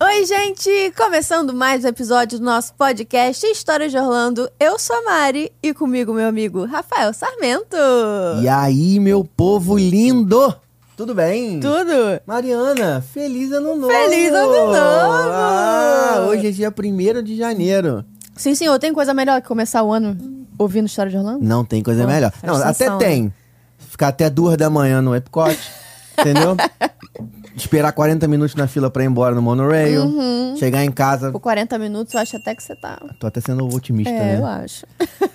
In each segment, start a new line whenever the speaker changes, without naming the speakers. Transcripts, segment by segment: Oi, gente! Começando mais um episódio do nosso podcast Histórias de Orlando. Eu sou a Mari e comigo meu amigo Rafael Sarmento.
E aí, meu povo lindo? Tudo bem?
Tudo?
Mariana, feliz ano novo!
Feliz ano novo!
Ah, hoje é dia 1 de janeiro.
Sim, senhor, tem coisa melhor que começar o ano ouvindo História de Orlando?
Não tem coisa
Bom,
melhor.
presta
Não, até
atenção,
tem. Ficar até duas da manhã no Epcot, entendeu? Esperar 40 minutos na fila pra ir embora no monorail.
Uhum.
Chegar em casa.
Por 40 minutos, eu acho até que você tá.
Tô até sendo otimista,
É, eu
né?
acho.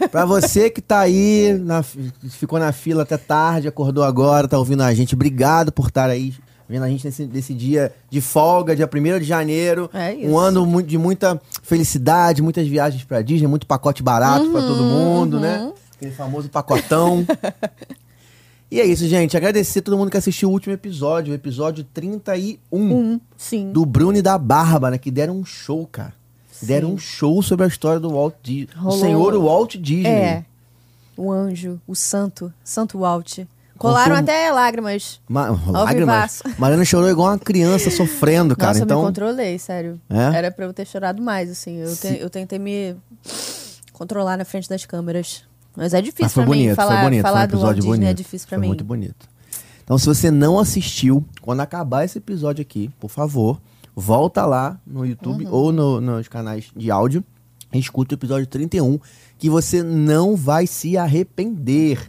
Pra você que tá aí, na- ficou na fila até tarde, acordou agora, tá ouvindo a gente, obrigado por estar aí vendo a gente nesse, nesse dia de folga, dia 1 de janeiro.
É isso.
Um ano mu- de muita felicidade, muitas viagens pra Disney, muito pacote barato pra todo
Uhum,
mundo, né? Aquele famoso pacotão. e é isso, gente. Agradecer a todo mundo que assistiu o último episódio, o episódio 31
Um, sim.
do Bruno e da Bárbara, né, que deram um show, cara. Deram um show sobre a história do Walt Disney. O
Rolou.
senhor Walt Disney.
É. O anjo, o santo, Santo Walt. Colaram
Contou- um-
até lágrimas.
Ma lágrimas.
vivaço.
Mariana chorou igual uma criança sofrendo, cara.
Nossa, eu me
então,
controlei, sério.
É?
Era pra eu ter chorado mais, assim. Eu, te- eu tentei me controlar na frente das câmeras. Mas é difícil
mas Ah, foi
pra mim
bonito,
falar,
foi bonito,
falar
foi um
do Walt
episódio
Disney
bonito.
é difícil pra
foi
mim.
muito bonito. Então, se você não assistiu, quando acabar esse episódio aqui, por favor, volta lá no YouTube
Uhum.
ou no- nos canais de áudio e escuta o episódio 31, que você não vai se arrepender.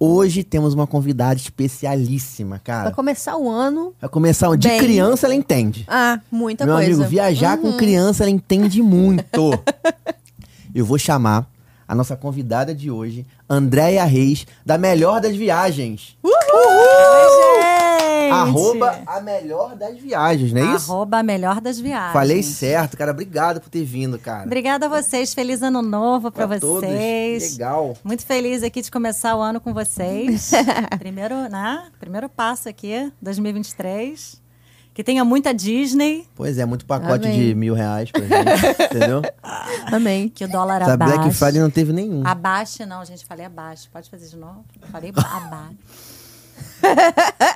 Hoje temos uma convidada especialíssima,
Pra
cara.
começar o ano,
Vai começar um de
Tá Bem.
criança, ela entende.
ah, muita
Meu
coisa.
amigo, viajar
Uhum.
com criança, ela entende muito. Eu vou chamar a nossa convidada de hoje, Andréia Reis, da Melhor das Viagens.
Oi, gente!
Arroba a Melhor das Viagens, não é isso?
Arroba a melhor das viagens.
Falei certo, cara. Obrigado por ter vindo, cara.
Obrigada a vocês. Feliz ano novo pra,
Pra todos.
vocês.
Legal.
Muito feliz aqui de começar o ano com vocês. primeiro, né? Primeiro passo aqui, 2023. Que tenha muita Disney,
Pois é, muito pacote
Amém.
de mil reais pra gente, entendeu?
Amém.
que o dólar
Essa
abaixe.
Black Friday não teve nenhum.
Ah. Abaixe não, gente. Falei abaixo. Pode fazer de novo? Falei ba- abaixo.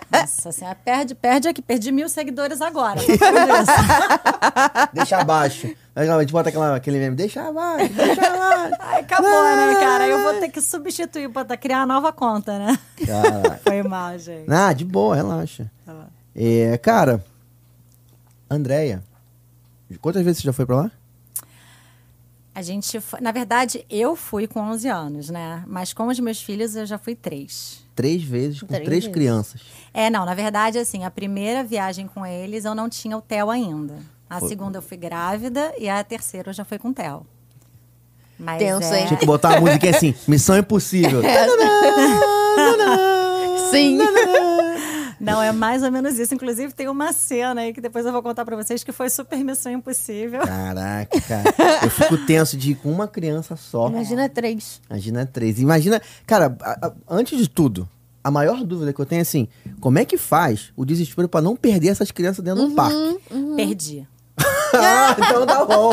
Nossa senhora, perde, perde aqui. Perdi mil seguidores agora. por tudo isso.
Deixa abaixo. Aí A gente bota aquela, aquele meme, deixa abaixo, deixa abaixo.
Ai, acabou, né, cara? Eu vou ter que substituir pra tá criar uma nova conta, né?
Caraca.
Foi mal, gente.
Ah, de boa, relaxa.
Tá
É, cara, Andréia, quantas vezes você já foi pra lá?
A gente foi... Na verdade, eu fui com 11 anos, né? Mas com os meus filhos, eu já fui três.
Três vezes, com
Três
três,
vezes.
crianças.
É, não, na verdade, assim, a primeira viagem com eles, eu não tinha o Theo ainda. A
Foi-
segunda eu fui grávida e a terceira eu já fui com o Theo. Mas
Tenso, hein?
é...
Tinha que botar uma música assim, Missão Impossível.
Sim.
Não, é mais ou menos isso. Inclusive, tem uma cena aí que depois eu vou contar pra vocês que foi super missão impossível.
Caraca, cara. Eu fico tenso de ir com uma criança só.
Imagina três.
Imagina três. Imagina, cara, a- a- antes de tudo, a maior dúvida que eu tenho é assim, como é que faz o desespero pra não perder essas crianças dentro de um parque?
Hum. Perdi.
ah, então tá bom.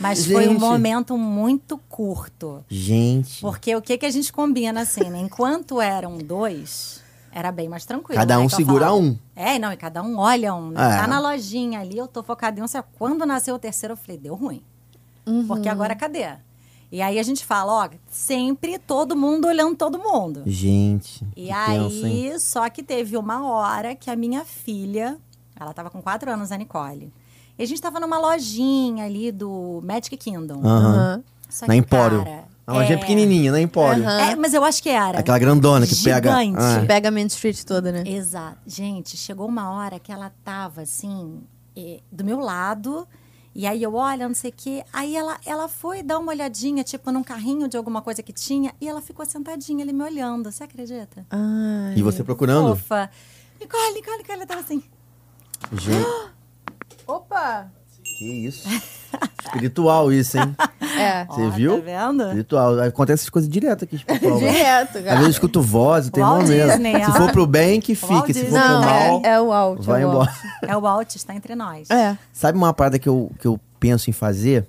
Mas foi um
Gente.
momento muito curto.
Gente,
Porque o que, que a gente combina assim, né? Enquanto eram dois, era bem mais tranquilo.
Cada
né?
um
Que eu
segura
falava.
um.
É, não, e cada um olha um. Né?
É.
Tá na lojinha ali, eu tô focada em um. só Quando nasceu o terceiro, eu falei, deu ruim. Porque agora cadê? E aí a gente fala, ó, sempre todo mundo olhando todo mundo.
gente.
E
que tenso, hein?
aí, só que teve uma hora que a minha filha, ela tava com quatro anos, a Nicole. E a gente tava numa lojinha ali do Magic Kingdom.
Aham.
Aham.
Só
Ah, na
que,
Empório.
cara,
Na lojinha
é-
pequenininha, na Empório.
Aham.
É, mas eu acho que era.
Aquela grandona que
Gigante.
pega. Ah,
Pega a Main Street toda, né?
Exato. Gente, chegou uma hora que ela tava assim, eh, do meu lado. E aí eu olho, não sei o quê. Aí ela, ela foi dar uma olhadinha, tipo, num carrinho de alguma coisa que tinha. E ela ficou sentadinha ali me olhando. Você acredita?
Ai.
E
Uhum.
você procurando?
Fofa. Nicole, Nicole, Nicole. Ela tava assim.
Gente,
Opa!
que isso. Espiritual isso, hein?
É.
Você
Ó,
viu?
Tá vendo?
Espiritual. Acontece essas coisas direto aqui, espiritual.
Direto,
Às vezes eu
cara.
escuto voz, tem
Walt
mal mesmo.
Disney,
Se
ó.
for pro bem, que
Walt
fique. Se for
Disney.
pro
Não,
mal,
é, é o alto.
vai
é o
embora.
alto.
É o Walt, está entre nós.
É.
Sabe uma parada que eu, que eu penso em fazer?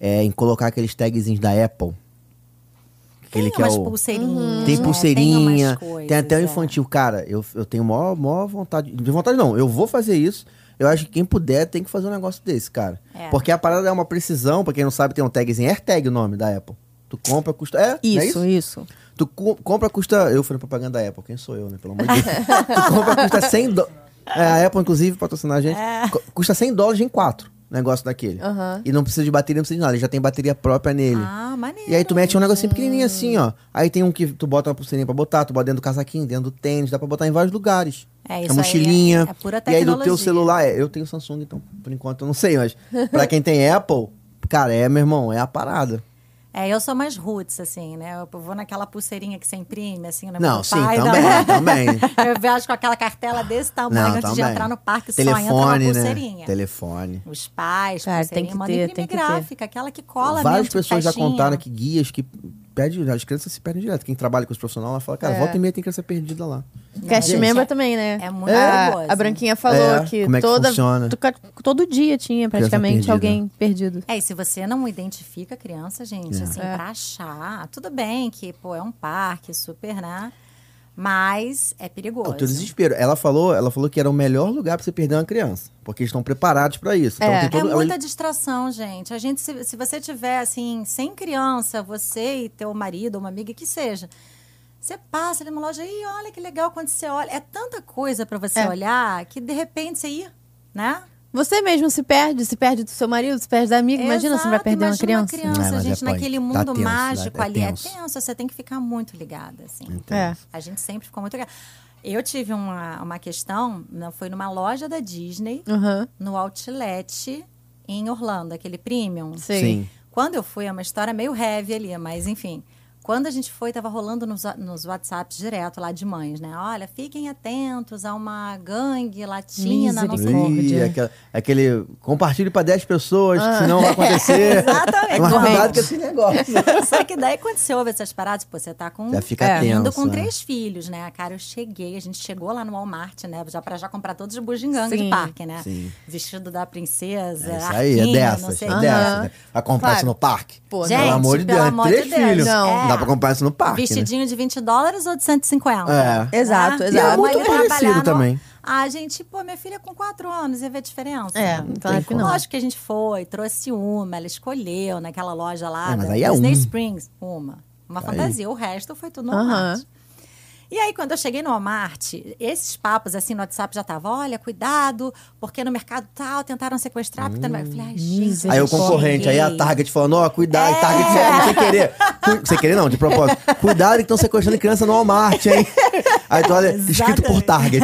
É em colocar aqueles tagzinhos da Apple. Aquele
Tem
que é
umas
o...
pulseirinhas.
Tem
né?
pulseirinha,
umas
tem até o
coisas, é.
infantil. Cara, eu, eu tenho maior, maior vontade. De vontade não, eu vou fazer isso. Eu acho que quem puder tem que fazer um negócio desse, cara.
É.
Porque a parada é uma precisão, pra quem não sabe, tem um tagzinho. AirTag o nome da Apple. Tu compra, custa. É, não é
Isso, isso.
Tu cu- compra, custa. Eu falei propaganda da Apple, quem sou eu, né? Pelo amor de Deus. tu compra, custa 100 dólares. É, a Apple, inclusive, patrocinar a gente.
É.
cu- Custa 100 dólares em 4 negócio daquele.
Aham.
E não precisa de bateria, não precisa de nada. Ele já tem bateria própria nele.
Ah, maneiro.
E aí tu mete um negocinho pequenininho assim, ó. Aí tem um que tu bota uma pulseirinha pra botar, tu bota dentro do casaquinho, dentro do tênis, dá pra botar em vários lugares.
É,
a
isso aí
mochilinha.
é- é pura
e aí do teu
tecnologia.
celular, é, eu tenho Samsung, então por enquanto eu não sei, mas pra quem tem Apple, cara, é, meu irmão, é a parada.
É, eu sou mais roots, assim, né? Eu vou naquela pulseirinha que você imprime, assim, na
Não,
meu
sim,
pai,
também,
da-
também.
Eu viajo com aquela cartela desse tamanho
não,
antes
também.
de entrar no parque, só entra uma
Telefone, né?
pulseirinha.
Telefone.
Os pais,
Cara, tem
pulseirinha,
que
manda
ter,
imprimir
tem que ter.
gráfica, aquela que cola
Várias
mesmo, tipo
pessoas já
caixinha.
contaram que guias que pede, as crianças se perdem direto. Quem trabalha com os profissionais lá fala, cara,
É.
volta e meia tem criança perdida lá.
Cast
gente,
member
é-
também, né?
é muito perigoso.
a, a Branquinha falou
É,
que,
como é que
toda,
funciona?
to- todo dia tinha praticamente
perdida.
alguém perdido.
É, e se você não identifica a criança, gente,
É.
assim,
É.
pra achar, tudo bem que, pô, é um parque, super, né? Mas é perigoso.
Não, teu desespero. Ela falou, ela falou que era o melhor lugar pra você perder uma criança, porque eles estão preparados pra isso. Então
É.
tem
É
todo
muita distração, gente. A gente, se, se você tiver, assim, sem criança, você e teu marido, ou uma amiga, que seja, você passa ali numa loja e olha que legal quando você olha. É tanta coisa pra você
É.
olhar que, de repente, você ir, né?
Você mesmo se perde, se perde do seu marido, se perde da amiga. Imagina
Exato,
você vai perder uma
imagina
criança.
É, mas é
gente,
punk.
naquele
Dá
mundo
tenso, dá-
mágico
é
ali.
tenso. Hum.
É tenso, você tem que ficar muito ligada, assim.
É.
A gente sempre ficou muito ligada. Eu tive uma, uma questão, não, foi numa loja da Disney,
Aham,
no Outlet, em Orlando, aquele premium.
sei.
Sim.
Quando eu fui, é uma história meio heavy ali, mas enfim. Quando a gente foi, tava rolando nos, wa- nos WhatsApps direto lá de mães, né? Olha, fiquem atentos a uma gangue latina, não sei o quê.
Misericórdia.
Ih, aquela- aquele, compartilhe pra 10 pessoas, que senão vai acontecer.
Ah.
É
Exatamente.
Mas cuidado com esse negócio.
Só que daí, quando você ouve essas paradas, pô, você tá com.
Já fica
É,
tenso.
Indo com
né?
três filhos, né? Cara, eu cheguei, a gente chegou lá no Walmart, né? Já pra já comprar todos os bugigangas
Sim.
de parque, né?
Sim.
Vestido da princesa,
É isso aí, é
arquinho, não
dessas,
sei
é
o quê.
dessas. né? Vai comprar isso
Claro.
no parque?
Pô,
Gente,
pelo amor de
pelo
Deus,
amor de
três
Deus.
filhos.
Não.
Dá pra comprar isso no parque, né?
Vestidinho de 20 dólares ou de 150?
É.
Exato,
Né?
exato. E é
muito
Vamos
parecido
ali trabalhar no-
também.
Ah, gente, pô, minha filha com 4 anos, ia ver a diferença?
É, claro que não.
Lógico que a gente foi, trouxe uma, ela escolheu naquela loja lá
É,
da
mas aí é
Disney
um.
Springs, uma. Uma fantasia, o resto foi tudo no
Aham.
Walmart. E aí, quando eu cheguei no Walmart, esses papos assim no WhatsApp já tava, olha, cuidado, porque no mercado tal tentaram sequestrar, porque tá no... Eu falei, ai, gente,
Hum. Aí o
Eles
concorrente, aí "Ah, tá a
cheguei.
Target falando, ó, cuidado,
É.
Target sequestrando sem querer. Cu- Sem querer não, de propósito. Cuidado que estão sequestrando criança no Walmart, hein? Aí tu olha, escrito por Target.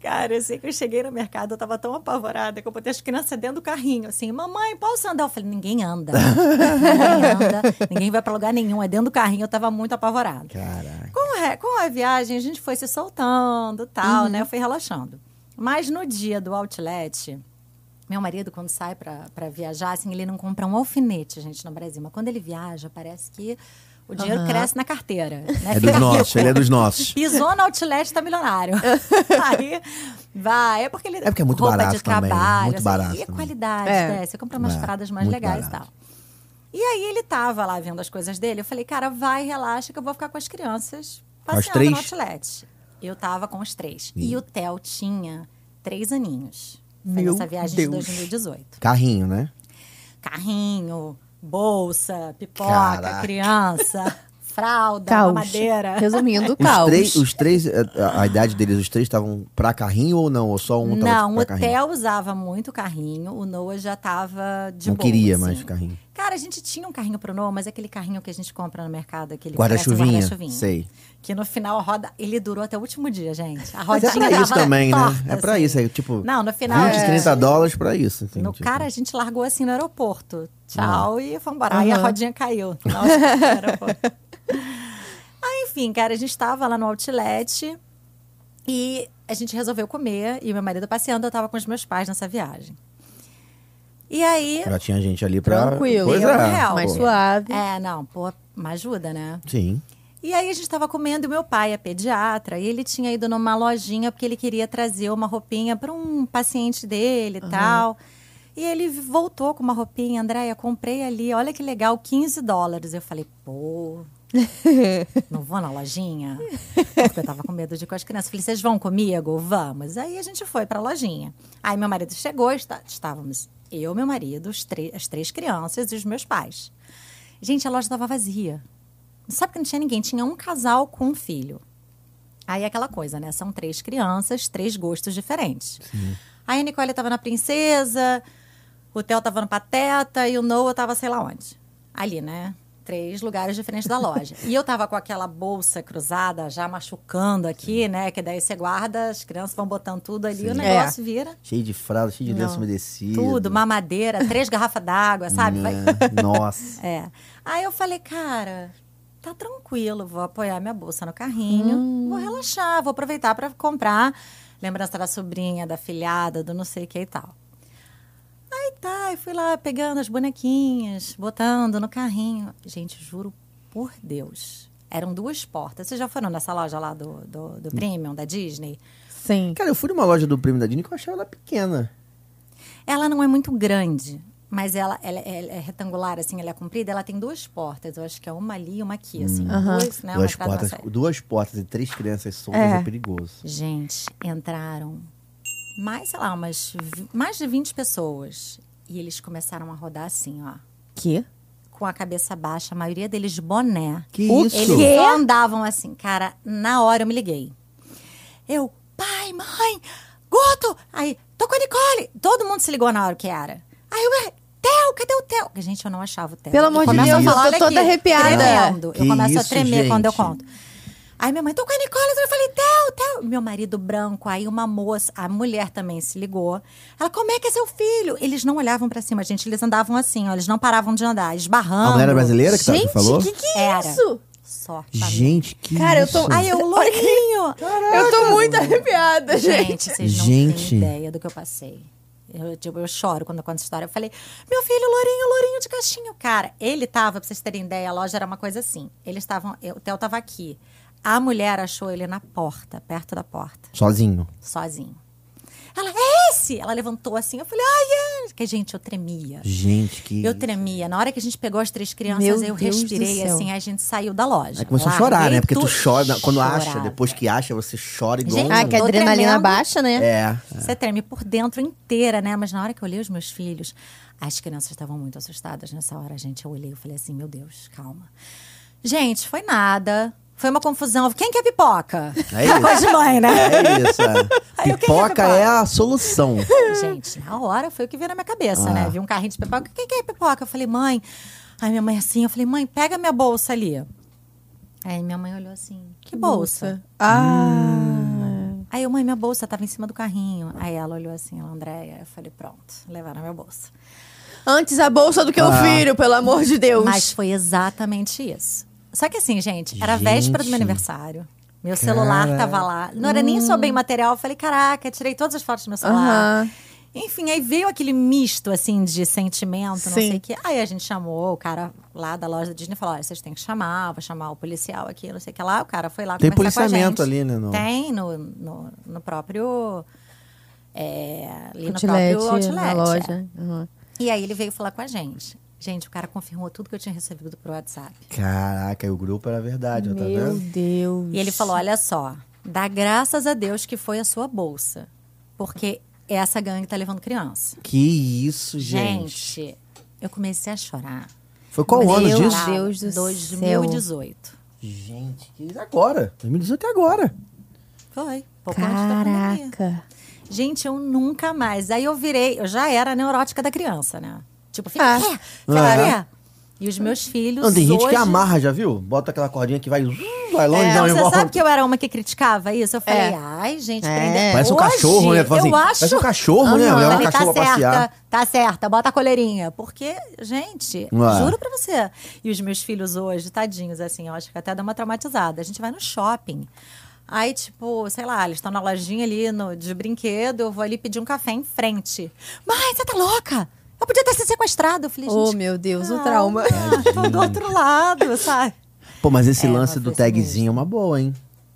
Cara, eu sei que eu cheguei no mercado, eu tava tão apavorada que eu botei as crianças dentro do carrinho, assim, mamãe, posso andar? Eu falei, ninguém anda. ninguém anda, ninguém vai pra lugar nenhum, é dentro do carrinho, eu tava muito apavorada.
Caraca.
Com, a- com a viagem, a gente foi se soltando tal, né?
Uhum.
Eu fui relaxando. Mas no dia do outlet, meu marido, quando sai pra pra viajar, assim, ele não compra um alfinete, gente, no Brasil. Mas quando ele viaja, parece que o dinheiro
Aham.
cresce na carteira. Né?
É
Fica
dos nossos,
rico.
ele é dos nossos.
Pisou no outlet, tá milionário. Aí, vai. É porque ele.
É porque é muito
roupa
barato
de
também,
trabalho.
muito
assim,
barato
E a
também.
qualidade,
É.
né? Você compra umas
É,
paradas mais
muito
legais e
barato.
tal. E aí ele tava lá vendo as coisas dele. Eu falei, cara, vai, relaxa, que eu vou ficar com as crianças
Com as
passeando
três?
no outlet. Eu tava com os três. E, o Theo tinha três aninhos. Foi
Meu
nessa viagem
Deus.
de 2018.
Carrinho, né?
Carrinho, bolsa, pipoca,
Caraca.
criança, fralda,
Caos.
madeira.
Resumindo,
Os
caos.
três, os três, a- a, a idade deles, os três estavam pra carrinho ou não? Ou só um tava
Não, o
pra carrinho?
Theo usava muito carrinho, o Noah já tava de
não
boa,
queria
assim.
mais carrinho.
Cara, a gente tinha um carrinho pro Noah, mas aquele carrinho que a gente compra no mercado, aquele
Guarda-chuvinha,
parece um guarda-chuvinha.
sei.
Que no final a roda, ele durou até o último dia, gente. A
Mas
rodinha
é pra isso
tava
também,
torta,
né? É pra
assim.
isso, é tipo
Não, no final
20,
é.
30 dólares pra isso. entende?
No
Tipo,
cara, a gente largou assim no aeroporto. Tchau, e foi embora. Aí a
Aham.
rodinha caiu. no aeroporto. Aí, enfim, cara, a gente tava lá no outlet e a gente resolveu comer. E meu marido passeando, eu tava com os meus pais nessa viagem. E aí.
Já tinha gente ali pra...
Tranquilo.
um
Pois é,
Mais
pô.
suave.
É, não, pô, uma ajuda, né?
Sim.
E aí a gente tava comendo e meu pai é pediatra e ele tinha ido numa lojinha porque ele queria trazer uma roupinha para um paciente dele e tal. E ele voltou com uma roupinha, Andréia, comprei ali, olha que legal, 15 dólares. Eu falei, pô, Não vou na lojinha? Porque eu tava com medo de ir com as crianças. Falei, vocês vão comigo? Vamos. Aí a gente foi pra lojinha. Aí meu marido chegou, está- estávamos eu, meu marido, os tre- as três crianças e os meus pais. Gente, a loja tava vazia. Sabe que não tinha ninguém? Tinha um casal com um filho. Aí é aquela coisa, né? São três crianças, três gostos diferentes. Aí a Nicole tava na princesa, o Theo tava no pateta e o Noah tava sei lá onde. Ali, né? Três lugares diferentes da loja. e eu tava com aquela bolsa cruzada, já machucando aqui, né? Que daí você guarda, as crianças vão botando tudo ali,
Sim.
o negócio vira.
Cheio de fralda, cheio de lenço
Não.
umedecido.
Tudo, mamadeira, três garrafas d'água, sabe? Vai-
É, Nossa.
é. Aí eu falei, cara, tá tranquilo, vou apoiar minha bolsa no carrinho, vou relaxar, vou aproveitar para comprar lembrança da sobrinha, da filhada, do não sei o que e tal. Aí tá, eu fui lá pegando as bonequinhas, botando no carrinho. Gente, juro por Deus. Eram duas portas. Vocês já foram nessa loja lá do, do, do Premium, da Disney?
Sim.
Cara, eu fui numa loja do prêmio da Disney que eu achava ela pequena.
Ela não é muito grande, mas ela, ela- ela é retangular, assim, ela é comprida. Ela tem duas portas, eu acho que é uma ali e uma aqui, assim.
Aham.
Duas, né?
Hum, duas,
uma atrás, uma
portas,
atrás.
duas portas e três crianças soltas é,
É.
perigoso.
Tá Gente, entraram mais, sei lá, umas, vi- mais de 20 pessoas. E eles começaram a rodar assim, ó.
Que?
Com a cabeça baixa, a maioria deles de boné.
Que
O
isso?
Eles
quê?
só andavam assim, cara, na hora eu me liguei. Eu, pai, mãe, Guto! Aí, tô com a Nicole! Todo mundo se ligou na hora que era. Aí eu, "É, Theo, cadê o Theo? Gente, eu não achava o Theo.
Pelo
Eu
amor de
começo a
Deus, eu
falar,
tô
olha
toda
aqui,
arrepiada.
Tremendo.
Que
eu começo a
isso,
tremer quando eu
gente?
conto. Aí minha mãe, tô com a Nicole, eu falei, Theo, Theo. Meu marido branco, aí uma moça, a mulher também se ligou. Ela, como é que é seu filho? Eles não olhavam pra cima, gente, eles andavam assim, ó, eles não paravam de andar, esbarrando.
A mulher era brasileira que tá-
Gente,
que falou?
que que é
Era.
isso?
Só. família.
Gente, que
Cara, eu
isso?
tô-
Ai, eu louquinho!
Eu tô muito arrepiada, gente.
Gente, vocês não
Gente.
têm ideia do que eu passei. Eu, tipo, eu choro quando eu conto essa história. Eu falei, meu filho, lourinho, lourinho de cachinho. Cara, ele tava, pra vocês terem ideia, a loja era uma coisa assim. Eles estavam, eu- o Theo tava aqui. A mulher achou ele na porta, perto da porta,
Sozinho.
sozinho. Ela, é esse! Ela levantou assim, eu falei, ai, é! Que, gente, eu tremia.
Gente, que.
Eu tremia. Na hora que a gente pegou as três crianças,
Meu
eu
Deus do
respirei
céu.
assim, aí a gente saiu da loja.
Aí começou a
Larguei
chorar, né? Porque tu
tudo.
chora. Quando acha,
Chorava.
depois que acha, você chora igual.
Gente,
um-
Ah, que a
Tô
adrenalina
tremendo.
baixa, né?
É.
Você treme por dentro inteira, né? Mas na hora que eu olhei os meus filhos, as crianças estavam muito assustadas nessa hora, gente. Eu olhei e falei assim, meu Deus, calma. Gente, foi nada. Foi uma confusão. Quem quer pipoca?
É
Tá
isso.
Coisa de mãe, né?
É isso. É.
Aí eu queria
Pipoca
pipoca.
é a solução.
Gente, na hora foi o que veio na minha cabeça,
Ah.
né? Vi um carrinho de pipoca. Quem quer pipoca? Eu falei, mãe. Aí minha mãe assim, eu falei, mãe, pega minha bolsa ali. Aí minha mãe olhou assim, que bolsa?
Ah.
Aí eu, mãe, minha bolsa tava em cima do carrinho. Aí ela olhou assim, ela, Andréia. Eu falei, pronto, levaram a minha bolsa.
Antes a bolsa do que o
Ah.
filho, pelo amor de Deus.
Mas foi exatamente isso. Só que assim, gente, era a véspera do meu
Gente.
aniversário. Meu celular
Caraca.
tava lá. Não era nem só bem material. Eu falei, caraca, tirei todas as fotos do meu celular.
Aham.
Enfim, aí veio aquele misto, assim, de sentimento, não
Sim.
sei o quê. Aí a gente chamou o cara lá da loja da Disney e falou, olha, vocês têm que chamar, vou chamar o policial aqui, não sei o que lá. O cara foi lá
Tem
conversar com a
policiamento
gente.
ali, né, no-
Tem, no, no, no próprio... É, ali
Outlet,
no próprio outlet.
na
é.
loja. Aham.
E aí ele veio falar com a gente. Gente, o cara confirmou tudo que eu tinha recebido por WhatsApp.
Caraca, e o grupo era verdade, ó, tá
Meu
vendo?
Deus.
E ele falou: olha só, dá graças a Deus que foi a sua bolsa. Porque essa gangue tá levando criança.
Que isso, gente.
Gente, eu comecei a chorar.
Foi qual
Meu
ano
Deus.
disso?
Deus do
2018.
Gente, que isso agora. 2018 é agora.
Foi. Pouco antes da pandemia.
Caraca.
Gente, eu nunca mais. Aí eu virei, eu já era a neurótica da criança, né? Tipo, fica
Ah.
ah. quieto,
Ah,
fica
é?
quieto. E os meus filhos.
Não, tem gente
hoje...
que amarra, já viu? Bota aquela cordinha que vai, zzz, vai longe, um
Não,
não, e
você
volta.
sabe que eu era uma que criticava isso? Eu falei,
É.
ai, gente,
É.
prender.
Parece um
Hoje,
cachorro, né? Tu fala assim,
eu acho...
parece um cachorro, né?
Aham.
Leva um
Falei,
cachorro
tá
pra passear.
certa, tá certa, bota a coleirinha. Porque, gente,
Ué.
juro pra você. E os meus filhos hoje, tadinhos, assim, eu acho que até dá uma traumatizada. A gente vai no shopping. Aí, tipo, sei lá, eles estão na lojinha ali no- de brinquedo, eu vou ali pedir um café em frente. Mãe, você tá louca? Eu podia ter sido sequestrado. Eu falei, gente.
Oh, meu Deus, o trauma.
calma, Tô do outro lado, sabe?
Pô, mas esse
É,
lance
mas
do
foi sinistro.
tagzinho é uma boa, hein?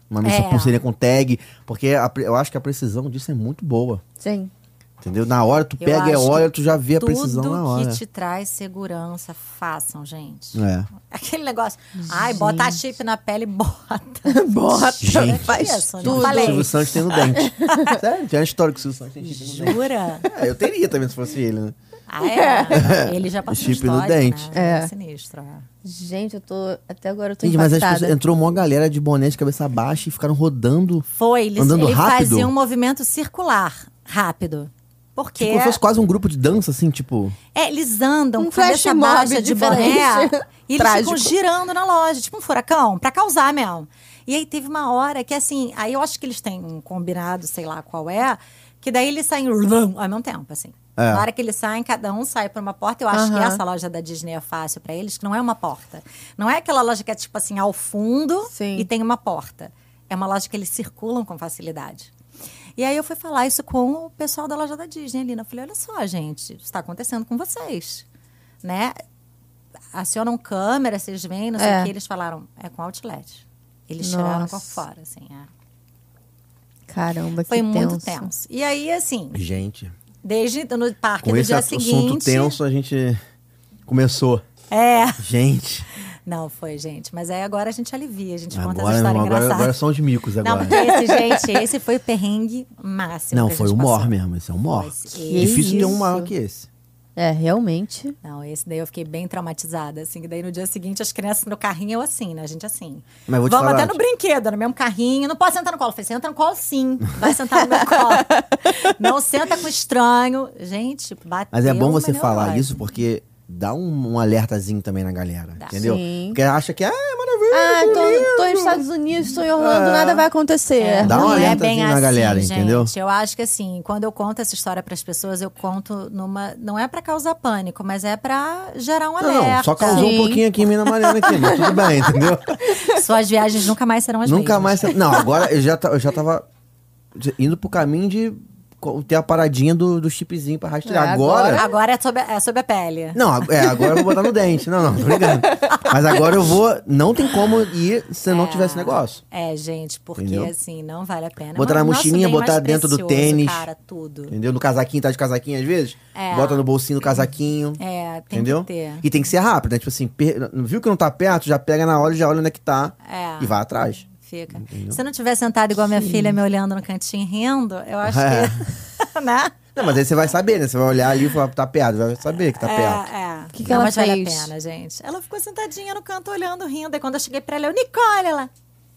Uma missão
É.
pulseirinha com tag, porque a pre- eu acho que a precisão disso é muito boa.
Sim.
Entendeu? Na hora, tu
Eu
pega e
acho que
olha, tu já vê a precisão
Tudo
na hora.
que te traz segurança, façam, gente.
É.
Aquele negócio, ai, bota a chip na pele, bota.
Bota,
Gente,
faz
isso, né?
tudo.
O
Falei.
Silvio Santos tem no dente. Sério, tem uma história que o Silvio Santos tem chip no dente.
Jura?
É, eu teria também se fosse ele, né?
Ah, é. Ele já passou
Chip no
histórico,
dente.
Né?
É.
Sinistro. é.
Gente, eu tô. Até agora eu tô
Gente, mas as
impactada.
pessoas, entrou uma galera de boné de cabeça baixa e ficaram rodando.
Foi, ele,
Andando
ele
rápido?
fazia um movimento circular, rápido. Porque
Como se fosse quase um grupo de dança, assim, tipo.
é, eles andam
Um
com
flash
cabeça
mob
baixa de boné
diferente.
e eles
Trágico.
ficam girando na loja, tipo um furacão, pra causar mesmo. E aí teve uma hora que assim, aí eu acho que eles têm um combinado, sei lá qual é, que daí eles saem vrum, ao mesmo tempo, assim.
É.
Na hora que eles saem, cada um sai pra uma porta. Eu acho que
Aham.
essa loja da Disney é fácil pra eles, que não é uma porta. Não é aquela loja que é tipo assim, ao fundo
Sim.
e tem uma porta. É uma loja que eles circulam com facilidade. E aí eu fui falar isso com o pessoal da loja da Disney ali. né? Eu falei, olha só, gente, isso está acontecendo com vocês. Né? Acionam câmera, vocês veem, não sei
É.
o que. Eles falaram, é com outlet. Eles tiraram
Nossa.
por fora, assim. é.
Caramba, que
Foi muito
tenso.
tenso. E aí, assim,
Gente,
desde no parque
com
do
esse
dia
assunto
seguinte.
tenso a gente começou.
É.
Gente,
Não, foi, gente. Mas aí agora a gente alivia, a gente conta essa
agora,
história
não, agora,
engraçada.
agora são os micos
Não,
agora.
porque esse, gente, esse foi o perrengue máximo.
Não,
que a
foi
gente
humor
passou.
mesmo, esse é humor.
Mas
Que
Difícil ter um
isso.
maior que esse.
É, realmente.
Não, esse daí eu fiquei bem traumatizada, assim. que Daí no dia seguinte, as crianças no carrinho, eu assim, né? A gente assim.
Mas vou te
Vamos
falar,
até no brinquedo, no mesmo carrinho. Não posso sentar no colo. Eu falei, senta no colo sim. Vai sentar no meu colo. Não senta com estranho. Gente, bateu
Mas é bom
uma
você falar
neurose.
isso porque dá um, um alertazinho também na galera,
Dá.
entendeu?
Sim.
Porque acha que ah, é maravilha.
Ah, tô, tô nos Estados Unidos, tô em Orlando,
Ah.
nada vai acontecer.
É,
Dá um
não é
alertazinho
bem
na
assim,
galera,
gente.
entendeu?
Eu acho que assim, quando eu conto essa história para as pessoas, eu conto numa, não é para causar pânico, mas é para gerar um alerta.
Não, só causou
Sim.
um pouquinho aqui em Minas Mariana aqui, mas tudo bem, entendeu?
Suas viagens nunca mais serão as
Nunca
mesmas.
mais. Não, agora eu já, ta- eu já tava indo pro caminho de co- ter a paradinha do, do chipzinho pra rastrear.
É,
agora.
Agora é sobre, é sobre a pele.
Não, ag- é, agora eu vou botar no dente. Não, não, tô brincando. Mas agora eu vou. Não tem como ir se eu não
É.
tiver esse negócio.
É, gente, porque
Entendeu?
assim, não vale a pena.
Botar na
Mas o nosso
mochilinha,
bem
botar
mais
dentro do
precioso,
tênis.
Cara, tudo.
Entendeu? No casaquinho, tá de casaquinho às vezes?
É.
Bota no bolsinho do casaquinho.
É, tem
entendeu?
que ter.
E tem que ser rápido, né? Tipo assim, per- viu que não tá perto, já pega na hora e já olha onde é que tá.
É.
E vai atrás.
Fica. Se eu não tiver sentado igual a minha filha me olhando no cantinho e rindo, eu acho
É.
que. né?
Não, mas aí você vai saber, né? Você vai olhar ali e falar, tá perto, vai saber que tá perto.
É, é.
Que que
Não,
ela
mas vale a
fez?
pena, gente. Ela ficou sentadinha no canto olhando, rindo. E quando eu cheguei pra ela, eu, Nicole, ela.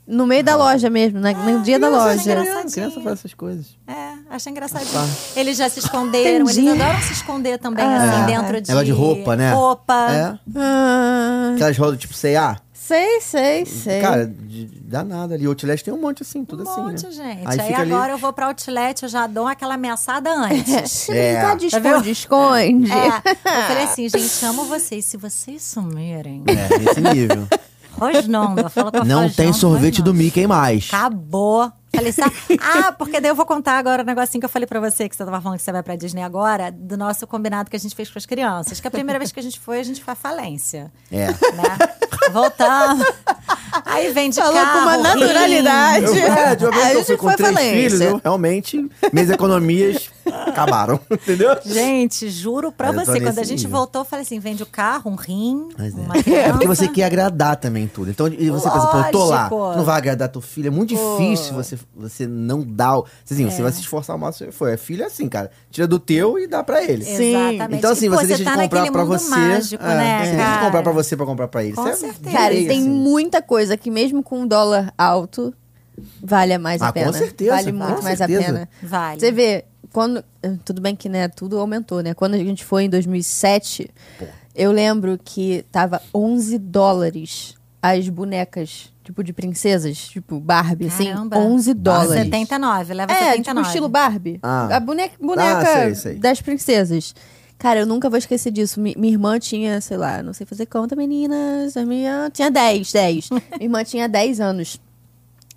No meio
Ah.
da loja mesmo, na- no dia da
criança,
loja.
né?
Criança, criança faz essas coisas.
É, achei engraçadinho. Eles já se esconderam,
Entendi. É.
eles adoram se esconder também, assim, dentro de.
É. Negócio de roupa, né?
Roupa.
É.
Ah,
Aquelas rodas tipo C&A.
sei, sei, sei.
Cara, de- dá nada ali. Outlet tem um monte assim, tudo
Um
assim,
monte,
né?
gente.
Aí
Aí,
fica ali-
agora eu vou pra outlet, eu já dou aquela ameaçada
É,
antes.
Se brincar de
Tá vendo?
esconde, esconde.
é, eu falei assim, gente, amo vocês. Se vocês sumirem,
É, nesse nível.
rosnonga, eu falo com
Não tem sorvete do
do
Mickey mais.
Acabou. Falei, sa- ah, porque daí eu vou contar agora o negocinho que eu falei pra você, que você tava falando que você vai pra Disney agora, do nosso combinado que a gente fez com as crianças. Que a primeira vez que a gente foi, a gente foi à falência.
É.
Né? Voltamos. Aí vem de
Falou
carro,
com uma
rindo.
naturalidade.
Eu, é, de uma vez
Aí a
que eu fui
gente
com
foi
três
falência.
filhos, eu realmente, minhas economias acabaram, entendeu?
Gente, juro pra
Mas eu tô
você, quando
nesse
a gente
nível.
voltou, eu falei assim: vende o carro, um rim,
Mas
uma
é. é
criança.
porque você quer agradar também tudo. Então, e você pensa, pô, eu tô lá,
Lógico.
tu não vai agradar teu filho. É muito difícil você, você não dar. o- Assim,
É.
Você vai se esforçar o máximo. que Você foi. É filho é assim, cara. Tira do teu e dá pra ele.
Sim.
Exatamente.
Então, assim,
E, pô,
você, deixa
tá
de comprar
naquele
pra
mundo
você.
Mágico,
é,
né,
você deixa de
cara?
comprar pra você pra comprar pra ele.
Com
Isso é
certeza.
Cara,
direito,
tem
assim.
muita coisa que mesmo com um dólar alto, vale a mais
Ah,
a
com
pena.
certeza,
Vale
com
muito mais a
certeza.
pena.
Vale.
Você vê, quando. Tudo bem que, né, tudo aumentou, né? Quando a gente foi em 2007, eu lembro que tava 11 dólares as bonecas, tipo, de princesas, tipo Barbie,
Caramba.
assim, 11 dólares.
79, leva
É,
79.
tipo estilo Barbie.
Ah.
A boneca, boneca
Ah, sei, sei.
das princesas. Cara, eu nunca vou esquecer disso. Mi- minha irmã tinha, sei lá, não sei fazer conta, meninas. A minha tinha 10, 10. minha irmã tinha 10 anos.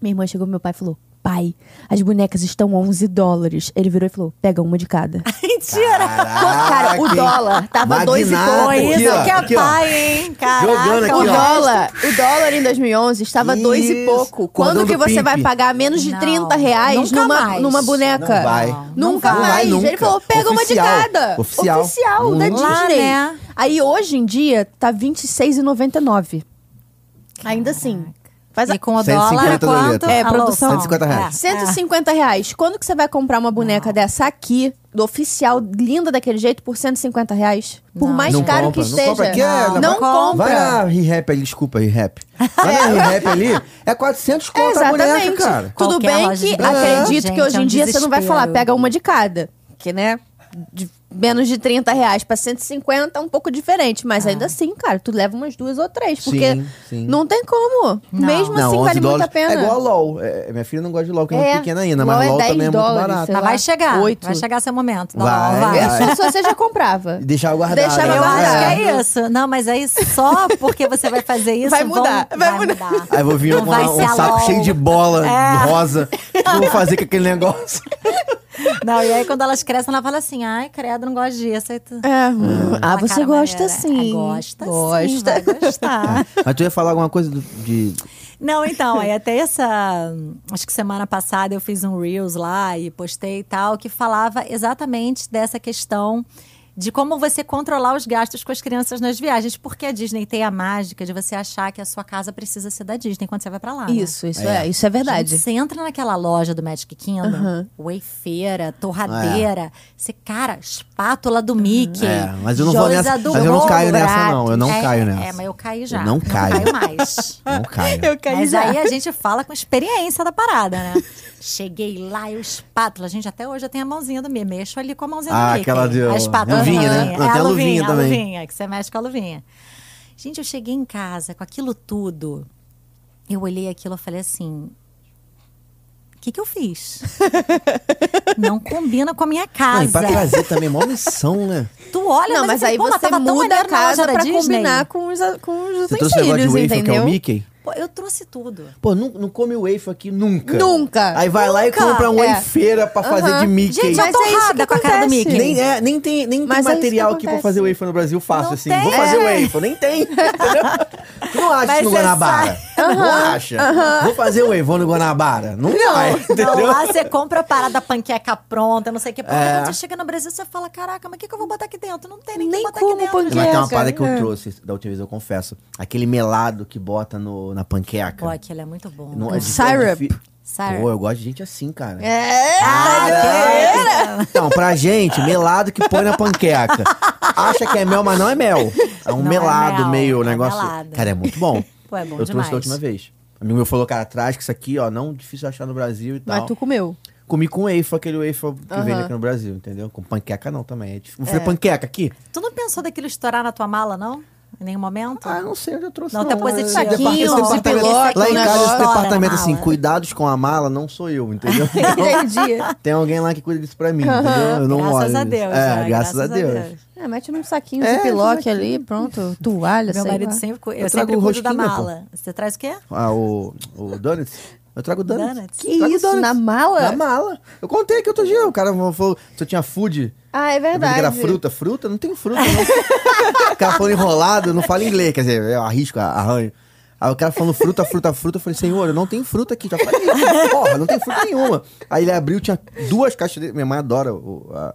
Minha irmã chegou pro meu pai e falou: Pai, as bonecas estão 11 dólares. Ele virou e falou: pega uma de cada.
Tá.
Mentira!
Cara, o dólar tava
Magnata,
dois e
Caraca,
pouco.
Isso
aqui, ó,
que é
aqui, ó.
pai, hein? Caraca,
Jogando aqui,
O
ó.
o resto-
dólar, o dólar em 2011 estava
Isso,
dois e pouco.
cordão
Quando que
do
você vai
Pimp.
pagar menos de
Não,
30 reais
nunca
numa,
mais.
numa boneca?
Não vai.
Não
Nunca
vai.
mais.
Não vai
Ele falou,
nunca.
pega uma de
Oficial.
cada.
Oficial.
Oficial da
Hum.
Disney.
Lá, né?
Aí hoje em dia tá R$26,99. Ainda assim. Faz a...
E com o
150
dólar, é
doleta.
quanto?
É,
A
produção.
louça?
150 reais.
É.
150 reais. Quando que você vai comprar uma boneca dessa aqui, do oficial, linda daquele jeito, por 150 reais? Por
Não.
mais
Não
caro
compra,
que
não
esteja.
compra. Aqui é na-
não compra.
Vai na Rehap ali, desculpa, Rehap. Vai na Rehap ali, é 400
É,
conto a boneca, cara.
Tudo
Qualquer
bem
loja
que
de brinquedo,
acredito que
gente,
hoje
é
em
um
dia você não vai
desespero.
falar, pega uma de cada. Que, né? de menos de 30 reais pra 150 é um pouco diferente.
Ah.
Mas ainda assim, cara, tu leva umas duas ou três. Porque
Sim, sim.
não tem como.
Não.
Mesmo assim,
11
vale muito a
dólares
pena.
É igual a LOL. É, minha filha não gosta de LOL, porque é,
É,
muito pequena ainda, mas
LOL é
LOL
10
também é muito
dólares, sei
barato.
lá.
Mas vai chegar,
Oito.
vai chegar seu momento. Não,
Vai. É
vai.
Eu, se fosse, eu já comprava.
E deixar né? eu guardar.
Deixava
Eu acho
guardado.
que é isso. Não, mas aí só porque você vai fazer isso.
Vai
vão-
mudar, vai mudar.
Aí vou vir
Não
com
vai
uma-
ser
um
a
saco
LOL.
cheio de bola
É.
rosa. O que eu vou fazer com aquele negócio?
Não, e aí quando elas crescem, ela fala assim: ai, credo, não gosto disso. Aí tu-
É. Ah,
Uma
você
cara
gosta
maneira.
sim.
É, gosta, sim. é
Gosta.
Vai gostar.
Mas tu ia falar alguma coisa do- de...
Não, então, aí até essa. Acho que semana passada eu fiz um Reels lá e postei e tal, que falava exatamente dessa questão de como você controlar os gastos com as crianças nas viagens. Porque a Disney tem a mágica de você achar que a sua casa precisa ser da Disney quando você vai pra lá. né?
Isso, isso é. Isso é verdade.
Gente, você entra naquela loja do Magic Kingdom, wayfeira, torradeira, você, cara, espátula do Mickey.
É, mas eu não vou
Joias
nessa-
do
mas eu não
Ouro,
caio nessa,
Bratis.
não, eu não
É,
caio nessa.
É, mas eu caí
Eu
já.
não caio.
mais.
Não, Caio.
Mas aí é- a gente fala com experiência da parada, né? Cheguei lá, eu espátula. Gente, até hoje eu tenho a mãozinha do Mickey. Mexo ali com a mãozinha
Ah,
do Mickey.
aquela de-
A espátula.
luvinha, né? Não,
É,
tem a luvinha
a luvinha, a
também.
luvinha, que você mexe com a luvinha. Gente, eu cheguei em casa com aquilo tudo. Eu olhei aquilo e falei assim... O que, que eu fiz? Não combina com a minha
Não,
casa.
e pra trazer também, é mó missão, né?
Tu olha,
Não, mas
eu
aí
falei, pô,
você
tava tão
muda a
maneiro na
casa
loja da
pra
Disney.
combinar com os, com os
Você trouxe o negócio
utensílios,
de wafer, que é
entendeu?
o Mickey?
Pô, eu trouxe tudo.
Pô, não, não come wafer aqui nunca.
Nunca.
Aí vai lá e
Nunca.
compra um
É.
wafer pra fazer
Aham.
de Mickey.
Gente,
Mas
eu
é
tô
isso que
com a cara do
acontece.
Mickey.
Nem, é, nem tem, nem tem
Mas é isso que
material aqui pra
acontece.
fazer wafer no Brasil fácil,
Não
assim.
tem.
Vou fazer wafer, nem tem. entendeu? Tu não acha
Mas
isso no
você
Guanabara. Não acha. Vou fazer wafer vou no Guanabara. Não, vai,
Não,
entendeu?
lá você compra a parada panqueca pronta, não sei o que. Porque
É.
Quando você chega no Brasil, você fala: caraca, mas o que, que eu vou botar aqui dentro? Não tem nem,
Nem
que botar
como
aqui dentro.
panqueca.
Mas tem uma
Queca,
parada que eu
é.
trouxe da última vez, eu confesso. Aquele melado que bota no, na panqueca.
Pô, aquilo é muito bom.
Não,
O
difí-
syrup.
difí-
Syrup.
Pô, eu gosto de gente assim, cara.
É.
Ah, Caraca.
Então, pra gente, melado que põe na panqueca. Acha que é mel, mas não é mel. É um
Não é
melado
mel,
meio
é
negócio.
melado.
Cara, é muito bom.
Pô, é bom
Eu trouxe
demais.
da última vez. O amigo meu falou, cara, atrás que isso aqui, ó, não difícil achar no Brasil e tal.
Mas tu comeu.
Comi com wafer, aquele wafer que
Aham.
vende aqui no Brasil, entendeu? Com panqueca não também. É difícil. Vou fazer panqueca aqui?
Tu não pensou daquilo estourar na tua mala, não? Em nenhum momento?
Ah, não sei, eu já trouxe.
Não, tá positivo.
Esse
Saquinho,
departamento-
um
esse departamento-
ziploc,
Lá em
um
casa, esse
negócio.
departamento assim,
Mala.
cuidados com a mala, não sou eu, entendeu? Então,
Entendi.
Tem alguém lá que cuida disso pra mim, entendeu? Eu não
graças
olho
a
isso.
Deus.
É,
né?
graças, a Deus.
É, mete num saquinho
É,
de
isso
piloque ali, pronto. Toalha,
Meu
sei
marido
lá.
sempre. cu- Eu,
Eu trago
sempre cuido da
rosquinha, pô.
mala. Você traz o quê?
Ah, o, o Donuts? Eu trago Donuts.
Donuts?
Que
Trago
isso,
donuts.
na mala?
Na mala. Eu contei que outro dia o cara falou se eu tinha food.
Ah, é
Eu pensei
verdade.
que era fruta. Fruta? Não tem fruta, não. o cara falando enrolado, eu não falo inglês, quer dizer, eu arrisco, arranho. Aí o cara falando fruta, fruta, fruta, eu falei, senhor, eu não tenho fruta aqui. Já falei, porra, não tem fruta nenhuma. Aí ele abriu, tinha duas caixas dele. Minha mãe adora o, a,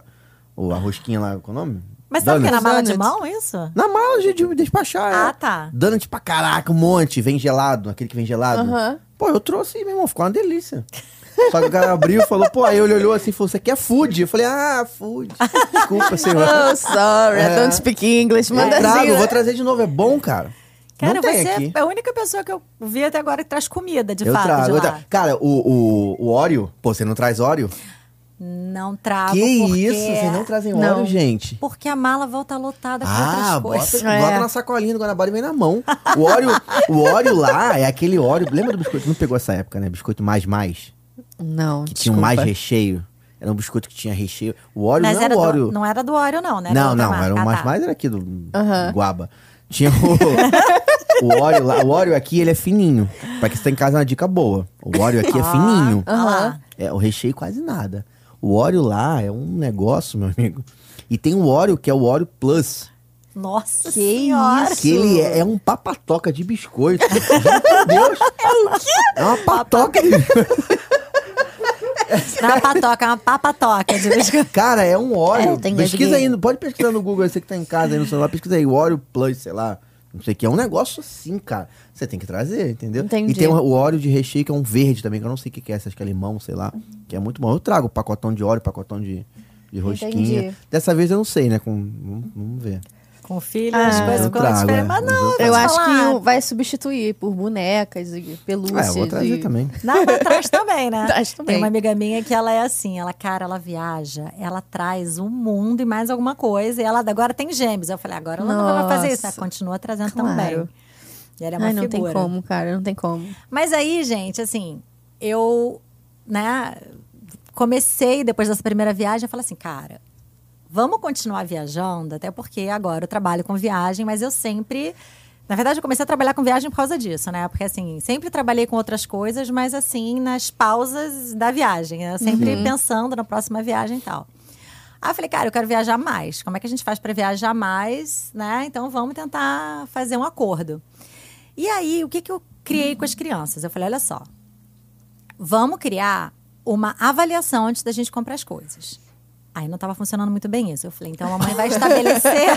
o, a rosquinha lá, qual é o nome?
Mas sabe o que é na
Donuts.
mala de
Donuts.
mão, isso?
Na mala de, de despachar.
Ah,
é.
tá.
Donut pra caraca, um monte. Vem gelado, aquele que vem gelado.
Aham.
Pô, eu trouxe, meu irmão, ficou uma delícia. Só que o cara abriu e falou, pô, aí ele olhou assim e falou, você quer food? Eu falei, ah, food. Desculpa, senhor.
Oh, sorry,
É.
I don't speak English.
Eu
Manda assim,
trago,
né?
vou trazer de novo, é bom, cara.
Cara,
Não tem
você
aqui.
é a única pessoa que eu vi até agora que traz comida, de
Eu
fato. de
trago, eu
lá.
trago. Cara, o, o, o Oreo, pô, você não traz Oreo?
Não trago.
que
porque...
isso, vocês não trazem
Não.
Oreo, gente.
Porque a mala volta lotada Tá com
Ah,
outras
bota,
coisas.
É.
bota na sacolinha do Guanabara e vem na mão. O óleo, o óleo lá é aquele óleo. Lembra do biscoito? Não pegou essa época, né? Biscoito mais mais.
Não,
Que tinha um mais recheio. Era um biscoito que tinha recheio. O óleo
Mas
não
era
é o óleo.
do, não era do óleo, não, né?
não, um
da outra
não.
marca.
Era o
Ah,
mais
tá.
mais, era aqui do Guaba. Tinha o. o óleo lá, o óleo aqui, ele é fininho. Pra que você tá em casa, é uma dica boa. O óleo aqui
Ah.
é fininho.
Olha lá.
É, o recheio quase nada. O óleo lá é um negócio, meu amigo. E tem o óleo que é o óleo plus.
Nossa
Que
senhora.
isso?
Que ele é, é um papatoca de biscoito. Meu Deus! É uma patoca de
Não é uma patoca, é uma papatoca. de vez em quando.
Cara, é um óleo.
É, tem
pesquisa
gasgueira.
aí, pode pesquisar no Google, você que tá em casa aí no celular, pesquisa aí, óleo plus, sei lá. Não sei o que, é um negócio assim, cara. Você tem que trazer, entendeu?
Entendi.
E tem o- o óleo de recheio, que é um verde também, que eu não sei o que que é, se acho que é limão, sei lá. Que é muito bom. Eu trago pacotão de óleo, pacotão de, de rosquinha.
Entendi.
Dessa vez eu não sei, né? Com, vamos, vamos ver.
Com filho, as
Ah,
coisas
eu
ficam
trago,
diferentes.
é.
Mas não,
Eu
vou te
acho
falar.
que vai substituir por bonecas e pelúcias.
Ah, eu vou trazer
e-
também.
Nada atrás também, né?
Traz também.
Tem uma amiga minha que ela é assim, ela, cara, ela viaja, ela traz o mundo e mais alguma coisa. E ela agora tem gêmeos. Eu falei, agora ela não vai
Nossa.
fazer isso. Ela continua trazendo
Claro.
também. E ela é uma
Ai, não
figura.
tem como, cara, não tem como.
Mas aí, gente, assim, eu, né, comecei depois dessa primeira viagem, eu falei assim, cara, vamos continuar viajando, até porque agora eu trabalho com viagem, mas eu sempre. Na verdade, eu comecei a trabalhar com viagem por causa disso, né? Porque, assim, sempre trabalhei com outras coisas, mas, assim, nas pausas da viagem. né? Sempre pensando na próxima viagem e tal. Aí eu falei, cara, eu quero viajar mais. Como é que a gente faz para viajar mais, né? Então, vamos tentar fazer um acordo. E aí, o que, que eu criei com as crianças? Eu falei, olha só, vamos criar uma avaliação antes da gente comprar as coisas. Aí não estava funcionando muito bem isso. Eu falei, então a mamãe vai estabelecer.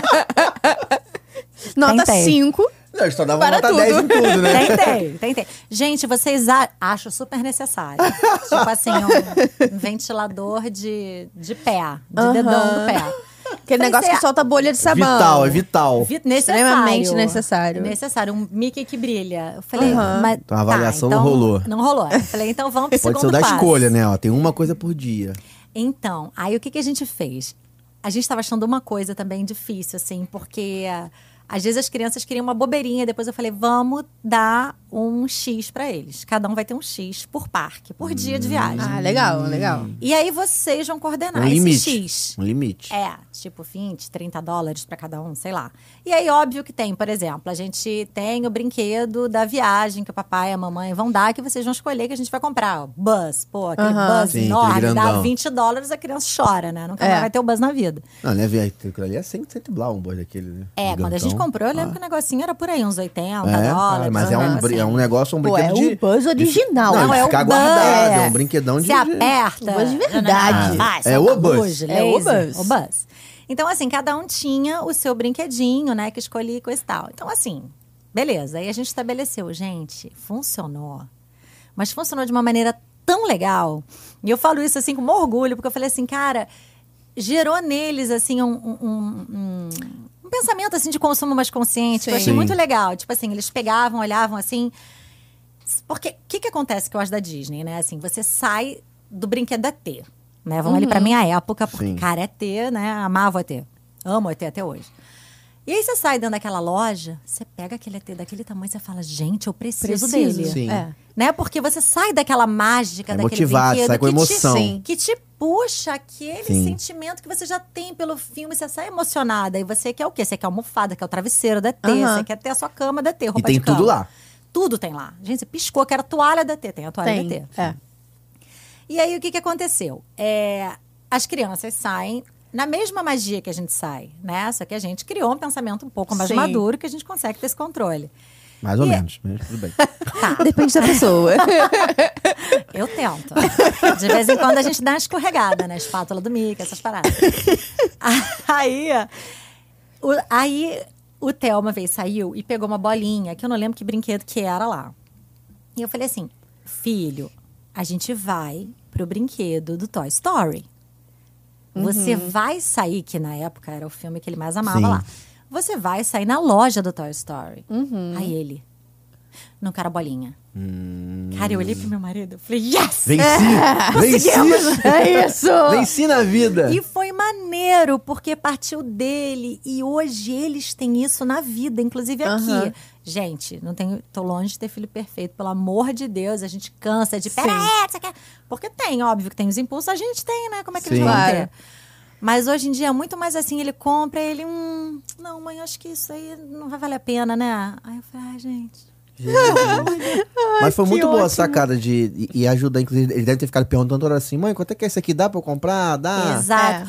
Nota
Tentei.
5.
Não, eu só dava
Para
nota
tudo.
10 em tudo, né?
Tentei, tentei. Gente, vocês a... acham super necessário. tipo assim, um, um ventilador de, de pé, de
Aham.
dedão do pé.
Aquele
Falei,
negócio que
"Cê-
solta bolha de
É
sabão.
vital, é vital.
Vi-
Extremamente necessário.
Necessário, um Mickey que brilha. Eu falei,
Aham.
mas.
Então a avaliação não
então
rolou.
Não rolou. Eu falei, então vamos pro
Pode ser o
segundo
da
passo.
escolha, né? Ó, tem uma coisa por dia.
Então, aí o que, que a gente fez? A gente estava achando uma coisa também difícil, assim, porque ah, às vezes as crianças queriam uma bobeirinha, depois eu falei, vamos dar um X para eles. Cada um vai ter um X por parque, por dia de viagem.
Ah, legal, legal.
E aí vocês vão coordenar
Hum. Um
esse
limite.
X.
Um limite.
É, tipo 20, 30 dólares pra cada um, sei lá. E aí, óbvio que tem, por exemplo, a gente tem o brinquedo da viagem que o papai e a mamãe vão dar, que vocês vão escolher que a gente vai comprar. O Buzz, pô, aquele
Aham.
buzz
Sim, aquele
enorme, dá
grandão.
20 dólares, a criança chora, né? Nunca
É.
mais vai ter o buzz na vida.
Não, né? velho? Aquilo ali é 100 cento blau um boi daquele, né?
É, quando a gente
Gigantão. Ah.
comprou, eu lembro que o negocinho era por aí, uns 80
É,
dólares.
cara, mas é um,
um negócio
bri-
assim.
é um negócio, um
Pô, é
brinquedo
o
de...
Buzz original.
Não,
Não,
de
é o
ficar
Buzz.
guardado, é um brinquedão de...
Se aperta.
Buzz de verdade.
Vai,
É
solta
o Buzz.
luz,
É o
laser,
Buzz.
O Buzz. Então, assim, cada um tinha o seu brinquedinho, né? Que escolhi e coisa e tal. Então, assim, beleza. Aí a gente estabeleceu. Gente, funcionou. Mas funcionou de uma maneira tão legal. E eu falo isso, assim, com um orgulho. Porque eu falei assim, cara... Gerou neles, assim, um... um- um- um- um pensamento assim de consumo mais consciente, que eu
Sim.
achei
Sim.
muito legal. Tipo assim, eles pegavam, olhavam assim, porque o que, que acontece que eu acho da Disney, né? Assim, você sai do brinquedo da T, né? Vamos
Uhum.
ali pra minha época, porque,
Sim.
cara, é T, né? Amava o ET. Amo o ET até hoje. E aí você sai dentro daquela loja, você pega aquele ET daquele tamanho e você fala, gente, eu preciso, dele.
Sim.
É.
Né? Porque você sai daquela mágica,
É
daquele
motivado,
brinquedo.
sai com
que te-
emoção.
Sim.
que te puxa aquele
Sim.
sentimento que você já tem pelo filme, você sai emocionada. E você quer o quê? Você quer a almofada, quer o travesseiro da ET,
Aham.
você quer ter a sua cama da ET, roupa
E tem
de cama.
tudo lá.
Tudo tem lá. Gente, você piscou que era toalha da T, tem a toalha
Tem.
da T.
É.
E aí o que, que aconteceu? É, as crianças saem na mesma magia que a gente sai, né? Só que a gente criou um pensamento um pouco mais
Sim.
maduro que a gente consegue ter esse controle.
Mais ou
E-
menos, mas tudo bem.
Tá,
Depende da pessoa.
eu tento. De vez em quando a gente dá uma escorregada, né? Espátula do Mickey, essas paradas. Aí, o, aí o Theo uma vez saiu e pegou uma bolinha, que eu não lembro que brinquedo que era lá. E eu falei assim, filho, a gente vai pro brinquedo do Toy Story. Você vai sair, que na época era o filme que ele mais amava
Sim.
lá. Você vai sair na loja do Toy Story. Aí ele, não quero a bolinha. Cara, eu olhei pro meu marido, eu falei, yes!
Venci! Venci!
é isso!
Venci na vida!
E foi maneiro, porque partiu dele. E hoje eles têm isso na vida, inclusive aqui.
Aham.
Gente, não tenho, tô longe de ter filho perfeito, pelo amor de Deus. A gente cansa de. Pera
Sim.
aí, você quer. Porque tem, óbvio que tem os impulsos, a gente tem, né? Como é que eles
Sim.
vão
Claro.
ter? Mas hoje em dia é muito mais assim: ele compra, ele. Hum, hum, não, mãe, acho que isso aí não vai valer a pena, né? Aí eu falei, ai, gente.
Mas foi
que
muito boa a
ótimo.
sacada de e- e ajudar. Inclusive, ele deve ter ficado perguntando toda hora assim: mãe, quanto é que é esse aqui? Dá pra eu comprar? Dá?
Exato.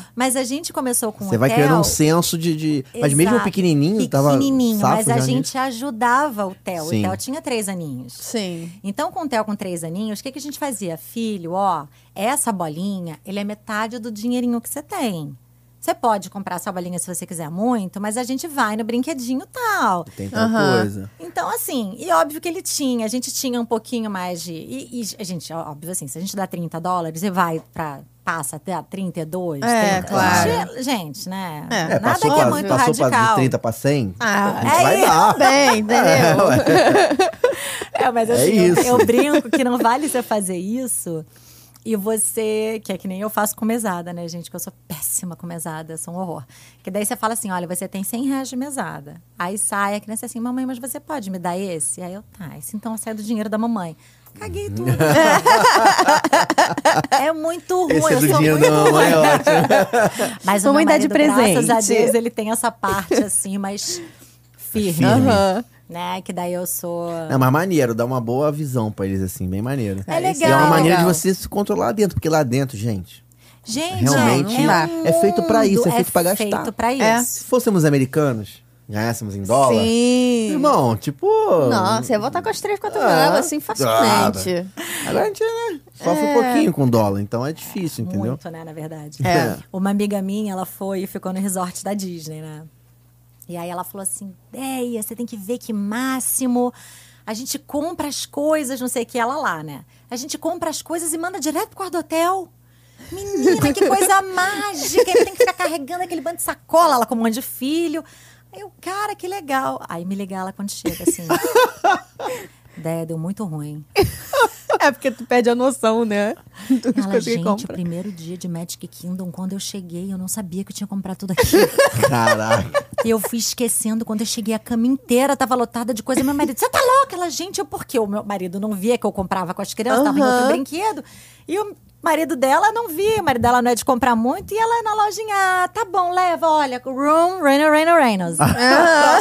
É.
Mas a gente começou com
Ah, Você
hotel.
vai criando um senso de. de- Mas mesmo
Exato.
pequenininho, tava.
Pequenininho,
safo
mas a
já né?
gente
nisso.
ajudava o Theo.
Sim.
O Theo tinha três aninhos.
Sim.
Então, com o Theo com três aninhos, o que, que a gente fazia? Filho, ó, essa bolinha, ele é metade do dinheirinho que você tem. Você pode comprar essa bolinha se você quiser muito, mas a gente vai no brinquedinho tal.
Tem tal
Aham.
coisa.
Então, assim, e óbvio que ele tinha. A gente tinha um pouquinho mais de. E, e a gente, ó, óbvio, assim, se a gente dá 30 dólares e vai pra. passa até a 32.
É,
30.
claro.
Gente, gente, né?
É,
É,
nada
passou,
que é
pra-
muito
passou pra-
radical.
de 30 pra 100?
Ah,
a gente
é
vai
isso.
dar.
Bem, entendeu?
É, mas
É
assim, eu-
isso.
Eu, brinco que não vale você fazer isso. E você, que é que nem eu faço com mesada, né, gente? Que eu sou péssima com mesada, eu sou um horror. Que daí você fala assim: olha, você tem 100 reais de mesada. Aí sai a criança assim: mamãe, mas você pode me dar esse? Aí eu, tá, esse então sai do dinheiro da mamãe.
Uhum.
Caguei tudo. é muito ruim,
Esse é
eu
do
sou
dinheiro
muito
da mamãe, é ótimo.
mas o
Mamãe
meu
dá de
marido, graças a
presente.
Deus, ele tem essa parte assim, mas firme.
Firme.
Aham.
Né? Que daí eu sou.
Não, mas maneiro, dá uma boa visão pra eles, assim, bem maneiro.
É
E é
legal.
uma maneira de
Legal.
você se controlar lá dentro, porque lá dentro, gente,
Gente,
realmente
não dá.
é feito pra isso, é feito pra gastar.
feito pra
É.
isso.
se fôssemos americanos, ganhássemos em dólar,
Sim.
irmão, tipo.
Nossa, você ia voltar com as três, quatro
Ah.
novelas, assim, facilmente.
Agora a gente, né? Sofre um pouquinho com dólar, então é difícil, entendeu?
É. Muito, né, na verdade.
É.
Uma amiga minha, ela foi e ficou no resort da Disney, né? E aí ela falou assim: ideia, você tem que ver que máximo. A gente compra as coisas, não sei o que, ela lá, né? A gente compra as coisas e manda direto pro quarto do hotel. Menina, que coisa mágica! Ele tem que ficar carregando aquele bando de sacola, ela com um monte de filho. Aí eu, cara, que legal. Aí me liga ela quando chega, assim. Ideia, deu muito ruim.
É porque tu perde a noção, né? Do que
Ela,
você
gente, o
compra.
primeiro dia de Magic Kingdom, quando eu cheguei, eu não sabia que eu tinha que comprar tudo aquilo.
Caraca.
eu fui esquecendo. Quando eu cheguei, a cama inteira tava lotada de coisa. Meu marido, você tá louca? Ela, gente, eu por quê? O meu marido não via que eu comprava com as crianças, tava em
Aham.
outro brinquedo. E o marido dela não via. O marido dela não é de comprar muito. E ela na lojinha, ah, tá bom, leva, olha, room, Reino, Reino, Reynolds.
Ah,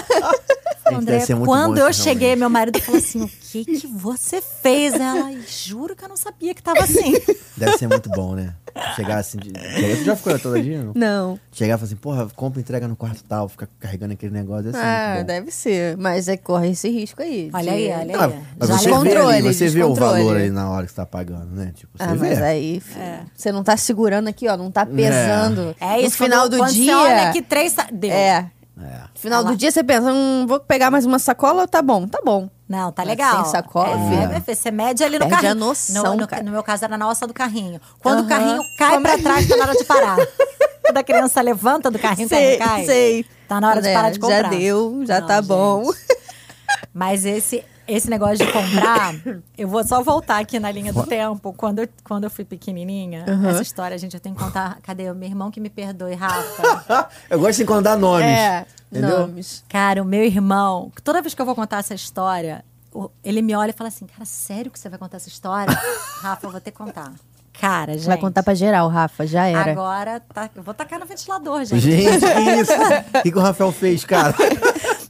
Gente,
André,
deve ser muito bom
quando
isso,
eu cheguei,
realmente.
meu marido falou assim: o que que você fez? Ela, juro que eu não sabia que tava assim.
Deve ser muito bom, né? Chegar assim. De... Chegar- Tu já ficou na toda dia? Não?
Não.
Chegar e falar assim, porra, compra e entrega no quarto tal, fica carregando aquele negócio assim.
Ah,
muito bom.
deve ser. Mas é que corre esse risco aí.
Olha aí, olha aí.
Ah, mas
é. Já
você,
leva-
vê, ali,
Descontrole,
você vê o
descontrole.
valor ali na hora que você tá pagando, né? Tipo, você
Ah,
vê.
mas aí, filho, você não tá segurando aqui, ó, não tá pesando.
É isso.
No final
quando-
do
quando
dia.
Você olha que três. sa- Deu.
É.
É.
No final
Olha
do
lá.
dia você pensa, hum, vou pegar mais uma sacola, tá bom, tá bom.
Não, tá
Mas
legal.
sem sacola,
é,
filho.
é, minha filha, Você mede ali no
Perde a
carrinho.
noção,
no, no,
cara.
no meu caso era na alça do carrinho. Quando
Aham. é
o carrinho cai pra trás, tá na hora de parar. Quando a criança levanta do carrinho, o
Sei,
carrinho cai.
sei.
Tá na hora de
É,
parar de comprar.
Já deu, já
Não,
tá
gente.
bom.
Mas esse, esse negócio de comprar, eu vou só voltar aqui na linha do tempo. Quando eu, quando eu fui pequenininha, essa história, gente, eu tenho que contar. Cadê o meu irmão que me perdoe, Rafa?
Eu gosto de encontrar nomes.
É,
entendeu?
nomes.
Cara, o meu irmão, toda vez que eu vou contar essa história, o- ele me olha e fala assim: Cara, sério que você vai contar essa história? Rafa, eu vou ter que contar. Cara, gente.
Vai contar pra geral, Rafa, já era.
Agora, tá, eu vou tacar no ventilador, gente.
Gente, que isso? O que, que o Rafael fez, cara?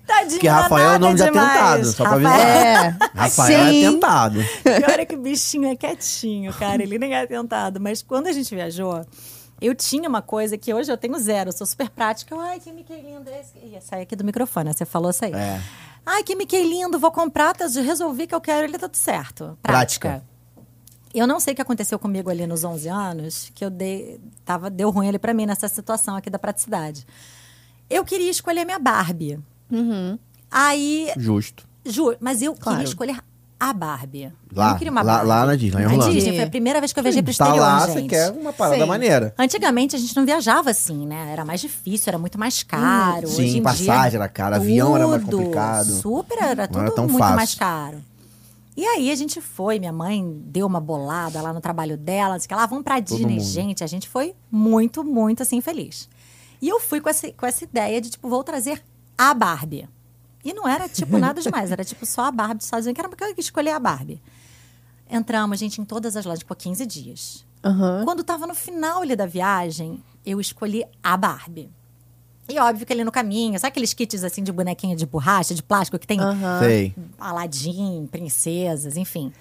Tadinho,
Porque Rafael é o nome de atentado, só pra avisar.
É.
Rafael
Sim.
é tentado.
E olha que o bichinho é quietinho, cara. Ele nem é atentado. Mas quando a gente viajou, eu tinha uma coisa que hoje eu tenho zero. Eu sou super prática. Eu, Ai, que Mickey lindo é esse. Ia sair aqui do microfone, né? Você falou isso aí.
É.
Ai, que Mickey lindo, vou comprar, tá- resolvi que eu quero, ele tá tudo certo. Prática.
Prática.
Eu não sei o que aconteceu comigo ali nos 11 anos, que eu dei, tava, deu ruim ali pra mim nessa situação aqui da praticidade. Eu queria escolher minha Barbie.
Uhum.
Aí
Justo.
Juro, mas eu
Claro.
queria escolher a Barbie. eu
Lá,
não queria uma
lá-
Barbie.
lá na Disney, em
Na
Orlando.
Disney, foi a primeira vez que eu viajei pro
tá
exterior,
lá,
gente.
você quer uma parada
Sim.
maneira.
Antigamente a gente não viajava assim, né? Era mais difícil, era muito mais caro.
Sim,
Hoje em
passagem
dia,
era caro, avião era mais
tudo,
complicado.
Super, era tudo
era tão
muito
fácil.
mais caro. E aí a gente foi, minha mãe deu uma bolada lá no trabalho dela, disse que lá vamos pra Disney,
mundo.
gente. A gente foi muito, muito assim feliz. E eu fui com essa, com essa ideia de tipo, vou trazer a Barbie. E não era tipo nada demais, era tipo só a Barbie dos Estados Unidos, que era porque eu que escolher a Barbie. Entramos, gente, em todas as lojas, tipo 15 dias.
Aham.
Quando tava no final ali da viagem, eu escolhi a Barbie. E óbvio que ele no caminho, sabe aqueles kits assim de bonequinha de borracha, de plástico, que tem
Aham.
Sei.
Aladim, princesas, enfim.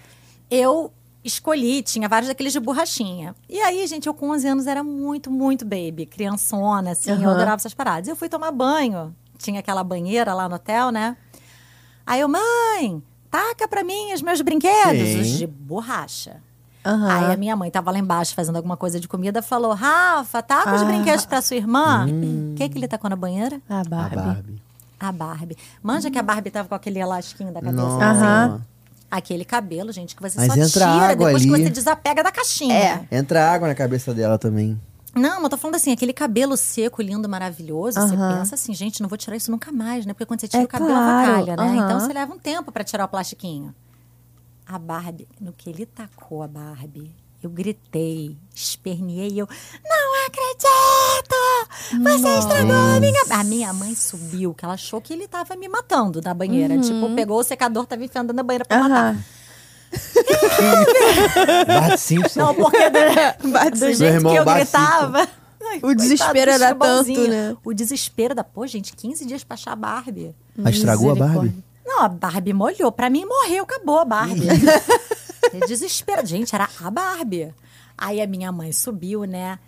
Eu escolhi, tinha vários daqueles de borrachinha. E aí, gente, eu com 11 anos era muito, muito baby, criançona, assim, eu
Aham.
adorava essas paradas. Eu fui tomar banho, tinha aquela banheira lá no hotel, né? Aí eu, mãe, taca pra mim os meus brinquedos,
Sim.
os de borracha.
Aham.
Aí a minha mãe tava lá embaixo fazendo alguma coisa de comida, falou: Rafa, tá taca os
Ah.
brinquedos pra sua irmã.
Hum.
O que, que ele tacou na banheira?
A Barbie.
A Barbie.
A Barbie. Manja que a Barbie tava com aquele elastinho da cabeça.
Nossa.
Aham.
Aquele cabelo, gente, que você
Mas
só
entra
tira
água
depois que
ali.
você desapega da caixinha.
É.
Entra água na cabeça dela também.
Não, mas eu tô falando assim, aquele cabelo seco, lindo, maravilhoso, você
Aham.
pensa assim, gente, não vou tirar isso nunca mais, né? Porque quando você tira
É
o cabelo,
claro,
avacalha, né?
aham.
Então você leva um tempo pra tirar o plastiquinho. A Barbie, no que ele tacou a Barbie, eu gritei, esperniei, eu não acredito! Você estragou a minha... A minha mãe subiu, que ela achou que ele tava me matando na banheira.
Uhum.
Tipo, pegou o secador, tava enfiando na banheira
Ah,
pra matar.
Aham.
Bart Simpson.
Não, porque do,
Vai
do
ser.
jeito
irmão
que eu
Bart
gritava. Ai, coitado
desespero
do
era
Chabãozinho.
tanto, né?
O desespero da, pô, gente, 15 dias pra achar a Barbie.
Mas Ah, estragou a Barbie?
Não, a Barbie molhou. Pra mim, morreu, acabou a Barbie. É desespero. Gente, era a Barbie. Aí a minha mãe subiu, né?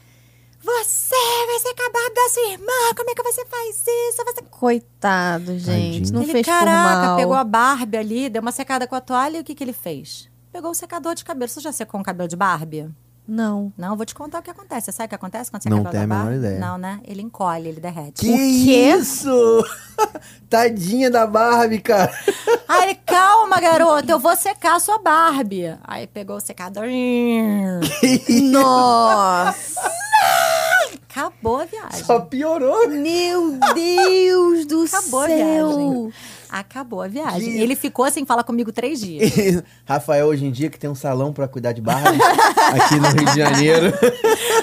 Você vai ser com a Barbie da sua irmã. Como é que você faz isso? Você
Coitado, gente.
Tadinho.
Não
ele,
fez
caraca,
por mal.
pegou a Barbie ali, deu uma secada com a toalha e o que, que ele fez? Pegou o secador de cabelo. Você já secou um cabelo de Barbie?
Não.
Não, eu vou te contar o que acontece. Você sabe o que acontece quando você
Não
acaba
tenho a
da barra?
menor ideia.
Não, né? Ele encolhe, ele derrete.
Que isso? Tadinha da Barbie, cara.
Aí ele, calma, garoto, eu vou secar a sua Barbie. Aí pegou o secador.
Nossa!
Acabou a viagem.
Só piorou.
Meu Deus do
Acabou a
céu!
viagem. Acabou a viagem.
Que-
Ele ficou sem falar comigo três dias.
Rafael, hoje em dia, que tem um salão pra cuidar de Barbie aqui no Rio de Janeiro.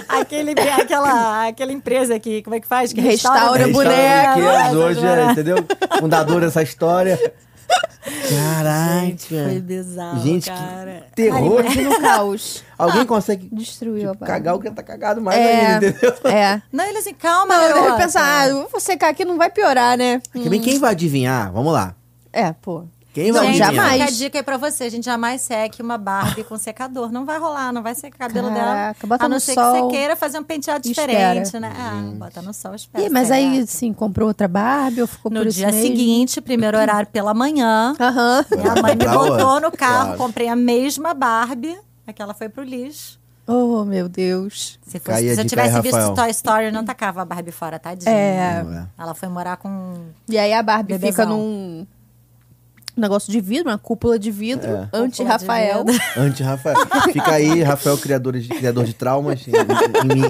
Aquele, aquela, aquela empresa que, como é que faz? Que né?
Restaura
Eles
boneco.
falam que eles
bonecas.
hoje, é, entendeu? Fundador dessa história. Caraca.
Gente, foi bizarro,
né? Gente,
cara.
que terror.
Imagina o caos.
Alguém consegue
Destruiu a
tipo,
Barbie.
cagar o que tá cagado mais
É.
ainda, entendeu?
É.
Não, ele assim, calma,
Não, eu
garoto.
deve pensar, ah, eu vou secar aqui, não vai piorar, né?
Que bem,
Hum.
quem vai adivinhar? Vamos lá.
É, pô.
Quem vai
Não,
Gente,
adivinhar?
jamais.
fica a dica aí pra você. A gente jamais seque uma Barbie com secador. Não vai rolar, não vai secar o cabelo
Caraca,
dela.
bota
a não
no
ser que
sol
você queira fazer um penteado
e
diferente,
espera.
né? Ah, bota no sol, espera.
Ih, mas
secar.
aí, assim, comprou outra Barbie ou ficou
No
por isso
dia
mesmo?
seguinte, primeiro horário pela manhã,
Aham.
minha mãe me
Pra onde?
botou no carro,
Claro.
comprei a mesma Barbie. Aquela foi pro lixo.
Oh, meu Deus.
Se,
Cai a
fosse, se eu
dica aí,
tivesse visto
Rafael.
Toy Story, eu não tacava a Barbie fora, tadinha.
É.
Ela foi morar com um
E aí a Barbie fica
Bebezão.
num negócio de vidro, uma cúpula de vidro,
É.
anti-Rafael.
Cúpula de
Anti-Rafael. Fica aí, Rafael, criador de, criador de traumas em,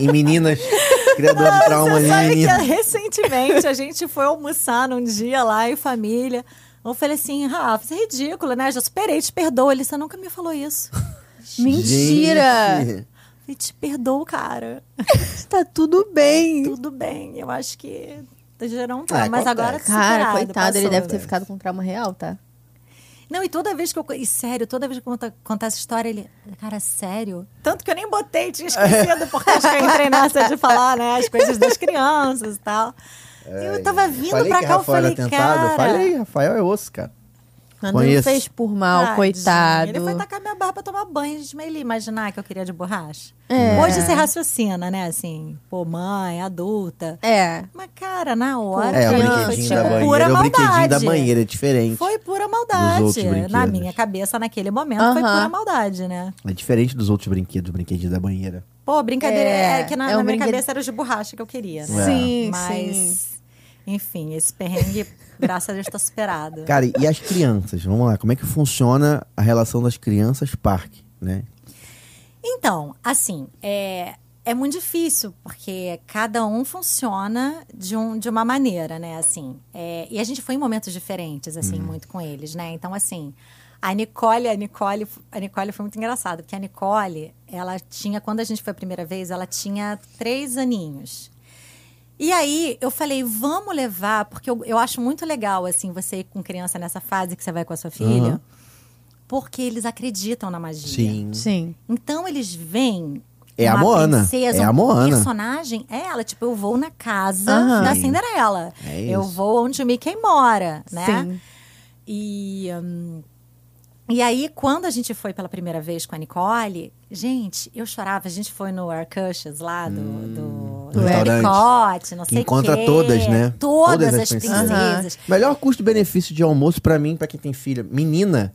em- em meninas. Criador de traumas
Você
em
sabe que é
meninas.
recentemente a gente foi almoçar num dia lá em família. Eu falei assim, Rafa, isso é ridículo, né? Já superei, te perdoo. Ele, você nunca me falou isso.
Mentira!
Gente.
Eu falei, te perdoo, cara.
Tá tudo bem.
Tudo bem, eu acho que gerou um trauma.
Ah,
mas
acontece.
agora
Cara,
superado,
coitado, ele
passou.
deve ter ficado com trauma real, tá?
Não, e toda vez que eu... co- E sério, toda vez que eu conto, contar essa história, ele... Cara, sério? Tanto que eu nem botei, tinha esquecido, porque acho que eu entrei nessa de falar, né? As coisas das crianças e tal. eu tava vindo
É, falei
pra
que
cá, eu
Rafael
falei,
era tentado.
cara...
Falei, Rafael é osso, cara.
Mas Não
Conheço.
fez por mal,
Tadinho.
coitado.
Ele foi tacar minha barba pra tomar banho, gente. Mas ele ia imaginar que eu queria de borracha.
É.
Hoje você raciocina, né? Assim, pô, mãe, adulta.
É.
Mas, cara, na hora.
É, o
Não,
foi
brinquedinho
tipo,
da banheira.
pura
É o brinquedinho da
maldade.
banheira, é diferente.
Foi pura
Dos outros
maldade. Na
brinquedos.
minha cabeça, naquele momento, foi
Aham.
pura maldade, né?
É diferente dos outros brinquedos, brinquedinho da banheira.
Pô, brincadeira.
É,
É, que na,
é um
na minha
brinquedo-
cabeça era os de borracha que eu queria, né?
Sim,
Mas,
sim.
enfim, esse perrengue, graças a Deus, tá superado.
Cara, e as crianças? Vamos lá, como é que funciona a relação das crianças parque, né?
Então, assim, é, é muito difícil, porque cada um funciona de, um, de uma maneira, né? Assim, é, e a gente foi em momentos diferentes, assim, muito com eles, né? Então, assim, a Nicole, a Nicole, a Nicole foi muito engraçada, porque a Nicole, ela tinha, quando a gente foi a primeira vez, ela tinha três aninhos. E aí, eu falei, vamos levar, porque eu, eu acho muito legal, assim, você ir com criança nessa fase que você vai com a sua filha,
Uhum.
porque eles acreditam na magia.
Sim.
Então eles veem
É a
uma
Moana.
princesa,
É a
um
Moana.
personagem é ela. Tipo, eu vou na casa
Aham.
da
Sim.
Cinderela.
É
Eu
isso.
vou onde o Mickey mora, né?
Sim.
E, hum, e aí, quando a gente foi pela primeira vez com a Nicole, gente, eu chorava. A gente foi no Arcushas lá do. do...
do
do
Hum, restaurante.
Ericote, não sei o
encontra
quê.
todas, né?
Todas,
Todas as
as
princesas.
princesas.
Melhor custo-benefício de almoço pra mim, pra quem tem filha, menina,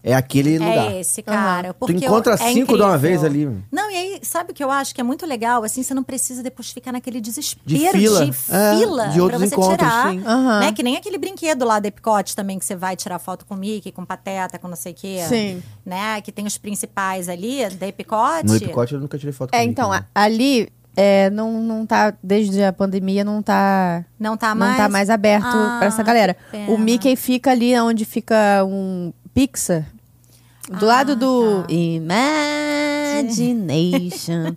é aquele lugar.
É esse, cara. Porque
tu encontra
eu- é
cinco de uma vez
incrível.
ali.
Não, e aí, sabe o que eu acho que é muito legal? Assim, você não precisa depois ficar naquele desespero
De
de
fila.
fila,
É, de
pra
outros
você
encontros,
tirar.
sim.
Aham.
Né? Que nem aquele brinquedo lá da Epicote também, que você vai tirar foto com o Mickey, com o Pateta, com não sei o quê.
Sim. É,
Né? Que tem os principais ali da Epicote.
No Epicote eu nunca tirei foto
É,
comigo,
então,
né?
a- ali é, não, não tá, desde a pandemia, não tá,
Não tá
não
mais.
tá mais aberto
Ah,
pra essa galera.
que pena.
O Mickey fica ali onde fica um Pixar. Do
Ah,
lado do
tá.
Imagination.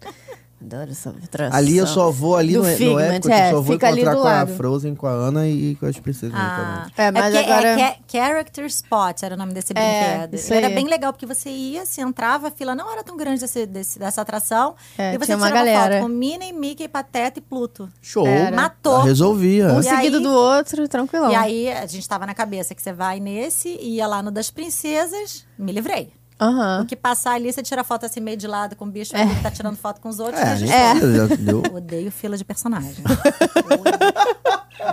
Adoro essa tradução.
Ali eu só vou ali
Do
no, no
Figment,
Epcot,
é,
eu só vou
fica ali
encontrar
do
com a
lado.
Frozen, com a Ana e com as princesas.
Ah,
eventualmente.
É, mas
porque
agora-
é ca- Character Spot era o nome desse
É,
brinquedo.
isso
era
aí.
bem legal, porque você ia, você entrava, a fila não era tão grande desse, desse- dessa atração.
É,
e você
tinha uma
tirava
galera.
foto com Minnie, Mickey, Pateta e Pluto.
Show.
Era.
Matou.
Ah, Resolvia.
Um
E
seguido
aí-
do outro, tranquilão.
E aí, a gente tava na cabeça que você vai nesse, ia lá no das princesas, me livrei.
Aham.
O que passar ali, você tira foto assim meio de lado com o bicho, ele tá tirando foto com os outros.
É,
registrou.
nem precisa, já deu.
Odeio fila de personagem.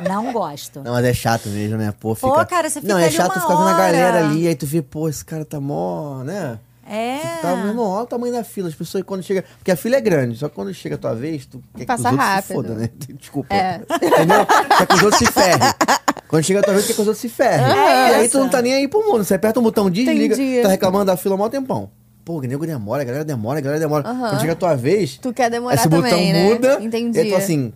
não gosto.
Não, mas é chato mesmo, né? Pô, fica...
Pô, cara, você fica
Não, é
ali
chato
uma
ficar vendo a
hora.
galera ali, aí tu vê, pô, esse cara tá mó, né?
É.
Tu Tá, meu irmão, olha o tamanho da fila. As pessoas, quando chega. Porque a fila é grande, só que quando chega a tua vez, tu quer
Passa
que os outros se
rápido.
foda, né? Desculpa.
É.
Entendeu? Quer que os outros se ferrem. Quando chega a tua vez, quer que os outros se ferrem. e aí tu não tá nem aí pro mundo. Você aperta um botão, desliga,
Entendi.
tá reclamando da fila há mó tempão. Pô, o nego demora, a galera demora, a galera demora.
Aham.
Quando chega a tua vez,
Tu quer demorar
esse botão
também, né?
muda.
Entendi.
E aí tu fala assim.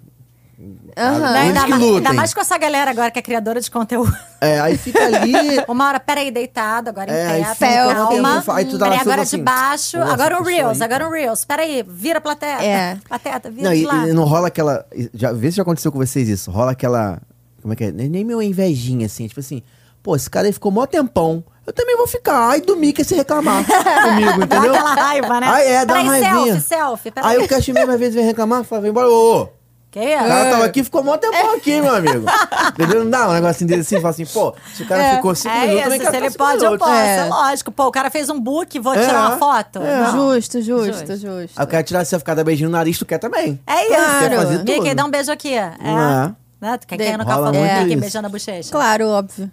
Aham.
"Ah, eles
Ainda,
que
ma-
lutem."
ainda mais com essa galera agora que é criadora de conteúdo.
É, aí fica ali,
Uma hora, peraí, deitado, agora
É,
em
aí
pé,
fica
com
um
calma.
tempo, aí tu dá na
peraí,
fila
agora
assim,
de baixo,
"Nossa,
agora um
pessoa
Reels,
aí,
agora um Reels. Peraí, vira a plateia.
É.
Plateta, vira
Não,
de
e,
lado.
e não rola aquela. Já, vê se já aconteceu com vocês isso. Rola aquela. Como é que é? Nem nem meu invejinha, assim. Tipo assim, pô, esse cara aí ficou mó tempão. Eu também vou ficar. Ai, do Mickey se reclamar comigo,
Dá
entendeu?
aquela raiva, né?
Ai, é, dá uma
peraí,
raivinha.
selfie, selfie. Peraí.
Aí o cachimbo às vezes vem reclamar, fala, vem embora, ô, ô.
Que é?
O cara tava aqui, ficou mó tempão aqui, meu amigo. Entendeu? Não dá um negocinho dele assim, fala assim, pô, se o cara ficou cinco minutos, eu
É
também
isso,
quero
se ele
ficar cinco
pode, eu
minutos.
posso.
É.
É. Lógico. Pô, o cara fez um book, vou
É.
tirar uma foto.
É.
Não.
Justo, justo,
Justo.
justo.
Aí o cara tirar a selfie, ficar dá beijinho no nariz, tu quer também.
Claro.
É
Quer
isso.
fazer
Mickey,
tudo.
dá um beijo aqui. É.
É.
Né? Tu quer
De-
cair no
Rola
café do
muito
Mickey
isso.
beijando a bochecha?
Claro, óbvio.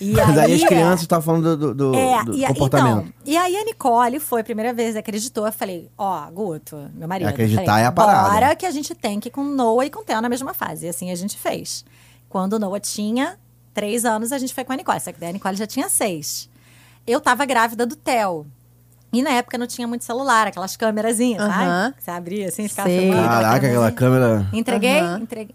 E
Mas aí as
é-
crianças estavam falando do, do- do-
É,
do
e, a-
comportamento.
Então, e aí a Nicole foi a primeira vez, acreditou. Eu falei, ó, Guto, meu marido.
Acreditar
falei,
é a parada.
Bora que a gente tem que ir com Noah e com Theo na mesma fase. E assim a gente fez. Quando o Noah tinha três anos, a gente foi com a Nicole. Só que daí a Nicole já tinha seis. Eu tava grávida do Theo. E na época não tinha muito celular, aquelas câmerazinhas,
Aham.
sabe? Que você abria assim, ficava
Sei.
filmando.
Caraca, aquela
câmerazinha.
câmera.
Entreguei?
Aham.
Entreguei.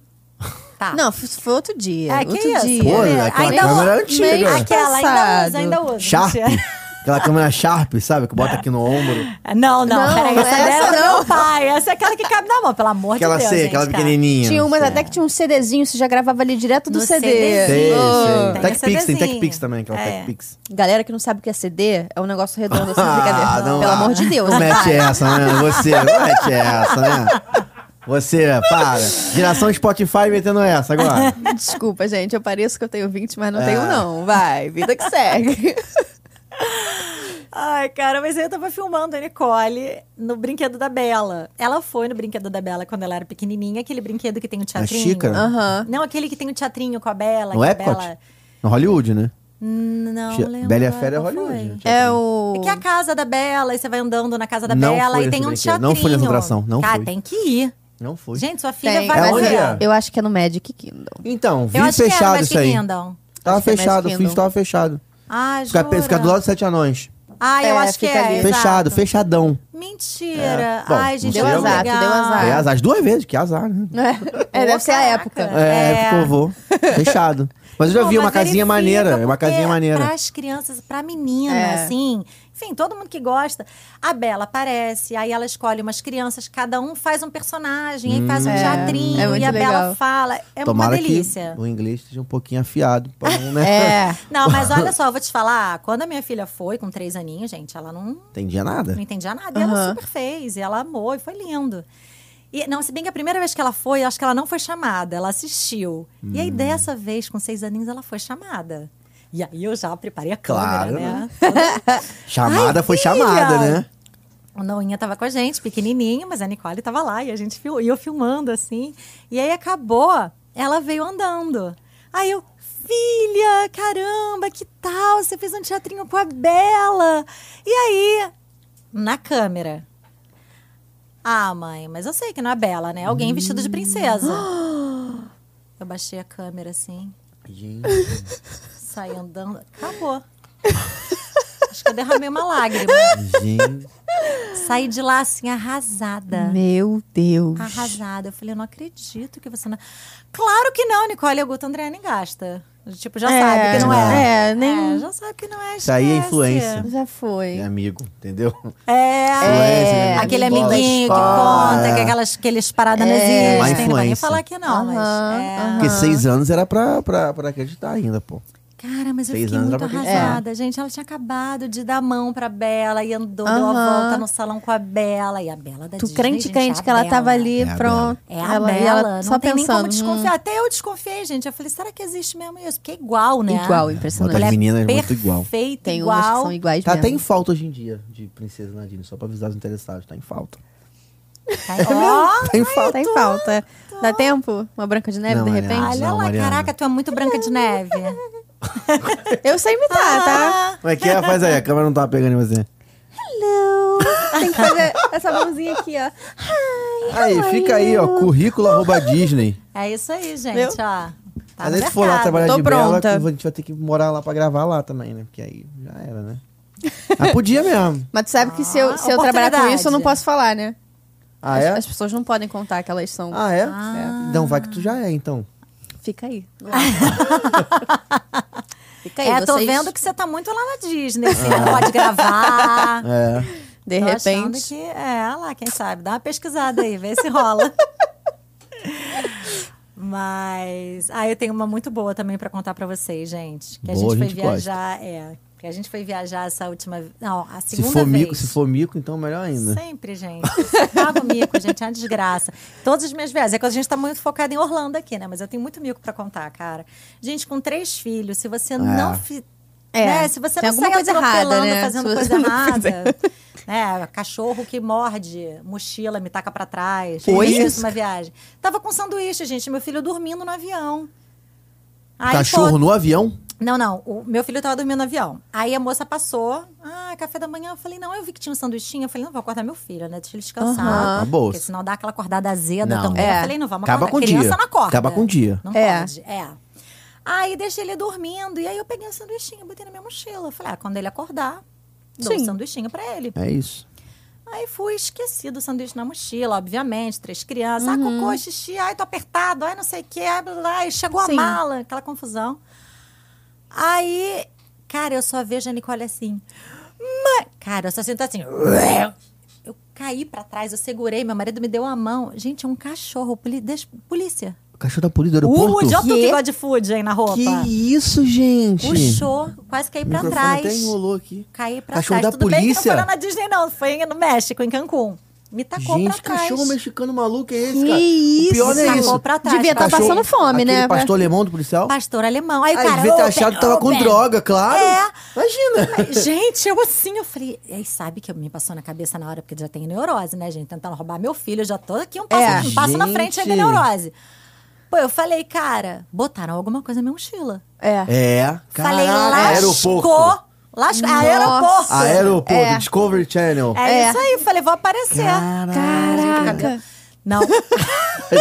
Tá.
Não, f- foi outro dia.
É, que
outro
isso?
dia.
Pô,
É,
aquela
ainda
câmera
usa-
antiga.
meio
Aquela, ainda
passado.
usa, ainda usa.
Sharp.
mentira.
Aquela câmera Sharp, sabe? Que bota aqui no ombro.
Não, não,
Não,
peraí, essa,
essa
dela
não.
não. meu pai. Essa é aquela que cabe na mão, pelo amor
Aquela
de Deus.
C,
gente,
aquela
tá?
pequenininha.
Tinha umas até que tinha um CDzinho, você já gravava ali direto do
No
CD.
CDzinho.
Sei, sei.
Sim. Tem
TechPix, tem
CDzinho.
TechPix também, aquela
É.
TechPix.
Galera que não sabe o que é CD, é um negócio redondo assim, brincadeira. Pelo amor de Deus.
Ah, Não mete
para.
essa, né? Você, não mete essa, né? Você, para. Geração Spotify metendo essa agora.
Desculpa, gente, eu pareço que eu tenho 20, mas não
É.
tenho não. Vai, vida que segue.
Ai, cara, mas eu tava filmando a Nicole no brinquedo da Bela. Ela foi no brinquedo da Bela quando ela era pequenininha, aquele brinquedo que tem o teatrinho.
xícara?
Aham.
Não, aquele que tem o teatrinho com a Bela.
No
que a
Epcot?
Bela...
No Hollywood, né?
Não,
Che-
lembro.
Bela e a
agora
Fera é
qual foi.
Hollywood. né?
É o...
É que é a casa da Bela, e você vai andando na casa da
Não
Bela
fui
e tem um
nesse
teatrinho.
brinquedo, não fui nessa atração, não
Cara,
fui.
tem que ir.
Não foi.
Gente, sua filha assim,
Tem,
vai
mas
Aonde
fazer.
é?
eu acho que é no Magic Kingdom.
Então, vi
Eu acho que era,
fechado
mas
isso aí.
Kingdom.
é
Tava
Acho que é
fechado, o
Magic
fiz
Kingdom.
tava fechado.
Ah,
Ficar
jura?
fica do lado dos sete anões.
Ah, eu
É,
acho que
fica ali.
é.
Fechado,
exato.
fechadão. É,
Mentira.
bom,
Ai, gente,
deu
é muito
azar,
legal.
deu azar.
É azar, as duas vezes, que azar, né?
É, deve ser a
caraca.
época.
É,
É.
porque eu vou. Fechado. Mas eu já
Não,
vi uma
mas
casinha
verifica,
maneira. É uma
porque
casinha maneira.
Para as crianças, para menina,
É.
assim. Enfim, todo mundo que gosta. A Bela aparece, aí ela escolhe umas crianças, cada um faz um personagem, aí faz um
É,
teatrinho,
é muito
e a
legal.
Bela fala. É
Hum, Tomara
uma delícia.
que o inglês esteja um pouquinho afiado. Pra não, né?
É.
Não, mas olha só, eu vou te falar. Quando a minha filha foi, com três aninhos, gente, ela não,
Entendia nada.
não entendia nada. ela
Aham.
super fez, e ela amou, e foi lindo. E, não, se bem que a primeira vez que ela foi, eu acho que ela não foi chamada, ela assistiu. E
Hum.
aí, dessa vez, com seis aninhos, ela foi chamada. E aí eu já preparei a câmera,
Claro,
né?
Chamada
Ai,
foi
filha!
chamada, né?
O Noinha tava com a gente, pequenininho, mas a Nicole tava lá e a gente fil- e eu filmando assim. E aí acabou, ela veio andando. Aí eu, filha, caramba, que tal? Você fez um teatrinho com a Bela. E aí, na câmera. Ah, mãe, mas eu sei que não é Bela, né? Alguém vestido de princesa. Eu baixei a câmera assim,
Gente,
saí andando, acabou. Acho que eu derramei uma lágrima.
gente.
Saí de lá assim, arrasada.
Meu Deus.
Arrasada. Eu falei, eu não acredito que você não. Claro que não, Nicole Augusto Andréani gasta. Tipo, já
É,
sabe que não é.
É, nem.
É, já sabe que não é.
Isso aí é
esquece.
influência.
Já foi.
É amigo, entendeu?
É.
Influência, né?
Aquele
Bola de
amiguinho que
escola,
conta,
é.
que aquelas, aqueles paradas não
Má
existem. Não vai nem
influência.
falar que não,
É. Aham,
mas. É.
Porque seis anos era pra, pra, pra acreditar ainda, pô.
Cara, mas eu
Seis
fiquei
anos
muito
dá pra pensar.
arrasada, gente. Ela tinha acabado de dar a mão pra Bela e andou, deu a
Aham.
volta no salão com a Bela. E a Bela da
Tu
Disney,
crente,
É gente,
crente
a
que ela
Bela.
tava ali,
É a
pronto.
É a
ela,
Bela,
e ela
não
só
tem nem
pensando. hum,
como desconfiar. Até eu desconfiei, gente. Eu falei, será que existe mesmo isso? Porque é igual, né?
hum, Igual,
Bota
impressionante.
as meninas é muito
Perfeita,
igual.
Tem umas que
igual.
são iguais
Tá até em
mesmo.
falta hoje em dia de Princesa Nadine, só pra avisar os interessados, tá em falta.
Tá igual.
Tá em falta.
Tá em falta. Dá tempo? Uma branca de neve,
Não,
de
Mariana.
repente?
Olha
Não,
lá,
Mariana.
caraca, tu é muito branca de neve.
Eu sei imitar, tá?
Ah.
Como é que é? Faz aí, a câmera não tava pegando em você.
Hello! Tem que fazer essa mãozinha aqui, ó.
Aí, fica aí, ó, currículo arroba Disney.
É isso aí, gente,
Viu?
ó. Tá
Às
no
vezes for lá
mercado.
trabalhar
Tô
de bela,
pronta.
a gente vai ter que morar lá pra gravar lá também, né? Porque aí já era, né? Mas podia mesmo.
Mas tu sabe que se eu,
Ah,
se eu trabalhar com isso, eu não
oportunidade.
posso falar, né?
Ah,
as,
é?
as pessoas não podem contar que elas são.
Ah, é? Então vai que tu já é, então.
Fica aí. Fica aí,
É, tô
vocês,
vendo que você tá muito lá na Disney, filha.
Ah.
Pode gravar.
É.
De
Tô achando
repente.
que, é, lá, quem sabe. Dá uma pesquisada aí, vê se rola. Mas. Ah, eu tenho uma muito boa também pra contar pra vocês, gente. Que a
Boa,
gente
a
foi
gente
viajar. É. Que a gente foi viajar essa última. Não, a
Se
segunda
for
vez.
mico, se for mico, então melhor ainda.
Sempre, gente. Eu Pago mico, gente, é uma desgraça. Todas as minhas viagens. É que a gente tá muito focado em Orlando aqui, né? Mas eu tenho muito mico pra contar, cara. Gente, com três filhos, se você não. Fi...
É,
né? Se você
tem
não
alguma
sai
coisa errada,
atropelando,
né?
fazendo
Se você
coisa
não
errada. né? Cachorro que morde, mochila, me taca pra trás.
Oi?
Eu fiz uma viagem. Tava com sanduíche, gente. Meu filho dormindo no avião. Aí,
Cachorro
pô,
no avião?
não, não. O meu filho tava dormindo no avião. Aí a moça passou. Ah, café da manhã. Eu falei, não, eu vi que tinha um sanduichinho. Eu falei, não, vou acordar meu filho, né? Deixa ele descansar.
Aham.
Tá boa.
Porque senão dá aquela acordada azeda
Não.
também.
É.
Eu falei, não, vamos
Acaba com o
acordar.
dia.
Criança não acorda.
Acaba com o dia.
Não
É.
pode, é. Aí deixei ele dormindo. E aí eu peguei o sanduichinho, botei na minha mochila. Eu Falei, ah, quando ele acordar, dou
Sim.
um sanduichinho pra ele.
É isso.
Aí fui, esqueci do sanduíche na mochila, obviamente, três crianças. Ah, cocô, xixi, ai, tô apertado, ai, não sei o quê, ai, blá, blá, e chegou
Sim.
a mala, aquela confusão. Aí, cara, eu só vejo a Nicole assim. Mãe! Cara, eu só sinto assim. Eu caí pra trás, eu segurei, meu marido me deu a mão. Gente, é um cachorro, poli- des- polícia.
O cachorro da polícia do
O
aeroporto?
Woody, olha tu
Quê?
que gosta de food aí na roupa.
que isso, gente?
Puxou, quase caí
O
pra
microfone
trás.
até enrolou aqui.
Caí pra
Cachorro
trás.
da
Tudo bem que não foi
polícia?
lá na Disney, não. Foi no México, em Cancún. Me tacou
Gente,
Tá pra trás.
cachorro mexicano maluco é esse,
Que
cara?
isso?
O pior não é
Sacou
isso.
pra trás,
Devia estar
tá
Cachorro-
passando fome,
aquele
né?
pastor alemão do policial?
Pastor alemão. Aí, o
Ah,
cara,
ele devia ter
open,
achado que tava com
open.
droga, claro.
É.
Imagina.
Gente, eu assim, eu falei. E aí, sabe que me passou na cabeça na hora, porque já tem neurose, né, gente? Tentando roubar meu filho, eu já tô aqui um passo,
É.
um passo na
Gente.
frente ainda é neurose. Pô, eu falei, cara, botaram alguma coisa na minha mochila.
É.
É.
falei,
Caraca, Ah,
lascou.
Nossa.
Lascou. Aeroporto.
Aeroporto,
É.
Discovery Channel.
É,
É.
isso aí, falei, vou aparecer.
Caraca.
Não,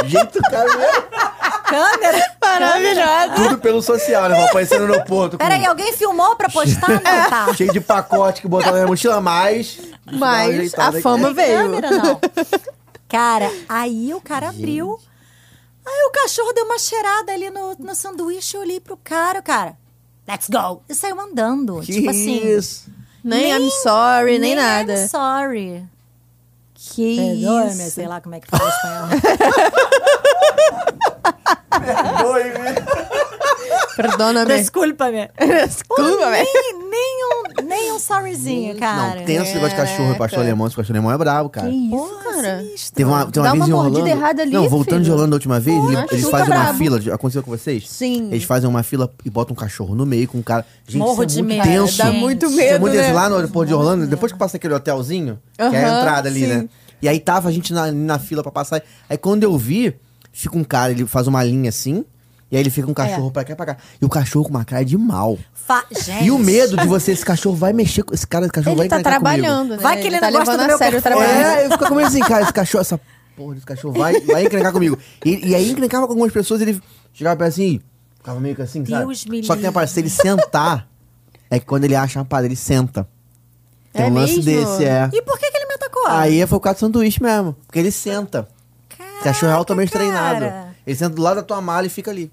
Jeito cara mesmo.
câmera.
Maravilhosa.
Tudo pelo social, né? Vou aparecer no aeroporto. com-
Peraí, alguém filmou pra postar? Não, tá.
Cheio de pacote que botaram na minha mochila, mas. Dá uma
Mas
ajeitada
a
aqui.
fama
Tem
veio.
câmera, não. Cara, aí o cara abriu. Aí o cachorro deu uma cheirada ali no, no sanduíche. Eu olhei pro cara, o cara. Let's go! E saiu andando.
Que
tipo assim.
isso.
Nem I'm sorry, nem, nada.
I'm sorry.
Que
Perdoe-me,
isso.
sei lá como é que fala em espanhol.
Oi, né?
Perdona-me.
Desculpa-me.
Desculpa, velho.
Nem, nem um, nem um sorryzinho, cara.
Não, tem esse negócio de cachorro,
Caraca.
pastor alemão. Esse pastor alemão é brabo, cara.
Que isso,
Porra,
cara?
sinistro.
Teve uma, tem uma
Dá
vez
uma
em
mordida
Orlando.
errada ali,
Não, voltando
filho.
de Orlando a última vez,
Porra,
ele- eles
chuta
fazem uma
brabo.
fila. de- Aconteceu com vocês?
Sim.
Eles fazem uma fila e botam um cachorro no meio com um cara. Gente,
Morro
isso
de
é muito
medo.
tenso.
Dá
Gente,
muito
isso é
Isso é
medo,
muito
né?
tenso. lá no aeroporto de Orlando, depois que passa aquele hotelzinho, que é a
Aham,
entrada ali,
sim.
né? E aí tava a gente na, na fila pra passar. Aí quando eu vi, fica um cara, ele faz uma linha assim, e aí ele fica um
É.
cachorro pra cá e pra cá. E o cachorro com uma cara de mal.
Fa- Gente.
E o medo de você, esse cachorro vai mexer com. Esse cara, esse cachorro
É Ele
vai
tá
encrencar comigo.
trabalhando, né?
Vai que ele
tá
não gosta
levando
do
a
meu
sério o
perfume.
trabalho.
É, eu fico meio assim, cara, esse cachorro, essa porra desse cachorro vai, vai encrencar comigo. E, e aí encrencava com algumas pessoas, ele chegava perto assim, ficava meio que assim, sabe?
Deus me
Só que tem a parte, se ele sentar, é que quando ele acha uma parada, ele senta. Tem
É
um lance
mesmo?
desse, é.
E por que, que ele me atacou?
Aí foi o caso do sanduíche mesmo, porque ele senta.
Caraca,
O cachorro é altamente
Ah, cara.
treinado. Ele senta do lado da tua mala e fica ali.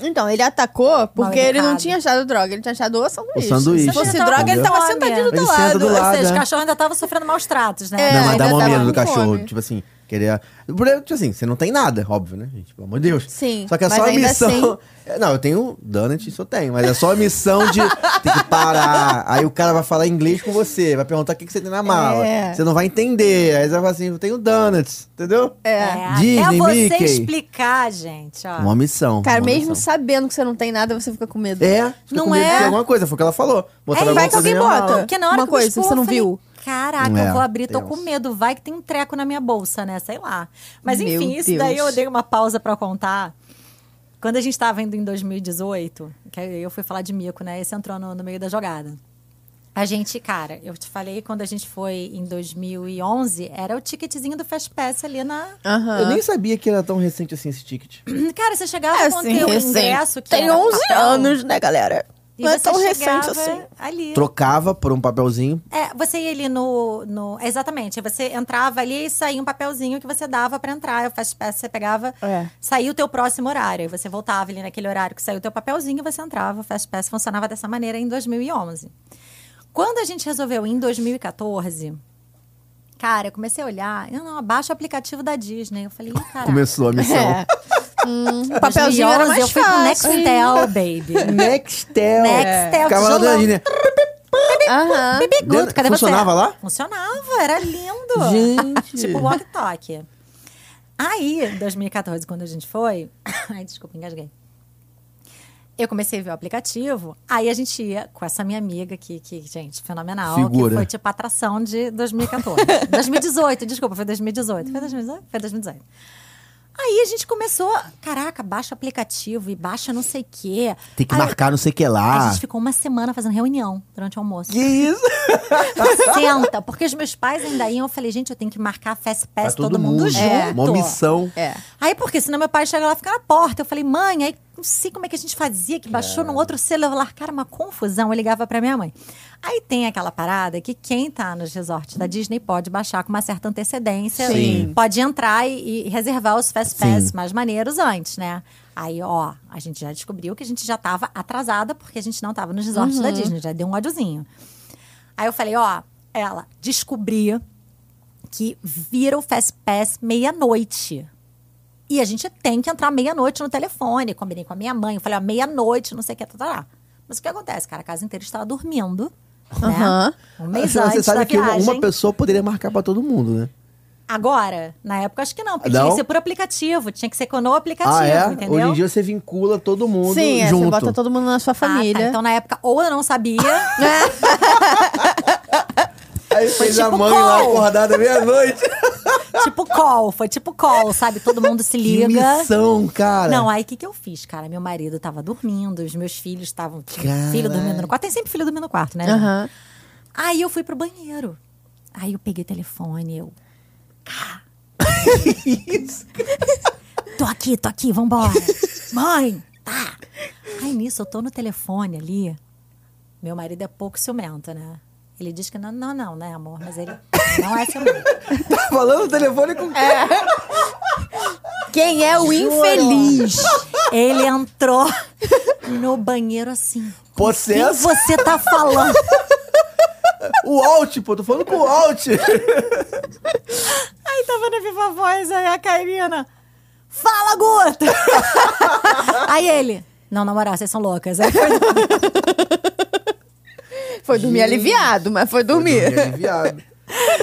Então, ele atacou porque ele não
educado.
tinha achado droga, ele tinha achado o sanduíche.
O sanduíche,
Se fosse
entendeu?
droga, ele tava
Fome.
sentadinho do
Ele
teu
senta
lado.
do
Ou
lado,
seja,
né?
o cachorro ainda tava sofrendo maus tratos, né?
É,
não, mas dá
ainda
mó
tava
medo
com
do cachorro.
fome.
Tipo assim, querer. O problema é, tipo assim, você não tem nada, óbvio, né, gente? Pelo amor de Deus.
Sim,
Só que é
mas
só a
ainda
missão.
assim-
É, Não, eu tenho. Donut, isso eu tenho, mas é só a missão de ter que parar. Aí o cara vai falar inglês com você, vai perguntar o que, que você tem na mala.
É.
Você não vai entender. Aí você vai falar assim, eu tenho donuts, entendeu?
É.
Disney,
é você
Mickey.
explicar, gente. Ó.
Uma missão.
Cara,
uma
mesmo
missão.
sabendo que você não tem nada, você fica com medo.
É, fica
Não
com medo de
é?
ter alguma coisa, foi o que ela falou. Botaram
É,
alguma
vai que
coisa
alguém
na minha
bota.
mala.
Porque na hora
Uma
que
coisa,
buscou,
você não
eu falei,
viu?
Caraca,
É,
eu vou abrir, tô
tenso.
com medo. Vai que tem um treco na minha bolsa, né? Sei lá. Mas
Meu
enfim, isso
Deus.
daí eu dei uma pausa pra contar. Quando a gente tava indo em 2018, que aí eu fui falar de mico, né? Esse entrou no, no meio da jogada. A gente, cara, eu te falei quando a gente foi em 2011, era o ticketzinho do Fast Pass ali na.
Aham.
Eu nem sabia que era tão recente assim esse ticket.
Cara, você chegava
É,
com o teu
recente.
ingresso que
Tem
era
11
papel,
anos, né, galera?
e
não é
você
tão recente
chegava
assim.
Ali.
Trocava por um papelzinho.
É, você ia ali no, no. Exatamente. Você entrava ali e saía um papelzinho que você dava pra entrar. O Fast Pass você pegava.
É.
Saía o teu próximo horário. E você voltava ali naquele horário que saiu o teu papelzinho e você entrava. O Fast Pass funcionava dessa maneira em 2011. Quando a gente resolveu ir em 2014. Cara, eu comecei a olhar. Eu não, abaixa o aplicativo da Disney. Eu falei, ih, cara.
Começou a missão.
Ah. É. O papelzinho era mais
eu fui pro
fácil.
Nextel, baby.
Nextel.
Nextel,
Ficava lá
tijolão.
dentro da Disney. um-
Aham.
Bigood, cadê você?
Funcionava lá?
Funcionava, era lindo.
Gente.
tipo walk-talk. Aí, em 2014, quando a gente foi. Ai, desculpa, engasguei. Eu comecei a ver o aplicativo, aí a gente ia com essa minha amiga que, que gente, fenomenal,
Figura.
que foi tipo a atração de 2014. 2018, desculpa, foi 2018. Foi 2018? Foi 2018. Aí a gente começou, caraca, baixa o aplicativo e baixa não sei o quê.
Tem que
Aí-
marcar não sei o que
a
lá.
gente ficou uma semana fazendo reunião durante o almoço.
Ah. Que isso?
Senta, porque os meus pais ainda iam. Eu falei, gente, eu tenho que marcar Fast Pass todo, mundo, junto.
É. Uma missão.
É.
Aí, porque senão meu pai chega lá e fica na porta. Eu falei, mãe, aí não sei como é que a gente fazia, que baixou num outro celular. Cara, uma confusão. Eu ligava pra minha mãe. Aí tem aquela parada que quem tá nos resorts da Disney pode baixar com uma certa antecedência.
Sim.
Pode entrar e, e reservar os Fast Pass
Sim.
mais maneiros antes, né? Aí, ó, a gente já descobriu que a gente já tava atrasada, porque a gente não tava nos resorts da Disney. Já deu um ódiozinho. Aí eu falei, ó, ela, descobri que vira o Fast Pass meia-noite. E a gente tem que entrar meia-noite no telefone. Combinei com a minha mãe, eu falei, ó, meia-noite, não sei o que, tá, tá, tá. Mas o que acontece, cara? A casa inteira estava dormindo.
Aham.
Né? Um mês
Assim,
antes
você sabe
da
que uma,
viagem.
uma pessoa poderia marcar pra todo mundo, né?
Agora, na época, acho que não, porque
Não?
tinha que ser por aplicativo, tinha que ser com o aplicativo,
ah, é?
entendeu?
Hoje em dia você vincula todo mundo
Sim, é,
junto.
você bota todo mundo na sua
Ah, tá.
família.
Então, na época, ou eu não sabia,
Aí fez a
tipo
mãe lá
call.
acordada meia-noite.
tipo call, foi tipo call, sabe? Todo mundo se
Que
liga.
missão, cara.
Não, aí o que, que eu fiz, cara? Meu marido tava dormindo, os meus filhos estavam.
Caralho.
Filho dormindo no quarto. Tem sempre filho dormindo no quarto, né? gente?
Aham.
Aí eu fui pro banheiro. Aí eu peguei o telefone, eu. Cá. tô aqui, tô aqui, vambora. Mãe, tá. Aí nisso, eu tô no telefone ali. Meu marido é pouco ciumento, né? Ele diz que não, não, não, né, amor? Mas ele não é ciumento.
Tá falando no telefone com quem?
Quem é o infeliz?
Ele entrou no banheiro assim. Quem
Processo.
você tá falando?
O Alt, pô. Tô falando com o Alt.
Aí tava na Viva Voz, aí a Karina. Fala, Guta! aí ele. Não, na moral, vocês são loucas. Aí foi-
Foi dormir
Gente.
aliviado, mas foi dormir.
Eu dormi aliviado.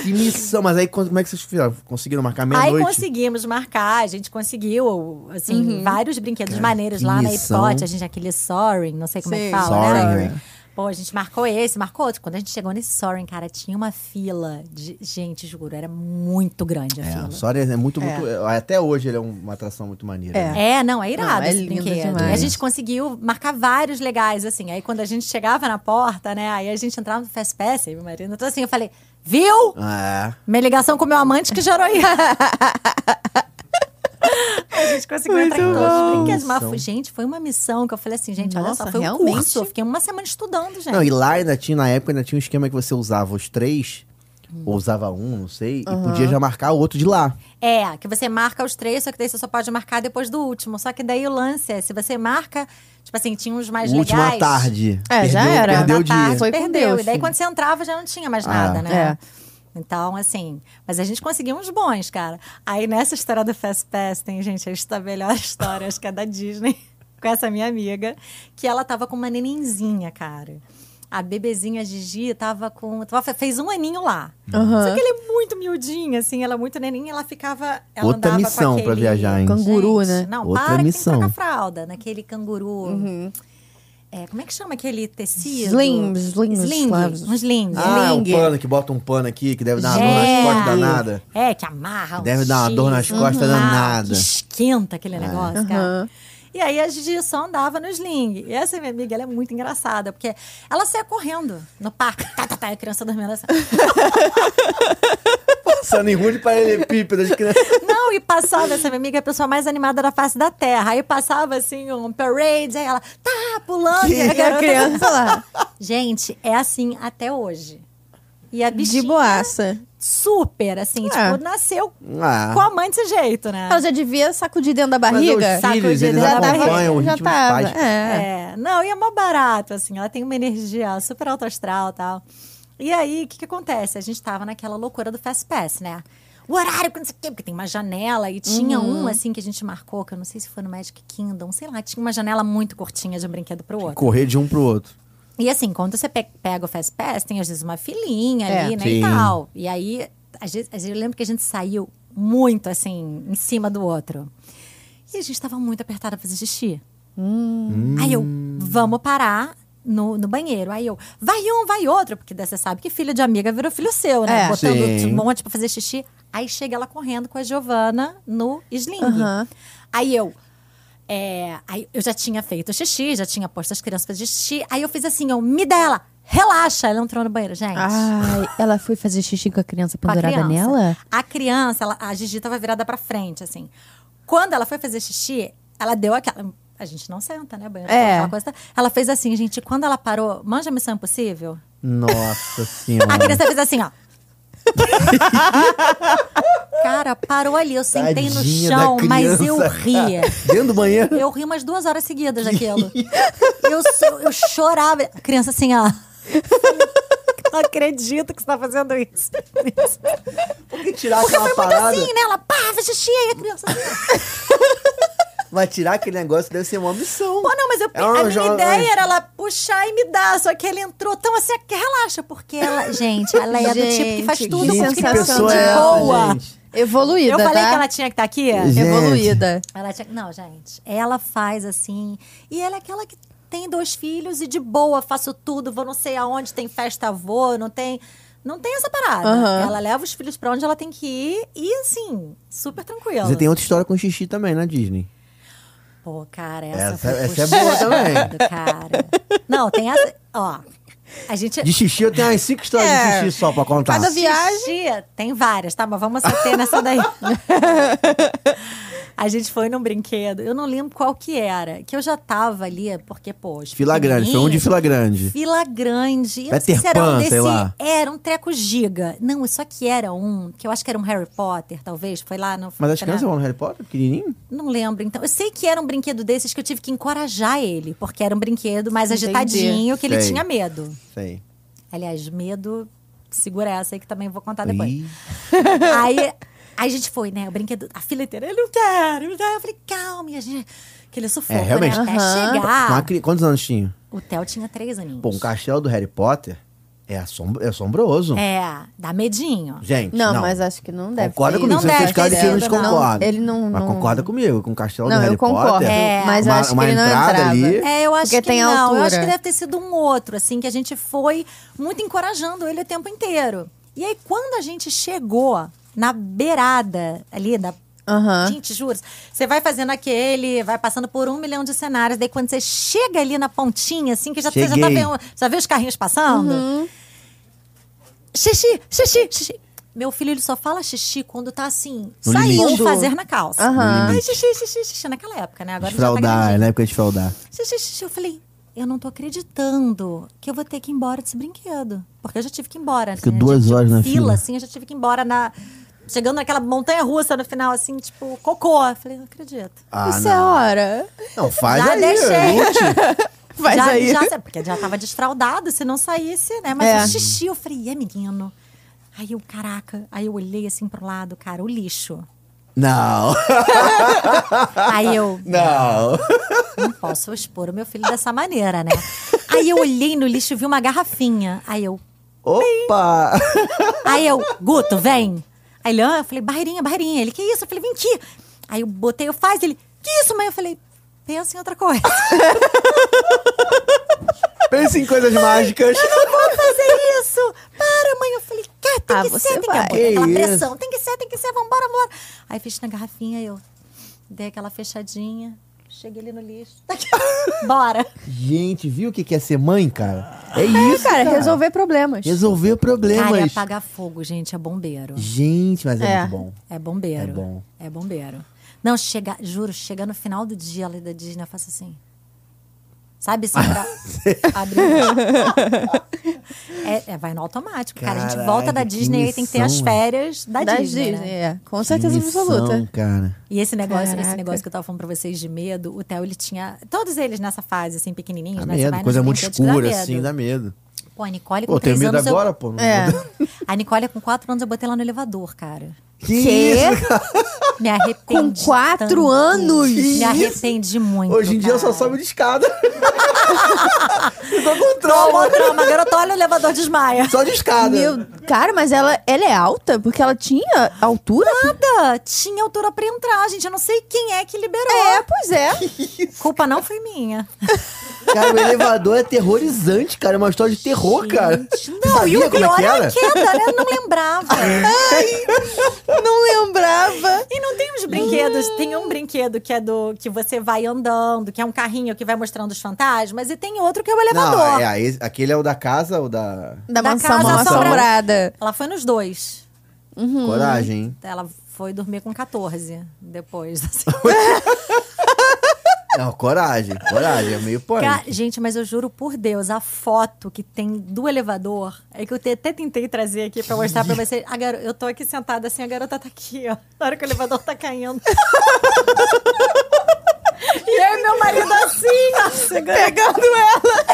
Que missão. Mas aí como é que vocês fizeram? Conseguiram marcar
Aí
meia-noite?
conseguimos marcar, a gente conseguiu, assim, vários brinquedos maneiros lá na
missão.
Ipote. A gente, aquele soaring, não sei como é
Sim.
que fala,
Soaring,
né?
é.
Pô, a gente marcou esse, marcou outro. Quando a gente chegou nesse soaring, cara, tinha uma fila de... Gente, juro, era muito grande a
É,
fila.
o Sora é muito, muito. Até hoje ele é uma atração muito maneira.
É.
né?
É, não, é
Não,
irado
é
esse
lindo
brinquedo.
demais.
E a gente conseguiu marcar vários legais, assim. Aí quando a gente chegava na porta, né? Aí a gente entrava no Fast Pass, aí meu marido entrou assim, eu falei, viu?
Ah,
Minha ligação com meu amante que gerou isso. A gente conseguiu entrar em todos os
bom.
brinquedos. Mas,
Missão.
foi- gente, foi uma missão que eu falei assim, gente, olha
Nossa,
só, foi um
realmente?
curso. Eu fiquei uma semana estudando, gente.
Não, e lá ainda tinha, na época, ainda tinha um esquema que você usava os três,
Hum.
ou usava um, não sei, e podia já marcar o outro de lá.
É, que você marca os três, só que daí você só pode marcar depois do último. Só que daí o lance é, se você marca, tipo assim, tinha uns mais
o último
legais.
à tarde.
É, já era.
Perdeu o
Da tarde,
dia.
Foi com
perdeu.
Deus,
e daí
sim.
quando você entrava já não tinha mais
Ah.
nada, né?
É.
Então, assim, mas a gente conseguiu uns bons, cara. Aí nessa história do Fast Pass, tem gente, acho que a melhor história, acho que é da Disney, com essa minha amiga, que ela tava com uma nenenzinha, cara. A bebezinha Gigi tava com. tava- fez um aninho lá. Só que ele é muito miudinho, assim, ela é muito neninha, ela ficava. Ela
Outra
andava
missão
com
pra
aquele...
viajar, hein?
Canguru,
Gente,
né?
Não,
Outra
para
missão.
que tem que trocar a fralda, naquele canguru.
Uhum.
É, como é que chama aquele tecido?
Slim, slim,
Sling,
slaves.
um sling.
Ah, um
Ling.
pano que bota um pano aqui, que deve dar uma dor
É.
nas costas danada.
É, que amarra. um
Deve dar uma
X,
dor nas
um
costas
lá,
danada. É.
que Esquenta aquele negócio, cara.
Uhum.
E aí a Gigi só andava no sling. E essa minha amiga, ela é muito engraçada, porque ela saia correndo no parque. Tá, tá, tá, e a criança dormindo assim.
Passando em rude para ele, pipa das crianças.
Não, e passava essa minha amiga, a pessoa mais animada da face da terra. Aí passava assim um parade, aí ela tá pulando.
Que
e a
E a
garota-
é criança tá lá,
Gente, é assim até hoje. E a
de
bichinha
boaça.
super, assim,
É.
tipo, nasceu
Ah.
com a mãe desse jeito, né?
Ela já devia sacudir dentro da
Mas
barriga.
os filhos,
Sacudido,
eles
já
já
tava-
acompanham o
já
ritmo dos
tava.
pais.
É.
É, não, e é mó barato, assim, ela tem uma energia super alto astral e tal. E aí, o que, que acontece? A gente tava naquela loucura do Fast Pass, né? O horário, que não sei o quê, porque tem uma janela e tinha um, assim, que a gente marcou, que eu não sei se foi no Magic Kingdom, sei lá, tinha uma janela muito curtinha de um brinquedo pro outro.
Correr de um pro outro.
E assim, quando você pe- pega o Fast Pass, tem às vezes uma filinha
É.
ali, né,
Sim.
e tal. E aí, às vezes, às vezes eu lembro que a gente saiu muito, assim, em cima do outro. E a gente tava muito apertada pra fazer xixi. Aí eu, vamos parar no, no banheiro. Aí eu, vai um, vai outro. Porque daí você sabe que filho de amiga virou filho seu, né?
É.
Botando
Sim.
um monte pra fazer xixi. Aí chega ela correndo com a Giovana no sling.
Aham.
Aí eu. é, aí eu já tinha feito xixi, já tinha posto as crianças pra fazer xixi. Aí eu fiz assim, eu me dá ela, relaxa. Ela entrou no banheiro, gente.
Ah,
Ai, ela foi fazer xixi com a criança
Com a
pendurada
criança.
nela?
A criança, ela- a Gigi tava virada pra frente, assim. Quando ela foi fazer xixi, ela deu aquela. A gente não senta, né? Banheiro,
É.
aquela coisa. Ela fez assim, gente. Quando ela parou, manja a missão impossível.
Nossa
A
senhora.
criança fez assim, ó. Cara, parou ali. Eu sentei no
Tadinha da
chão, mas eu
criança.
ria.
Dentro do banheiro.
Eu ri umas duas horas seguidas daquilo. eu, so- eu chorava. A criança assim, ó. Não acredito que você tá fazendo isso.
Por que tirar
Porque
aquela
foi muito
parada?
assim, né? Ela pá, fez xixi aí a criança. assim,
Mas tirar aquele negócio deve ser uma missão.
Pô, não, mas eu,
É
a
uma
minha
jo-
ideia era ela puxar e me dar. Só que ela entrou tão assim, que relaxa. Porque ela, gente, ela é do tipo que faz
Gente,
tudo
que
com criança
sensação
de
é essa,
boa.
gente?
Evoluída,
Eu falei
tá?
que ela tinha que estar aqui?
Gente.
Evoluída.
Ela tinha... Não, gente. Ela faz assim. E ela é aquela que tem dois filhos e de boa, faço tudo, vou não sei aonde, tem festa, vou, não tem. Não tem essa parada.
Aham.
Ela leva os filhos pra onde ela tem que ir e, assim, super tranquila.
Você tem um outra história com xixi também na Disney.
Pô, cara, essa,
Essa- essa
foi
é boa
puxado,
também.
cara. Não, tem essa. Ó. A gente.
De xixi eu tenho umas cinco histórias
É.
de xixi só pra contar.
Cada vi- viagem.
Xixi, tem várias, tá? Mas vamos acertar nessa daí. a gente foi num brinquedo, eu não lembro qual que era, que eu já tava ali, porque, pô, os
Fila Grande, foi um de
pequenininhos-
Fila Grande.
Fila Grande. Eu não
Peter
sei se era
Pan,
um
sei
desse.
lá.
Era um treco giga. Não, só que era um, que eu acho que era um Harry Potter, talvez. Foi lá no.
Mas as
né?
crianças vão no Harry Potter, pequenininho?
Não lembro, então. Eu sei que era um brinquedo desses que eu tive que encorajar ele, porque era um brinquedo mais
Entendi.
agitadinho, que ele
Sei.
tinha medo.
Sei.
Aliás, medo, segura essa aí que também vou
Ah,
contar depois.
Ih,
aí a gente foi, né? O brinquedo, a fila inteira, eu não quero, eu não quero. Eu falei, calma, e a gente. Aquele sufoco,
É, realmente.
né? Até
Aham.
com a
chegar.
cri- Quantos anos tinha?
O Theo tinha três aninhos.
Pô, um castelo do Harry Potter É, assombro, é assombroso.
É, dá medinho.
Gente,
Não,
não.
mas acho que não deve.
Concorda
ter
comigo,
ido.
se Não vocês deve
ficarem
ter
aqui,
ido,
não
não.
concordam.
Ele não.
Mas
não-
concorda comigo, com o castelo
Não,
do
eu
Harry
concordo.
Potter.
É, mas
uma,
acho que
uma
ele não
entrada
entrava.
ali.
É,
É, eu acho
Porque
que
tem
não. Eu acho
altura.
que deve ter sido um outro, assim, que a gente foi muito encorajando ele o tempo inteiro. E aí, quando a gente chegou na beirada ali da.
Aham.
Gente, juro. Você vai fazendo aquele, vai passando por um milhão de cenários, daí quando você chega ali na pontinha, assim, que já, você já tá
Cheguei.
vendo. Já vê os carrinhos passando?
Uhum.
Xixi, xixi, xixi. Meu filho, ele só fala xixi quando tá assim,
No
saindo
limite.
fazer na calça.
Aham.
Ai, xixi, xixi, xixi, naquela época, né? Agora ele já tá
Desfraudar,
grandinho.
na época de desfraudar.
Xixi, xixi. Eu falei, eu não tô acreditando que eu vou ter que ir embora desse brinquedo. Porque eu já tive que ir embora.
Fica
né?
duas
Tipo,
horas na fila.
assim, eu já tive que ir embora na. Chegando naquela montanha russa no final, assim, tipo, cocô. Eu falei, não acredito.
Ah,
Isso é
não.
hora.
Não, faz
Já
aí. é
deixei.
lute.
Faz
já,
aí.
já- porque já tava desfraudado, se não saísse, né? Mas
É.
o xixi, eu falei, é menino. Aí eu, caraca, aí eu olhei assim pro lado, cara, o lixo.
Não,
Aí eu,
não.
não posso expor o meu filho dessa maneira, né? Aí eu olhei no lixo e vi uma garrafinha. Aí eu,
Opa!
Aí eu, Guto, vem. Aí ele, ah, eu falei, barreirinha, barreirinha. Ele, que isso? Eu falei, vem aqui. Aí eu botei, eu faz. Ele, que isso, mãe? Eu falei, pensa em outra coisa.
Pensa em coisas mágicas.
Não vou fazer isso. Para, mãe. Eu falei, cara, tem
Ah,
que
você
ser, tem que
vai.
aguentar aquela
Que
pressão. Tem que ser, tem que ser, vambora, vambora. Aí fiz na garrafinha, eu dei aquela fechadinha. Cheguei ali no lixo. Bora.
Gente, viu o que que é ser mãe, cara? É
É,
isso,
cara, resolver problemas.
Resolver
Cara, é
problemas.
apagar fogo, gente. É bombeiro.
Gente, mas é,
É.
muito bom.
É bombeiro.
É bom.
É bombeiro. Não, chega, juro, chega no final do dia ali da Disney, eu faço assim. Sabe assim, pra abrir. é, é, vai no automático, cara. A gente
Caralho,
volta da
que
Disney e tem que ter as
missão, mano.
férias da
Das
Disney.
Disney,
né?
é. Com certeza
Que missão,
absoluta.
cara.
E esse negócio, esse
Caraca.
negócio que eu tava falando pra vocês de medo, o Theo, ele tinha. Todos eles nessa fase, assim, pequenininhos,
Dá
né? Você vai
Ah, medo,
nos
coisa muito
brinquedos que dá
escura,
medo.
assim, dá medo.
Pô, a Nicole com
Pô, tenho
três
medo
anos.
agora,
eu...
pô. não
É.
vou-
A Nicole com quatro anos eu botei ela no elevador, cara.
Que isso?
Me arrependi.
Com quatro
tanto.
anos?
Me
Isso.
arrependi muito.
Hoje em dia eu só
cara.
sobe de escada. Ficou com trauma.
Trauma, trauma. Garota, olha o elevador desmaia.
Só de escada.
Meu, cara, mas ela, ela é alta? Porque ela tinha altura?
Ah, Nada. Tinha altura pra entrar, gente. Eu não sei quem é que liberou.
É, pois é.
Culpa não foi minha.
Cara, o elevador é aterrorizante, cara. É uma história de terror, cara.
Não, e o
como é
pior
que
é
era?
a queda, né? Eu não lembrava.
Não lembrava.
E não tem uns brinquedos. Tem um brinquedo que é do que você vai andando, que é um carrinho que vai mostrando os fantasmas, e tem outro que é o
Não,
elevador.
é, é, esse- aquele é o da casa, o da.
Da,
Da
mansão
casa
mal assombrada.
assombrada. Ela foi nos dois. Uhum.
Coragem, hein?
Ela foi dormir com 14 depois. Assim.
Não, coragem, coragem. É meio punk.
Ca- Gente, mas eu juro por Deus, a foto que tem do elevador é que eu te- até tentei trazer aqui pra mostrar pra vocês. A garo... Eu tô aqui sentada assim, a garota tá aqui, ó. Na hora que o elevador tá caindo. e aí, meu marido assim, ó, segurando.
Pegando ela.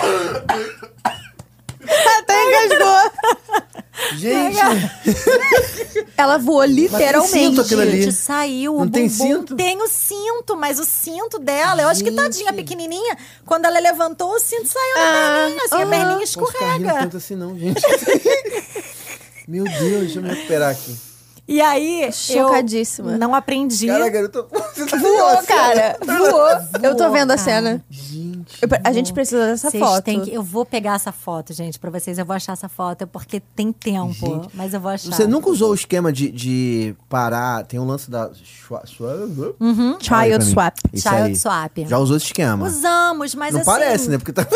Até engasgou.
Gente,
Ela voou literalmente.
sinto aquilo ali.
Gente, saiu o
Não tem
bumbum.
cinto?
Tem o cinto, mas o cinto dela, eu acho que
Gente.
tadinha, pequenininha, quando ela levantou, o cinto saiu na
Ah,
perninha, assim, a
ah.
perninha
não fica rindo
escorrega.
tanto assim, não, gente. Meu Deus, deixa eu me recuperar aqui.
E aí,
Chocadíssima.
eu não aprendi.
Caraca, eu tô. Você tá
Voou, cara. Voou. Eu tô
Voou,
vendo a
cara.
cena.
Gente.
Eu pre- a gente precisa dessa
Vocês
foto.
têm que- eu vou pegar essa foto, gente, pra vocês. Eu vou achar essa foto, é porque tem tempo.
Gente,
mas eu vou achar.
Você nunca usou o esquema de, de parar. Tem um lance da. Schwa- Schwa-
Hum?
Fala aí pra
Child
mim.
swap.
Isso
Uhum. Child
aí.
swap.
Já usou esse esquema.
Usamos, mas
não
assim.
parece, né? Porque tá.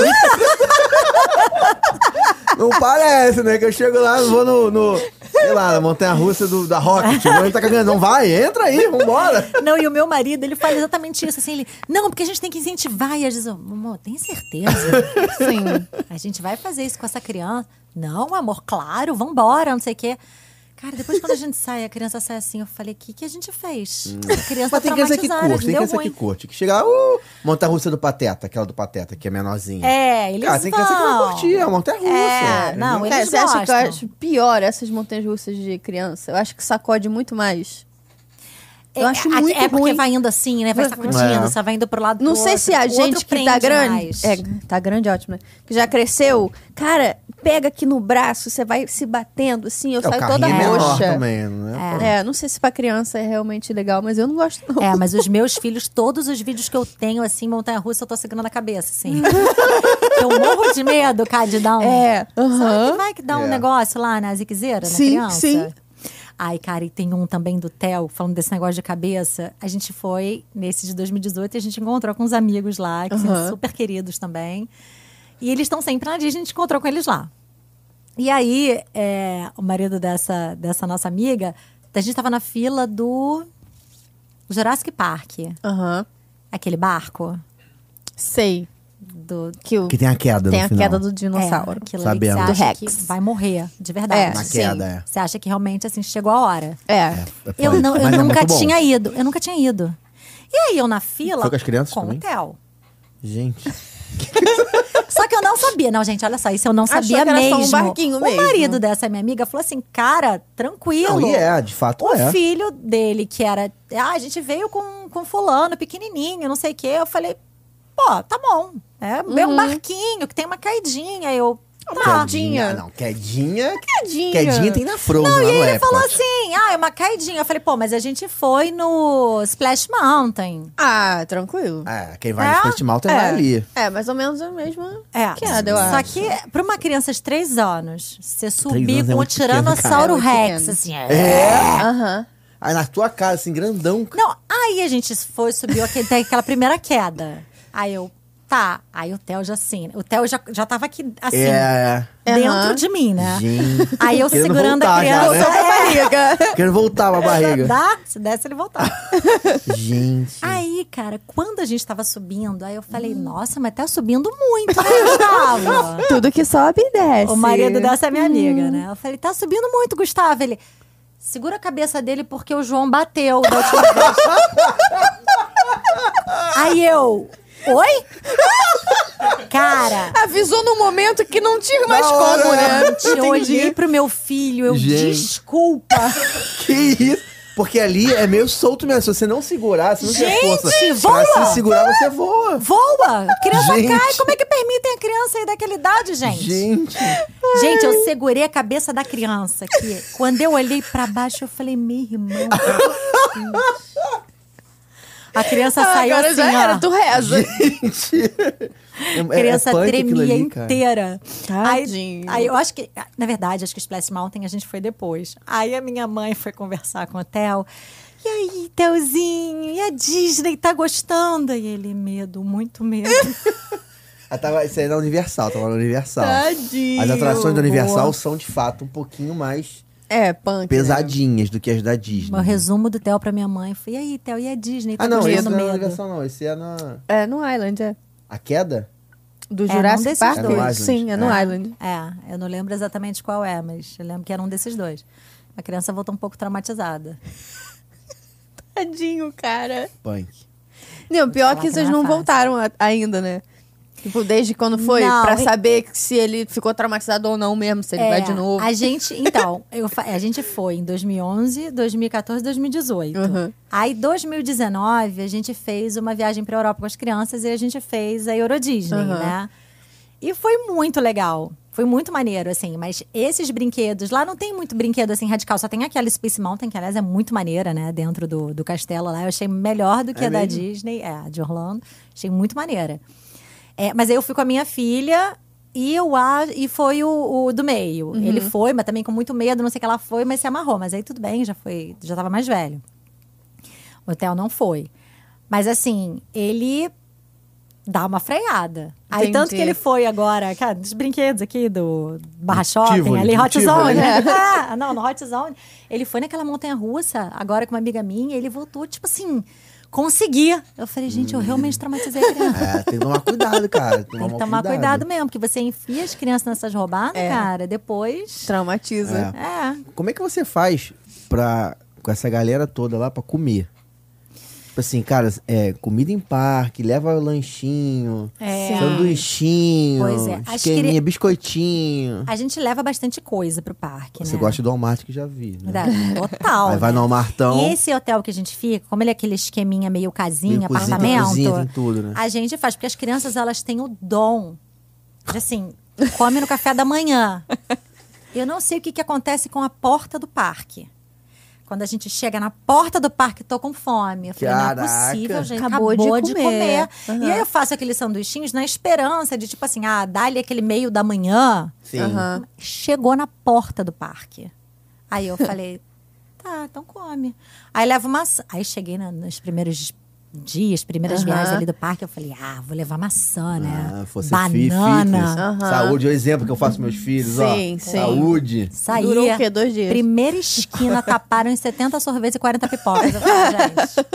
não parece, né? Que eu chego lá, vou no. no sei lá, na Montanha Russa do, da Rocket. Vou tá cagando. Não vai, entra aí, vambora.
Não, e o meu marido, ele faz exatamente isso. Assim, ele. Não, porque a gente tem que incentivar. E às vezes, eu, amor, tem certeza?
Sim.
a gente vai fazer isso com essa criança? Não, amor, claro, vambora, não sei o quê. Cara, depois quando a gente sai, a criança sai assim, eu falei, o que, que a gente fez? A criança
Hum. Mas tem
tá
criança que
traumatizada,
curte, tem
deu
criança
ruim.
que curte. Que chega, uh, montanha russa do Pateta, aquela do Pateta, que é menorzinha.
É, eles
Cara, tem criança que vai
vão.
curtir, é montanha russa.
É, não,
é.
Cara,
Eles
você acha que eu
gostam.
acho pior essas montanhas russas de criança? Eu acho que sacode muito mais. Eu
É,
acho
é,
muito
É porque
ruim.
vai indo assim, né? Vai sacudindo,
É.
só vai indo pro lado
Não
pro
sei
outro.
se a
O outro
gente que tá
prende
grande.
mais.
É, tá grande, ótimo, né? Que já cresceu. Cara, pega aqui no braço, você vai se batendo, assim, eu
É, o
saio
carrinho
toda
é menor
roxa.
também, né?
É, não sei se pra criança é realmente legal, mas eu não gosto, não.
É, mas os meus filhos, todos os vídeos que eu tenho, assim, montanha russa, eu tô segurando a cabeça, assim. eu morro de medo, cara, de dar um.
É,
Sabe que
aham.
vai que dá um
É.
negócio lá na ziquezeira,
Sim,
na criança?
sim.
Ai, cara, e tem um também do Theo, falando desse negócio de cabeça. A gente foi nesse de 2018 e a gente encontrou com uns amigos lá, que são
Aham.
super queridos também. E eles estão sempre na Disney, a gente encontrou com eles lá. E aí, é, o marido dessa, dessa nossa amiga, a gente tava na fila do Jurassic Park,
Aham.
aquele barco
Sei
do
que o-
Que tem a queda
tem
no
a
final.
queda do dinossauro.
É, aquilo ali que você
Sabemos.
acha que
Do Rex.
vai morrer, de verdade.
É, Na
sim. queda, é.
Você acha que realmente, assim, chegou a hora.
É.
É foda.
Eu, não, eu
Mas é
nunca
muito bom.
tinha ido. Eu nunca tinha ido. E aí, eu na fila.
Foi com as crianças
Com
também?
o Theo.
Gente,
Só que eu não sabia. Não, gente, olha só, isso eu não
Achou
sabia
que era só
mesmo.
um barquinho
o
mesmo.
marido dessa minha amiga falou assim: cara, tranquilo.
não, e é, de fato
O
é.
filho dele, que era. Ah, a gente veio com, com fulano, pequenininho, não sei o quê. Eu falei, pô, tá bom. É é
Uhum.
um barquinho que tem uma caidinha. Eu.
É
Tá.
Quedinha.
Não, quedinha.
Quedinha.
Quedinha tem na Frozen,
Não,
lá
e
no
aí ele
Epcot.
falou assim, ah, é uma caidinha. Eu falei, pô, mas a gente foi no Splash Mountain.
Ah, tranquilo.
É, quem vai
É?
no festival tem
é.
vai ali.
é, mais ou menos a mesma
É.
queda, eu
Só
acho.
que, pra uma criança de 3 anos, você subir
anos é
com o
muito pequeno, É. cara.
Tiranossauro
É muito
Rex,
pequeno.
assim.
Aham.
Aí na tua cara, assim, grandão.
Não, aí a gente foi, subiu aquele, tem aquela primeira queda. Aí eu, tá. Aí o Theo já assim. O Theo já, já tava aqui, assim,
É.
dentro
Aham.
de mim, né?
Gente.
Aí eu
Querendo
segurando a
voltar já,
criança.
né?
é,
Barriga.
Quero voltar pra barriga.
dá, se desse, ele voltava.
Gente.
Aí, cara, quando a gente tava subindo, aí eu falei,
Hum.
nossa, mas tá subindo muito, né, Gustavo?
Tudo que sobe desce.
o marido dessa é minha amiga, né?
Uhum.
Eu falei, tá subindo muito, Gustavo. Ele, segura a cabeça dele porque o João bateu da última vez. aí eu, oi? Cara,
Avisou num momento que não tinha mais
Da hora,
como, né?
gente, eu olhei pro meu filho, eu,
Gente.
desculpa.
Que isso? Porque ali é meio solto mesmo. Se você não segurar, se não tiver
Gente,
força pra
voa!
se segurar, você voa.
Voa! Criança
Gente.
cai, como é que permitem a criança aí daquela idade,
Gente.
Gente, eu segurei a cabeça da criança aqui. Quando eu olhei pra baixo, eu falei, meu irmão. a criança
Ah,
saiu
agora
assim,
já era,
ó.
tu reza.
É- é-
A criança
é punk aquilo
tremia
ali, cara.
inteira. Aí,
Tadinho.
aí eu acho que, na verdade, acho que o Splash Mountain a gente foi depois. Aí a minha mãe foi conversar com o Theo. E aí, Theozinho, e a Disney tá gostando? E ele, medo, muito medo.
Ela tava, isso aí é da Universal, tava no Universal.
Tadinho.
As atrações da Universal
Boa.
são, de fato, um pouquinho mais
É, punk. Né?
pesadinhas do que as da Disney.
o resumo do Theo pra minha mãe foi: e aí, Theo, e a Disney? Tá
Ah, não, esse
gostando
não é na
medo?
Universal, não. Esse é na...
É no Island, é.
A queda?
Do
É, um
Jurassic
desses
Park?
dois. É no Island,
Sim, é no
é.
Island.
É, eu não lembro exatamente qual é, mas eu lembro que era um desses dois. A criança voltou um pouco traumatizada.
Tadinho, cara.
Punk.
Não, pior
falar
que
que
vocês
não
não
é fácil.
voltaram a- ainda, né? Tipo, desde quando foi?
Não,
pra
e- É,
saber se ele ficou traumatizado ou não mesmo, se ele vai de novo.
A gente, então, eu fa- a gente foi em 2011, 2014, 2018.
Uhum.
Aí, 2019, a gente fez uma viagem pra Europa com as crianças e a gente fez a Euro Disney,
Uhum.
né? E foi muito legal. Foi muito maneiro, assim. Mas esses brinquedos, lá não tem muito brinquedo, assim, radical. Só tem aquela Space Mountain, que, aliás, é muito maneira, né? Dentro do, do castelo lá. Eu achei melhor do que
É
a da
mesmo?
Disney. É, a de Orlando. Achei muito maneira. É, mas aí eu fui com a minha filha e eu a, e foi o, o do meio. Ele
Uhum.
foi, mas também com muito medo, não sei o que ela foi, mas se amarrou. Mas aí tudo bem, já foi, já tava mais velho. O Theo não foi. Mas assim, ele dá uma freada. Aí
Entendi.
tanto que ele foi agora, cara, dos brinquedos aqui do Barra Shopping,
Tivoli,
ali,
do
Hot
Tivoli.
Zone. né? Ah, não, no Hot Zone. Ele foi naquela montanha russa, agora com uma amiga minha, e ele voltou, tipo assim, consegui. Eu falei, gente, eu
Hum.
realmente traumatizei a criança.
É, tem que tomar cuidado, cara. Tem
Tem que tomar cuidado. mesmo, porque você enfia as crianças nessas roubadas,
É.
cara, depois.
Traumatiza.
É.
Como é que você faz pra, com essa galera toda lá pra comer? Tipo assim, cara, é, comida em parque, leva lanchinho,
É.
sanduichinho,
Pois é, acho que
esqueminha,
ele-
biscoitinho.
A gente leva bastante coisa pro parque,
Você
né?
gosta do Walmart que já vi, né?
Da- Total.
Aí vai
né?
no Almartão,
E esse hotel que a gente fica, como ele é aquele esqueminha meio casinha,
Então, meio cozinha, né? tem
apartamento,
cozinha, tem tudo, né?
a gente faz, porque as crianças elas têm o dom de assim, Come no café da manhã. Eu não sei o que, que acontece com a porta do parque. Quando a gente chega na porta do parque, tô com fome. Eu falei, não é
Caraca.
possível, gente.
Acabou
Acabou,
de
de
comer.
comer.
Aham.
E aí eu faço aqueles sanduichinhos na esperança de, tipo assim, ah, dá-lhe aquele meio da manhã.
Sim.
Aham.
Chegou na porta do parque. Aí eu falei, tá, então come. Aí levo maçã. Aí cheguei na- nos primeiros dias, primeiras
Aham.
viagens ali do parque, eu falei, ah, vou levar maçã, né?
Ah, fosse fi- fitness.
Banana.
Aham.
Saúde é o exemplo que eu faço meus filhos, ó.
Sim, sim.
Saúde.
Saía.
Durou o quê? Dois dias?
Primeira esquina taparam em 70 sorvetes e 40 pipocas. Eu falei, gente.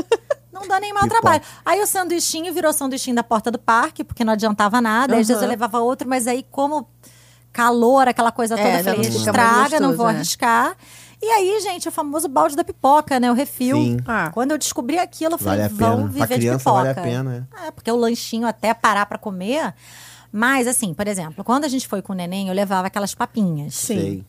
Não dá nem mal
Pipoca.
trabalho. Aí o sanduichinho virou sanduichinho da porta do parque, porque não adiantava nada. Aí, Às vezes eu
Aham.
levava outro, mas aí, como calor, aquela coisa toda,
É,
eu
não
falei,
fica mais
estraga, não
gostoso,
vou
né?"
arriscar. E aí, gente, o famoso balde da pipoca, né? O refil.
Sim.
Ah.
Quando eu descobri aquilo, eu
Vale
falei,
a
vão
pena.
viver
Pra
de
criança
pipoca.
vale a pena,
É, porque o lanchinho até parar pra comer. Mas, assim, por exemplo, quando a gente foi com o neném, eu levava aquelas papinhas.
Sim.
Sei.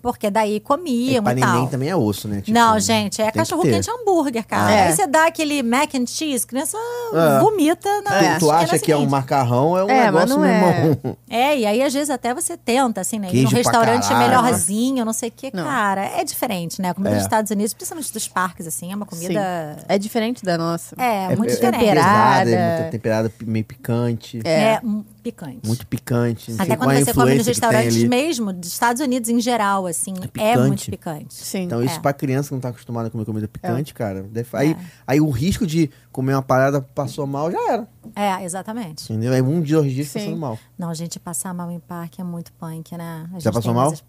Porque daí
É que
comiam
pra
e tal.
neném também é osso, né? Tipo,
não, gente, é
tem que
cachorro
ter.
quente hambúrguer, cara.
É.
Aí você dá aquele mac and cheese, criança
É.
vomita na
Tu,
na
tu acha
esquina
que é um
seguinte.
macarrão, é um
É, mas
negócio,
não
meu
é.
irmão.
É, e aí às vezes até você tenta, assim, né? Ir
Queijo
num
pra
restaurante
caralho.
melhorzinho, não sei o que,
Não.
cara. É diferente, né? A comida
É.
dos Estados Unidos, principalmente dos parques, assim, é uma comida.
Sim. É diferente da nossa.
É, muito diferente.
temperada.
pesada, É muito temperada, pi- meio picante.
É, hum, picante.
Muito picante. não
até
sei
quando
qual é a
você come nos
influência que tem ali.
restaurantes mesmo, dos Estados Unidos em geral, assim, é,
picante.
muito picante.
Sim.
Então, isso
É.
pra criança que não tá acostumada a comer comida
É.
picante, cara. deve- Aí, aí o risco de comer uma parada, passou mal, já era.
É, exatamente.
Entendeu? Aí um dia, dois dias
Sim.
passando mal.
Não, gente, passar mal em parque é muito punk, né? A
Já
gente
passou
tem
mal?
essas-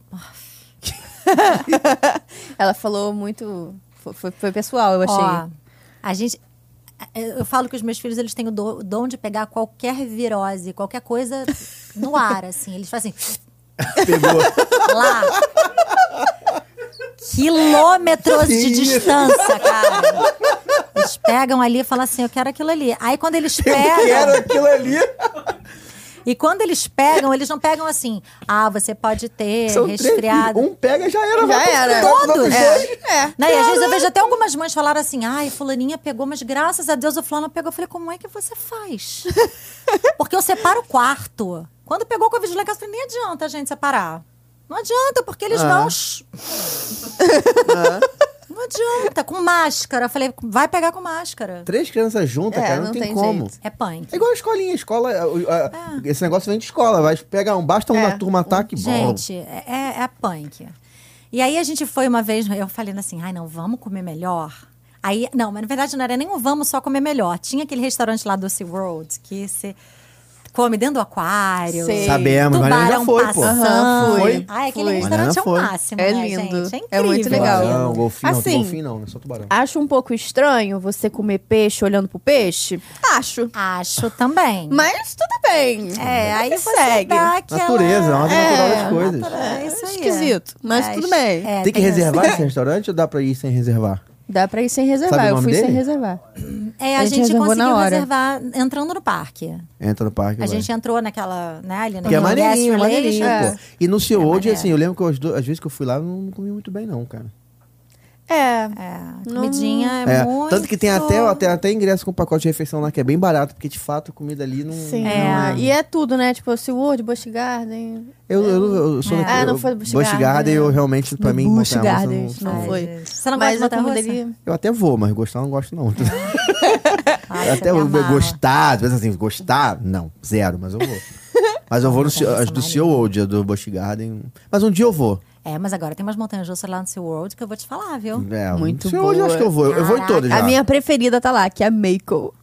É. Ela falou muito. fo- Foi, foi pessoal, eu achei.
Ó, a gente. eh, Eu eu falo que os meus filhos eles têm o do- o dom de pegar qualquer virose, qualquer coisa no ar, assim. Eles fazem
Pegou.
lá.
Que
Quilômetros de
isso?
distância, cara. Eles pegam ali e falam assim: eu quero aquilo ali. Aí quando eles
Eu
pegam.
quero aquilo ali.
E quando eles pegam, eles não pegam assim. Ah, você pode ter
São três
resfriado.
filhos. Um pega, já era. vai
Já
pro-
era.
vai pro-
Todos.
É. é.
Né? E às vezes eu vejo até algumas mães falaram assim: ai, fulaninha pegou, mas graças a Deus o fulano pegou. Eu falei: como é que você faz? Porque eu separo o quarto. Quando pegou o Covid lá em casa, eu falei: nem adianta a gente separar. Não adianta, porque eles
Ah.
vão. Não adianta, com máscara. Eu falei: vai pegar com máscara.
Três crianças juntas,
É,
cara, não,
não
tem,
tem
como.
jeito.
É
É
punk.
igual a escolinha, a escola. a- a-
Ah.
Esse negócio vem de escola, vai pegar um, basta um
É.
na turma ataque, bom.
Gente, é, é, é punk. E aí a gente foi uma vez, eu falei assim, ai não, vamos comer melhor. Aí, não, mas na verdade não era nem um vamos só comer melhor. Tinha aquele restaurante lá do Sea World que você come dentro do aquário.
Sei.
Sabemos,
tubarão
Mariana já foi, pô.
passando.
Aham, fui,
Ai, aquele
fui.
restaurante é o
Mariana foi.
máximo,
É
né,
lindo.
gente?
É muito
incrível
legal.
aquilo.
Tubarão, golfinho, não,
Assim.
tem golfinho não, não é só tubarão.
Acho um pouco estranho você comer peixe olhando pro peixe. Acho.
Acho também.
Mas tudo bem.
É, aí você
Segue.
dá aquela...
Natureza, é uma ordem natural das coisas.
É isso aí.
Esquisito, mas tudo bem.
tem
é,
que
tem isso.
reservar esse restaurante ou dá pra ir sem reservar?
Dá pra ir sem
Sabe
reservar.
o
Eu
nome
fui sem
dele?
reservar.
É, a,
A gente
gente,
reservou na
conseguiu
hora.
reservar entrando no parque.
Entra no parque.
A
vai.
gente entrou naquela, né, ali na
Porque é
Guest
maneirinho, é
Relations.
maneirinho,
É.
pô. E no Sea World,
maneiro.
assim, eu lembro que as, duas- as vezes que eu fui lá, eu não comi muito bem, não, cara.
É.
É, a comidinha é,
É,
muito...
Tanto que tem até, até, até ingresso com pacote de refeição lá, que é bem barato, porque de fato a comida ali não.
Sim.
não
É, E é tudo, né? Tipo, Seaworld, Busch Garden.
Eu, eu, eu sou
É.
daquele-
Ah, não
eu-
foi do Busch
Busch
Garden,
Garden,
né?
eu realmente, pra
Do
mim,
Busch
montanha russa
Gardens,
não,
não
Ai,
foi.
gente. Você não
mas
gosta
a
de montanha
comida
russa?
ali.
Eu até vou, mas gostar eu não gosto, não.
Ai,
até
eu me
eu
amarro.
gostar, às vezes assim, gostar, não, zero, mas eu vou. Mas eu vou no,
Montanha russa
as do
maneira.
Sea World, a do Busch Garden. Mas um dia eu vou.
É, mas agora tem umas montanhas russas lá no SeaWorld que eu vou te falar, viu?
É,
Muito
Sea World eu
boa.
acho que eu vou. Eu, eu vou em todas já.
A minha preferida tá lá, que é a Mako.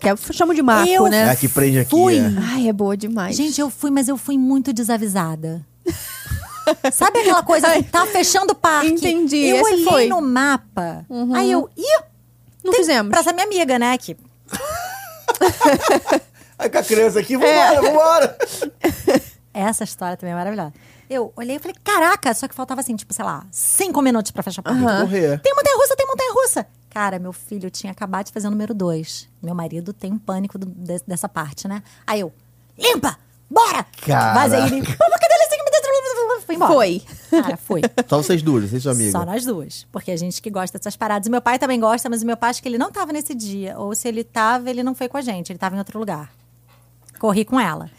Que é, chamo de Marco,
Eu
né?
É a que prende aqui.
Fui.
é.
Ai, é boa demais.
Gente, eu fui, mas eu fui muito desavisada. Sabe aquela coisa que tá fechando o parque?
Entendi,
Eu
esse
olhei
foi. Uhum.
no mapa, aí eu... Ih,
não
tem-
fizemos.
pra essa minha amiga, né, que...
Aí com a criança aqui, vambora,
É.
vambora.
Essa história também é maravilhosa. Eu olhei e falei, caraca, só que faltava assim, tipo, sei lá, cinco minutos pra fechar o parque.
Aham.
Correr.
Tem montanha russa, tem montanha russa. Cara, meu filho tinha acabado de fazer o número dois. Meu marido tem um pânico do- de- dessa parte, né? Aí eu, limpa! Bora!
Caraca.
Vazei ele. Pô, cadê ele assim que me deu? Foi embora.
Foi.
Cara, foi.
Só vocês duas, vocês são amigos.
Só nós duas. Porque a gente que gosta dessas paradas. E meu pai também gosta, mas o meu pai acho que ele não tava nesse dia. Ou se ele tava, ele não foi com a gente. Ele tava em outro lugar. Corri com ela.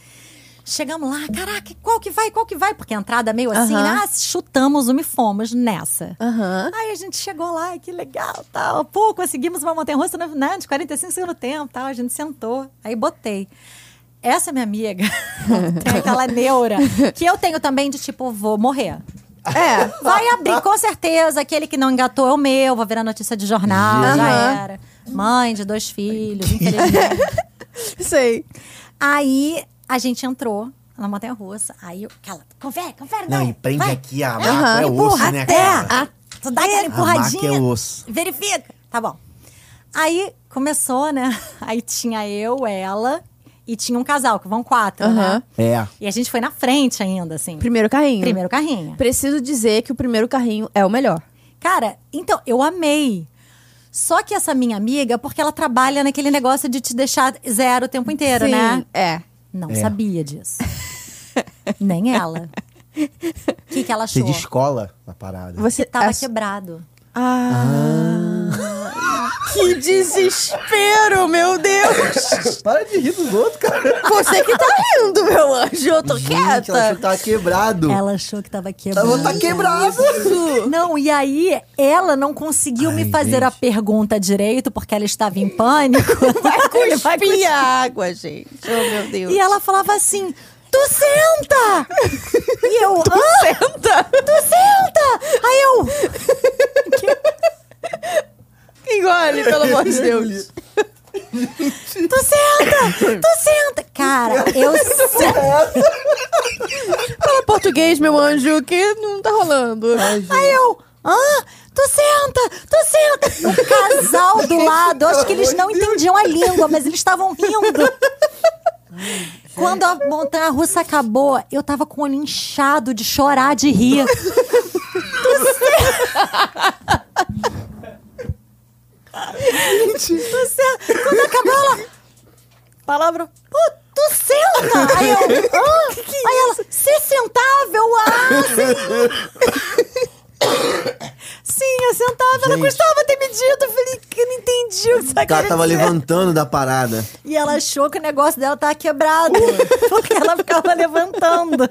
Chegamos lá, caraca, qual que vai, qual que vai? Porque a entrada é meio assim,
Aham.
né? ah, chutamos uma e fomos nessa.
Aham.
Aí a gente chegou lá, e que legal, tal. Pô, conseguimos uma montanha russa né, de 45 segundos tempo, tal. A gente sentou, aí botei. Essa minha amiga tem aquela neura que eu tenho também de tipo, vou morrer.
É.
Vai abrir, com certeza. Aquele que não engatou é o meu, vou virar notícia de jornal, já
Aham.
era. Mãe de dois filhos, infelizmente.
Sei.
Aí a gente entrou na montanha russa. Aí eu, cala, confere, confere,
Não,
vai,
empreende
vai.
aqui a
Aham.
maca é
Empurra
osso, né,
até,
cara?
a- tu dá aquela
A maca
empurradinha.
é osso.
Verifica. Tá bom. Aí começou, né? Aí tinha eu, ela e tinha um casal, que vão quatro, né?
Aham.
É.
E a gente foi na frente ainda, assim.
Primeiro carrinho.
Primeiro carrinho.
Preciso dizer que o primeiro carrinho é o melhor.
Cara, então, eu amei. Só que essa minha amiga, porque ela trabalha naquele negócio de te deixar zero o tempo inteiro,
Sim,
né?
É.
Não
É.
sabia disso. Nem ela. O que, que ela
Você
achou?
descola na parada.
Você
Tava
ass-
quebrado.
Ah. Que desespero, meu Deus!
Para de rir dos outros, cara.
Você que tá rindo, meu anjo, eu tô
Gente, ela achou
quieta.
que tava quebrado.
Ela achou que tava
Ela
quebrado.
vou tá quebrado.
Não, e aí ela não conseguiu
Ai,
me fazer a
gente.
pergunta direito, porque ela estava em pânico.
Vai
Ele vai
cuspir
cuspir.
a água, gente. Oh, meu Deus.
E ela falava assim: Tu senta! E eu, "Hã?
senta.
Tu senta! Aí eu,
Engole, pelo amor de Deus.
tu senta! Tu senta! Cara, eu se-
Fala português, meu anjo, que não tá rolando.
Aí eu, hã? Tu senta! Tu senta! O casal do lado, acho que eles não entendiam a língua, mas eles estavam rindo. Quando a montanha russa acabou, eu tava com o olho inchado de chorar de rir. Tu senta. Quando acabou, ela. Palavra. Pô, tu senta! Aí eu. "Hã?" Aí ela. Se sentava, eu. Ah, sim. sim, eu sentava. Ela
Gente.
custava ter medido. Eu falei, que eu não entendi o que
tá
você
O cara tava levantando da parada.
E ela achou que o negócio dela tava quebrado. porque ela ficava levantando.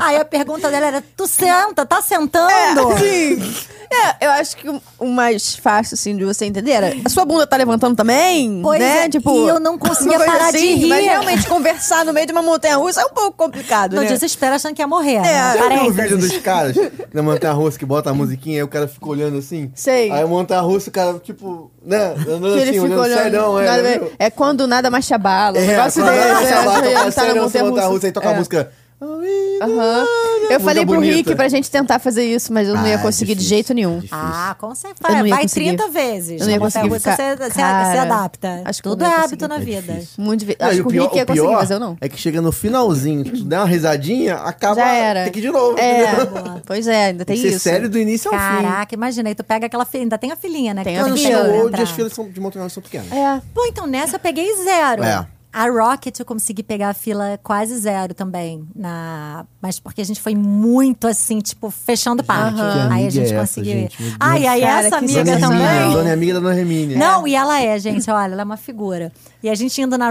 Aí a pergunta dela era: Tu senta? Tá sentando?
É. Sim. É, eu acho que o- o mais fácil, assim, de você entender era... A sua bunda tá levantando também,
Pois
né?
é,
Tipo,
e eu não conseguia
uma coisa
parar de
assim,
rir.
Mas realmente, conversar no meio de uma montanha-russa é um pouco complicado,
No
né?
desespero achando que ia morrer.
É.
né?
Já
Já viu o
Parênteses.
vídeo dos caras na montanha russa que bota a musiquinha aí o cara fica olhando assim?
Sei.
Aí a montanha russa, o cara, tipo, né? Andando
Que ele
assim,
fica
olhando
olhando.
sério,
nada
é.
a ver. é quando nada mais te abala. o negócio
quando
desse,
ela
né?
se abata,
Ele
fala,
tá na
sério, você montanha russa,
montanha-russa.
aí toca a
É.
música.
Aham. Eu
Música
falei pro
bonita.
Rick pra gente tentar fazer isso, mas eu não
Ah,
ia
é
conseguir de
difícil,
jeito nenhum.
difícil.
Ah, com certeza.
Eu não
Vai
ia
vai
conseguir.
30 vezes.
Eu não ia conseguir
Você,
ficar-
você-
Cara,
você adapta.
acho que eu
Tudo
não
é
ia
hábito
conseguir.
na
É
vida.
difícil.
Muito difícil.
Não, e
Acho que o Rick ia
o pior
conseguir, mas eu não.
É que chega no finalzinho, tu dá uma risadinha, acaba.
Já era.
Tem que ir de novo.
É.
entendeu?
Pois é, ainda tem
Tem que ser
isso.
sério do início ao fim.
Caraca, imagina. Aí tu pega aquela filha. Ainda tem a filhinha, né?
Tem
que
a
tu não
Quando
filhinha.
chegou a
chegou,
entrar.
as filas são- de montanha russa são pequenas.
É.
Pô, então nessa eu peguei zero.
É.
A Rocket eu consegui pegar a fila quase zero também. Na... Mas porque a gente foi muito assim, tipo, fechando parte.
que
Aí
amiga
a gente
é essa,
conseguiu. ir.
gente? Meu Deus.
Ai, aí
Cara,
essa
que
amiga
Dona
também.
Hermínia, Dona amiga da Dona Hermínia.
Não, e ela é, gente, olha, ela é uma figura. E a gente indo na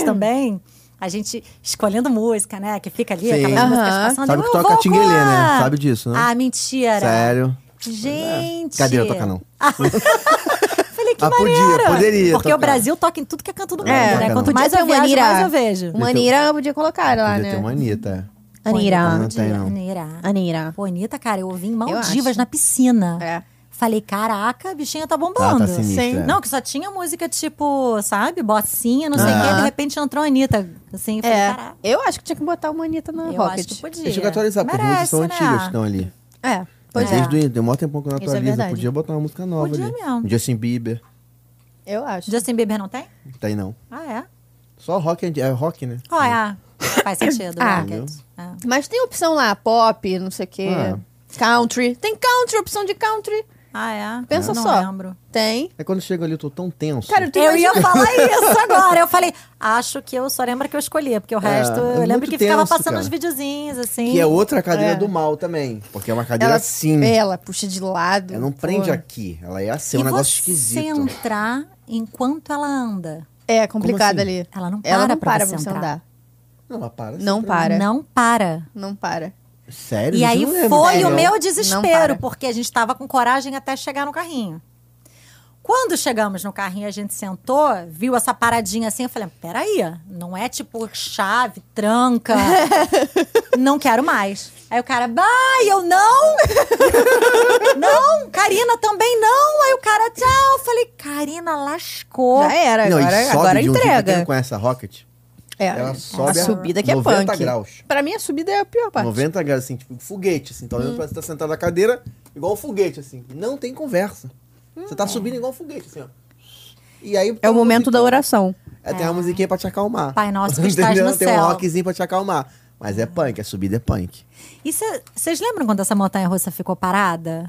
também, a gente escolhendo música, né? Que fica ali,
Sim.
aquelas
Aham.
músicas passando.
Sabe
eu
que toca
vou
Tinguelê,
com a-
né? Sabe disso, né?
Ah, mentira.
Sério. é.
Gente.
Cadeira toca não.
Ah,
Falei que
Ah, podia,
maneiro.
poderia
Porque
tocar.
o Brasil toca em tudo que é canto do mundo,
É,
né?
toca
Quanto
não.
mais
Podia
eu
ter uma
viajo, mais
Anira.
eu vejo.
Uma Anira eu podia colocar lá,
né, Podia ter uma
né?
Anitta.
Anira.
Ah, Não tem, não.
Anira.
Anira.
Bonita, cara, eu ouvi em
acho.
Maldivas, na piscina.
É.
Falei, caraca, a bichinha
Tá,
tá bombando.
tá sinistra.
Sim.
é.
Não, que só tinha música tipo, sabe, bocinha, não sei o
Aham.
quê. De repente entrou a Anitta. Assim, eu falei,
É.
caraca.
Eu acho que tinha que botar uma Anitta na
Eu acho
Rocket.
que podia.
Deixa eu atualizar, porque as músicas são
Merece,
antigas então.
né?
que estão ali.
É. Pois é.
Desde o tem um maior tempo que não
Isso é
atualiza.
verdade.
Podia botar uma música nova
Podia
ali.
mesmo.
Justin Bieber.
Eu acho.
Justin Bieber não tem?
Tá aí não.
Ah, é?
Só rock and- é rock, né?
Ó, é. Faz sentido.
Ah.
Rocket. É.
Mas tem opção lá, pop, não sei o quê.
Ah.
Country. Tem country, opção de country.
Ah, é?
Pensa
não
só.
lembro.
Tem.
É quando chega ali, eu tô tão tenso.
Cara, tu
Eu
imagina...
ia falar isso agora. Eu falei, acho que eu só lembro que eu escolhi, porque o resto
é
eu lembro
muito
que ficava
tenso,
passando
cara.
uns videozinhos assim.
que é outra cadeira
É.
do mal também. Porque é uma cadeira
ela,
assim.
ela puxa de lado.
Ela não prende
Pô.
aqui. Ela é assim, é
é e
um negócio
você
esquisito.
entrar enquanto ela anda.
É complicado
Como assim?
ali.
Ela não para
Ela não
pra
para
você
pra você
entrar.
andar.
Não, ela para.
Não
sempre.
para. Não,
Não para.
para.
Sério?
E
Isso
aí
eu É, não lembro.
foi
Sério?
o meu
Não para.
desespero, porque a gente estava com coragem até chegar no carrinho. Quando chegamos no carrinho, a gente sentou, viu essa paradinha assim, eu falei, peraí, não é tipo chave, tranca, não quero mais. Aí o cara, bah, eu não, não, Karina também não. Aí o cara, tchau, eu falei, Karina lascou.
Já era,
Não, e
agora,
sobe
agora
de um jeito, pra quem não
entrega.
conhece a Rocket?
É,
Ela
a
sobe a
subida que é
90
punk.
graus.
Pra mim, a subida é a pior parte.
90 graus, assim, tipo foguete, assim. Tá olhando
Uhum.
pra você tá sentado na cadeira, igual um foguete, assim. Não tem conversa. Você tá subindo igual um foguete, assim, ó. E aí,
É
tem
o
uma
momento da
musiquinha.
oração.
É, tem uma musiquinha pra te acalmar.
Pai nosso que estás
Entendeu?
no
Tem um
céu.
rockzinho pra te acalmar. Mas é punk, a subida é punk.
E vocês lembram quando essa montanha russa ficou parada?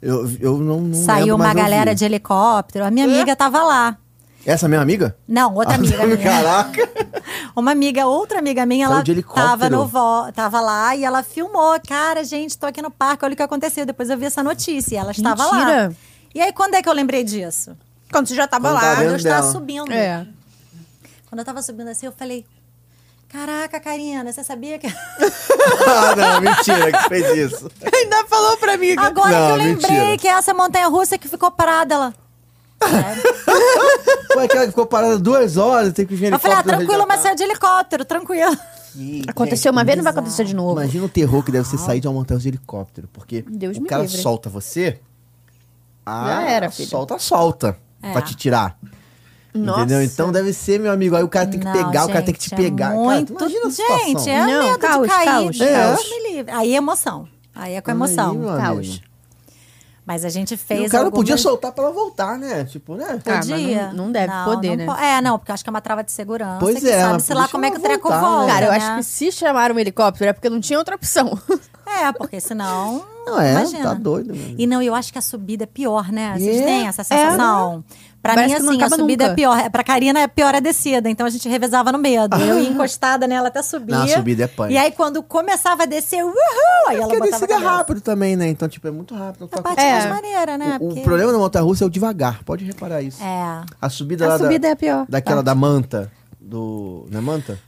Eu, eu não, não
Saiu
lembro,
uma
mas eu
galera
vi.
de helicóptero, a minha amiga tava lá.
Essa é minha amiga?
Não,
Ah,
outra amiga minha.
Caraca!
Uma amiga, outra amiga minha,
Saiu
ela
de helicóptero.
tava, no vo... tava lá e ela filmou. Cara, gente, tô aqui no parque, olha o que aconteceu. Depois eu vi essa notícia e ela estava
Mentira.
lá. E aí, quando é que eu lembrei disso?
Quando você já tava
Quando
lá.
tá
Quando eu
dentro
estava
dela.
subindo.
É.
Quando eu tava subindo assim, eu falei... Caraca, Karina, você sabia que...
ah, não, mentira que fez isso.
Ainda falou pra mim.
Agora que eu
Não,
lembrei
mentira.
que é essa montanha-russa que ficou parada, ela...
Pô, aquela que ficou parada duas horas, tem que vir
Eu falei, ah,
tá
tranquilo, mas saiu de helicóptero, tranquilo.
Aconteceu uma vez, não vai acontecer de novo.
Imagina o terror que
Ah.
deve ser sair de uma montanha de helicóptero. Porque
Deus
o
me
cara
livre.
solta você. Ah,
Já era, filho.
Solta, solta.
É.
Pra te tirar.
Nossa.
Entendeu? Então deve ser, meu amigo. Aí o cara tem que
Não,
pegar, o cara tem que te
gente, é
pegar. Cara, tu
muito-
imagina a situação.
gente, é
Não,
medo
caos,
de cair.
caos,
Deus
caos.
me livre. Aí é emoção. Aí é com emoção.
Aí, meu amigo.
Caos.
Mas a gente fez.
E o cara não podia
algumas-
soltar pra ela voltar, né? Tipo, né?
Ah, mas
Podia.
não- não deve poder, né?
po- É, não, porque eu acho que é uma trava de segurança.
Pois
que
é,
sabe,
mas
sei lá
deixa
como é que o
ela
treco
voltar, né?
volta.
Cara, eu
né?
acho que se chamaram um helicóptero é porque não tinha outra opção.
É, porque senão.
Não é,
imagina.
tá doido, meu amigo.
E não, eu acho que a subida é pior, né? Vocês
Yeah.
têm essa sensação? Pra
É, né? Parece
mim,
que não
assim, a
acaba
subida
nunca.
é pior. É, Pra Karina, é pior a descida. Então a gente revezava no medo. Eu ia encostada nela até subia.
Não, a subida é pânico.
E aí, quando começava a descer, uhul! Aí ela
Porque a
botava a
descida é
cabeça.
rápido também, né? Então, tipo, é muito rápido.
A
Tá-
parte
É.
mais maneira, né?
O, o
Porque-
problema da montanha russa é o devagar, pode reparar isso.
É.
A subida lá
A
da-
subida é a pior.
daquela
parte.
da manta, do... Não é manta?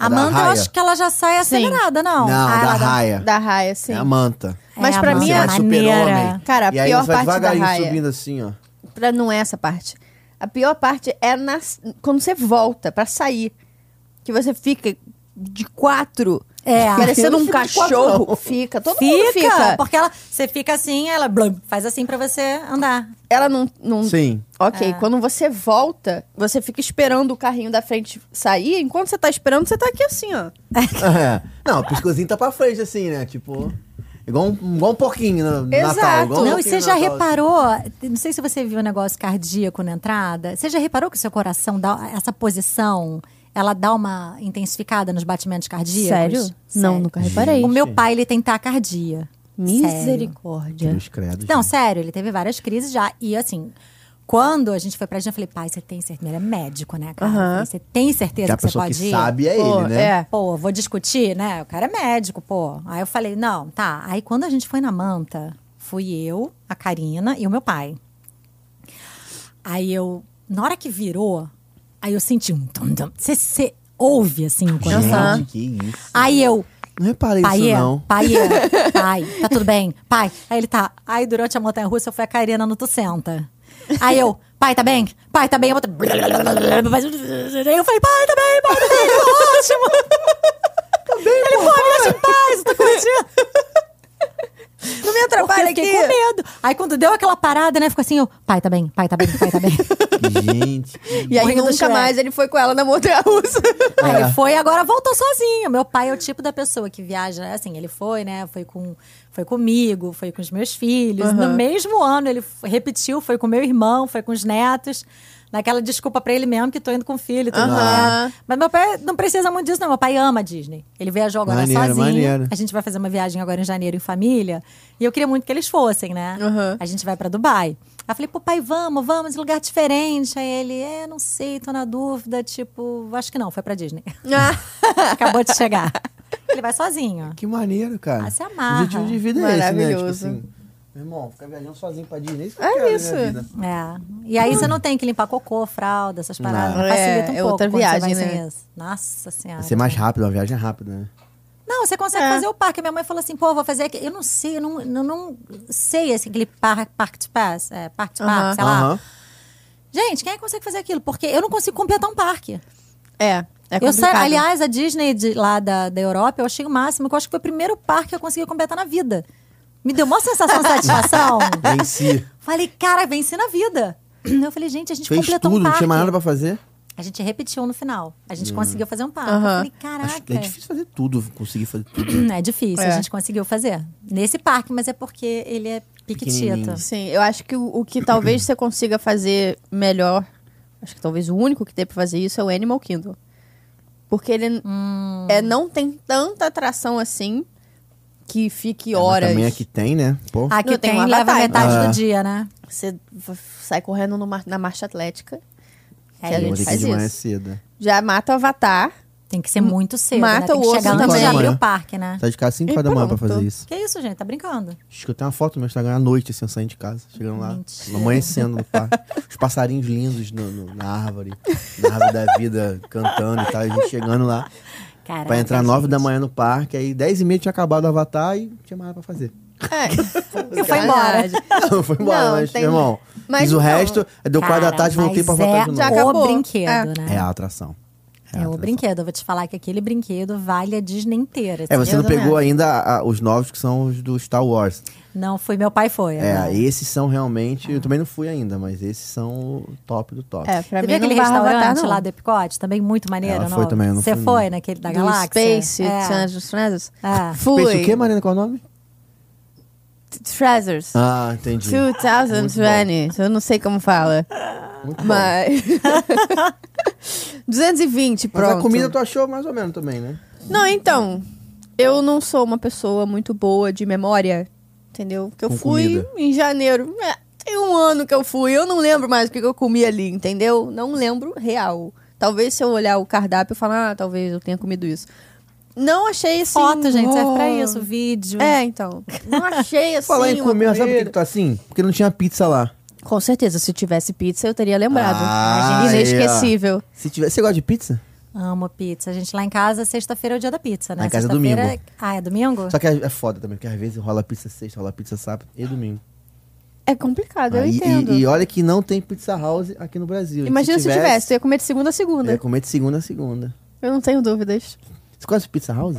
A
Da
Amanda, eu
raia.
acho que ela já sai
Sim.
acelerada, não.
Não,
Ah,
da
ela dá-
raia.
Da raia, sim.
É a manta.
Mas
É,
pra
a
mim,
Amanda
a
é
super-homem.
maneira.
Cara, a
e aí
pior
você vai
parte da
devagarinho
raia.
subindo assim, ó.
Pra não é essa parte. A pior parte é na- quando você volta pra sair. Que você fica de quatro,
É.
parecendo
Eu não
um
fico de quatro,
cachorro.
não.
fica, todo mundo
Fica,
fica.
porque ela, você fica assim, ela blum, faz assim pra você andar.
Ela não. não...
Sim.
Ok,
Ah.
quando você volta, você fica esperando o carrinho da frente sair. Enquanto você tá esperando, você tá aqui assim, ó.
É. Não, o piscozinho tá pra frente, assim, né? Tipo... Igual um, igual um porquinho no no
Exato.
Natal. Igual um
Não,
Não, e
porquinho
você
no
já
Natal,
reparou, não sei se você viu o negócio cardíaco na entrada, você já reparou que o seu coração dá essa posição, ela dá uma intensificada nos batimentos cardíacos?
Não, nunca reparei.
O meu pai, ele tem tacardia.
assim.
Sério.
Misericórdia.
Deus credo,
Não,
gente.
sério, ele teve várias crises já. E assim, quando a gente foi pra gente, eu falei, pai, você tem certeza? Ele é médico, né, cara? Eu falei, Você tem certeza
Já a
que você
pessoa
pode
que
ir?
sabe é
Pô,
ele, né?
é.
Pô, vou discutir, né? O cara é médico, pô. Aí eu falei, não, tá. Aí quando a gente foi na manta, fui eu, a Karina e o meu pai. Aí eu, na hora que virou, aí eu senti um tum-tum. Você- Você ouve, assim, o coração.
Aham.
Gente, que isso.
Aí eu,
Não reparei
Pai,
isso,
é,
não.
pai, é, pai, tá tudo bem? Pai. Aí ele tá. Aí durante a montanha russa eu fui a Karina no Tucenta. Aí eu, pai, tá bem? Pai, tá bem? Eu, outra- Aí eu falei, pai, tá bem, pai, tá bem, tá ótimo. Tá bem, ele pô, me deixa em paz, eu tô curtindo.
Não me
Porque eu
atrapalha
fiquei com
aqui.
medo. Aí quando deu aquela parada, né, ficou assim, eu, pai, tá bem, pai, tá bem, pai, tá bem.
Gente. que-
E aí
Morrendo do
nunca
Shrek.
mais ele foi com ela na montanha russa.
Aí
É.
ele foi e agora voltou sozinho. Meu pai é o tipo da pessoa que viaja, né? assim, ele foi, né? Foi com foi comigo, foi com os meus filhos.
Aham.
No mesmo ano ele f- repetiu, foi com meu irmão, foi com os netos. Naquela desculpa pra ele mesmo que tô indo com o filho, tudo
Aham.
bem. Mas meu pai não precisa muito disso, não. Meu pai ama a Disney. Ele viajou agora
Maneiro,
sozinho.
maneiro.
A gente vai fazer uma viagem agora em janeiro em família. E eu queria muito que eles fossem, né?
Aham.
A gente vai pra Dubai. Aí eu falei, pô, pai, vamos, vamos, lugar diferente. Aí ele, é, não sei, tô na dúvida, tipo, acho que não, foi pra Disney. Acabou de chegar. Ele vai sozinho.
Que maneiro, cara.
Ah, se amarra.
O objetivo de vida é esse, né? Tipo
Maravilhoso.
assim, Meu irmão, ficar viajando sozinho pra Disney, isso que eu
É
quero na minha
isso.
vida.
É. E aí você não tem que limpar cocô, fralda, essas paradas.
Não.
É,
Facilita um
é
pouco
outra
quando você vai
viagem,
sem
né?
isso. Nossa senhora.
Vai ser mais rápido, uma viagem rápida, né?
Não, você consegue
É.
fazer o parque. Minha mãe falou assim, pô, vou fazer aqui. Eu não sei, eu não, não, não sei esse aquele par, parque de pass, é, parque de
Aham.
parque, sei lá.
Aham.
Gente, quem é que consegue fazer aquilo? Porque eu não consigo completar um parque.
É, é
eu sei,
complicado.
aliás, a Disney de, lá da, da Europa, eu achei o máximo, que eu acho que foi o primeiro parque que eu consegui completar na vida. Me deu uma sensação de satisfação.
Em si.
Tipo
Falei, cara, venci na vida. Eu falei, gente, a gente
Fez
completou
tudo,
um
não
parque.
tinha mais nada pra fazer.
A gente repetiu no final. A gente conseguiu fazer um parque.
Aham.
Eu falei,
Acho
caraca.
que é difícil fazer tudo, conseguir fazer tudo. né?
É difícil,
É.
a gente conseguiu fazer. Nesse parque, mas é porque ele é piquitito.
Pequenininho.
Sim, eu acho que o, o que talvez você consiga fazer melhor, acho que talvez o único que tem pra fazer isso é o Animal Kingdom. Porque ele
Hum.
é, não tem tanta atração assim que fique horas.
É,
Ah,
Também aqui tem, né? Pô.
Aqui
Não, tem
tem,
uma
leva
batalha.
metade
Ah.
do dia, né?
Você v- sai correndo numa- na marcha atlética.
É,
que a
eu
ele
vou
gente
ter que
faz
ir de manhã
isso.
cedo.
Já mata o avatar.
Tem que ser muito cedo,
Mata
né? Tem
o
que
osso
chegar antes de
também.
abrir o parque, né?
Sai Tá de casa 5
Ah. E
horas da manhã pra
pronto.
fazer isso.
Que isso, gente? Tá brincando.
Acho que eu tenho uma foto no meu Instagram à noite, assim, eu saindo de casa. Chegando lá,
Mentira.
amanhecendo no parque. Os passarinhos lindos no- no- na árvore. Na árvore da vida, cantando e tal. A gente chegando lá
Caraca,
pra entrar
gente.
9 da manhã no parque. Aí 10 e meia tinha acabado o Avatar e não tinha mais nada pra fazer.
É.
E foi embora.
Não, foi embora,
Não,
mas,
tem-
meu irmão,
mas
fiz o
então-
resto. aí Deu 4 da tarde,
Cara,
voltei pra
mas
voltar
é
de
Já
novo.
acabou.
O brinquedo,
É.
né?
É a atração. a
É o
atração.
brinquedo. Eu vou te falar que aquele brinquedo vale a Disney inteira.
É,
assim.
você
Eu
não
também
pegou
acho.
ainda a- os novos que são os do Star Wars.
Não, foi meu pai foi. né?
É,
agora.
esses são realmente.
É.
Eu também não fui ainda, mas esses são o top do top.
É, pra
Você
mim
viu aquele
não vai
restaurante
avatar, não.
lá do Epicote? Também muito maneiro,
Ela
não?
foi também, eu não
Você
fui,
foi
não.
naquele da
Do
galáxia?
Space
É.
Treasures. Treasures.
É.
Fui.
Fez o quê, Marina? Qual é o nome?
Treasures.
Ah, entendi.
2020. Eu não sei como fala.
Muito bom. Mas,
Mas. 220, pronto.
a comida tu achou mais ou menos também, né?
Não, então. Eu não sou uma pessoa muito boa de memória, entendeu? Que eu
Com
fui
comida.
em janeiro. É, tem um ano que eu fui. Eu não lembro mais o que que eu comi ali, entendeu? Não lembro real. Talvez se eu olhar o cardápio e falar, ah, talvez eu tenha comido isso. Não achei assim.
Foto, gente, serve pra
oh.
isso, vídeo.
É, então. Não achei assim.
Falar em
uma
comer, sabe por que
comida.
que tá assim? Porque não tinha pizza lá.
Com certeza, se tivesse pizza, eu teria lembrado.
Ah, aí, ó.
Inesquecível.
Se tiver, você gosta de pizza?
Amo pizza. A gente lá em casa, sexta-feira é o dia da pizza, né?
Lá em casa é
Sexta-feira-
domingo.
Ah, é domingo?
Só que é é foda também, porque às vezes rola pizza sexta, rola pizza sábado e domingo.
É complicado, eu
Aí- e-
entendo.
E, olha que não tem pizza house aqui no Brasil. E
Imagina se tivesse, né? eu ia comer de segunda a segunda.
Eu ia comer de segunda a segunda.
Eu não tenho dúvidas.
Você conhece Pizza House?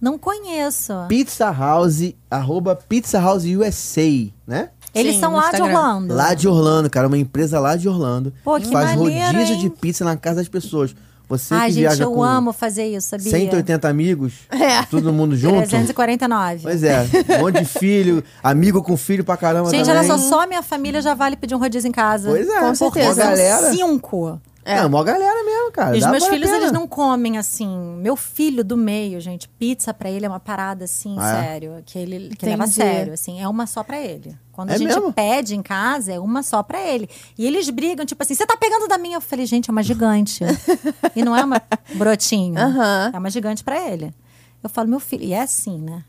Não conheço.
Pizza House, arroba Pizza House USA, né?
Eles
Sim,
são
no
lá de
Instagram.
Orlando.
Lá de Orlando, cara, uma empresa lá de Orlando.
Pô, que
faz
maneiro,
rodízio de
hein?
pizza na casa das pessoas. Você
Ai,
que
gente,
viaja
eu
com
amo fazer isso, sabia? É.
180 amigos, todo mundo junto.
349.
Pois é, um monte de filho, amigo com filho pra caramba
Gente,
é, também.
olha só, só minha família já vale pedir um rodízio em casa.
Pois é,
Com
Porque
certeza.
são
Galera.
cinco.
É, uma galera mesmo, cara.
E os
Dá né?
meus
vale a
filhos,
pena.
eles não comem assim. Meu filho do meio, gente, pizza pra ele é uma parada assim,
Ah, é?
sério. Que ele que leva a
Entendi.
sério, assim. É uma só pra ele. Quando
É
a gente
mesmo?
pede em casa, é uma só pra ele. E eles brigam, tipo assim, você tá pegando da minha? Eu falei, gente, é uma gigante. e não é uma brotinho.
Aham.
Tá
É uma gigante pra ele. Eu falo, meu filho, e é assim, né?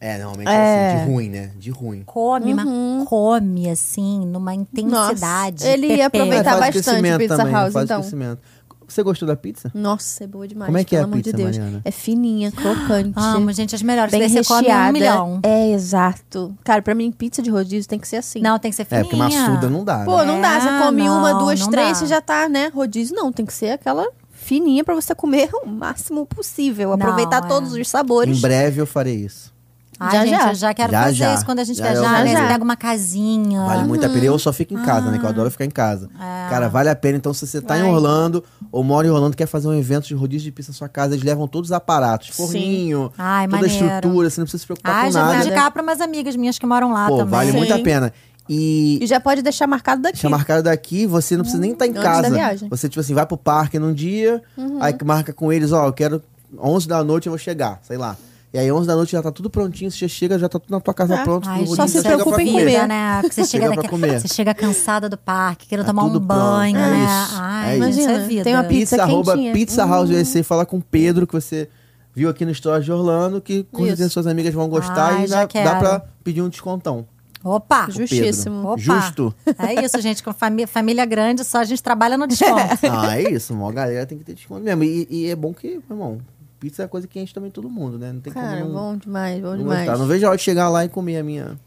É, normalmente é assim,
É.
de ruim, né? De ruim.
Come, mas come assim, numa intensidade.
Uhum. ele ia
Pepe.
aproveitar. Tá
É, faz o
bastante
crescimento
Pizza
também,
House,
faz o
então.
crescimento. Você gostou da pizza?
Nossa, é boa demais.
Como é que é
pelo
a
amor
pizza,
de Deus.
Mariana?
É fininha, crocante.
Amo, gente, as melhores.
Bem
Daí você come
recheada.
um milhão.
É, exato. Cara, pra mim, pizza de rodízio tem que ser assim.
Não, tem que ser
É,
fininha.
porque maçuda não dá,
Pô,
né?
não dá. Você
É,
come uma,
não,
duas,
não
três,
dá.
você já tá, né? Rodízio não. Tem que ser aquela fininha pra você comer o máximo possível. Aproveitar
é.
todos os sabores.
Em breve eu farei isso.
Ai,
Já,
gente,
já.
eu já quero
Já,
fazer
já.
isso quando a gente
Já,
viajar,
já,
né?
já.
Você pega uma casinha.
Vale muito a pena. Eu só fico em casa,
Ah.
né? Que eu adoro ficar em casa.
É.
Cara, vale a pena. Então, se você tá em
Vai.
Orlando ou mora em Orlando, quer fazer um evento de rodízio de pizza na sua casa, eles levam todos os aparatos. Forninho,
Ai,
toda
maneiro.
a estrutura, você não precisa se preocupar
Ah,
Ai,
com
já vou
nada.
indicar para umas amigas minhas que moram lá
Pô,
também.
vale
Sim.
muito a pena. E
E já pode deixar marcado daqui.
Tinha marcado daqui, você não precisa nem estar em
antes
casa.
da viagem. Uhum.
Você, tipo assim, vai pro parque num dia, aí que marca com eles, ó, eu quero 11 da noite eu vou chegar, sei lá. E aí 11 da noite já tá tudo prontinho, você chega, já tá tudo na tua casa
É.
pronto.
Ai,
tudo
gente,
só
rodízio,
se
você
isso é
chega pra
preocupa em
comer.
comer.
né? Porque você chega,
Chega pra
naque-
comer.
você chega cansada do parque, querendo
Tá
tomar um
tudo
banho,
pronto. É
né?
isso,
Ai,
é
gente,
isso.
é
Imagina,
vida.
tem uma pizza
Pizza, arroba
quentinha. Hum.
Pizza House USA, fala com o Pedro, que você viu aqui no Stories de Orlando, que com
Isso.
certeza suas amigas vão gostar
Ai,
e
já
dá, dá pra
quero.
pedir um descontão.
Opa!
o Pedro.
Justíssimo.
Opa.
Justo.
É isso, gente. Com fami- família grande, só a gente trabalha no desconto.
Ah, é isso, mó galera tem que ter desconto mesmo. E, e é bom que, meu irmão, pizza é a coisa que enche também todo mundo, né? Não tem
Cara,
como não,
bom demais, bom
não
demais.
gostar. Não vejo a hora de chegar lá e comer a minha,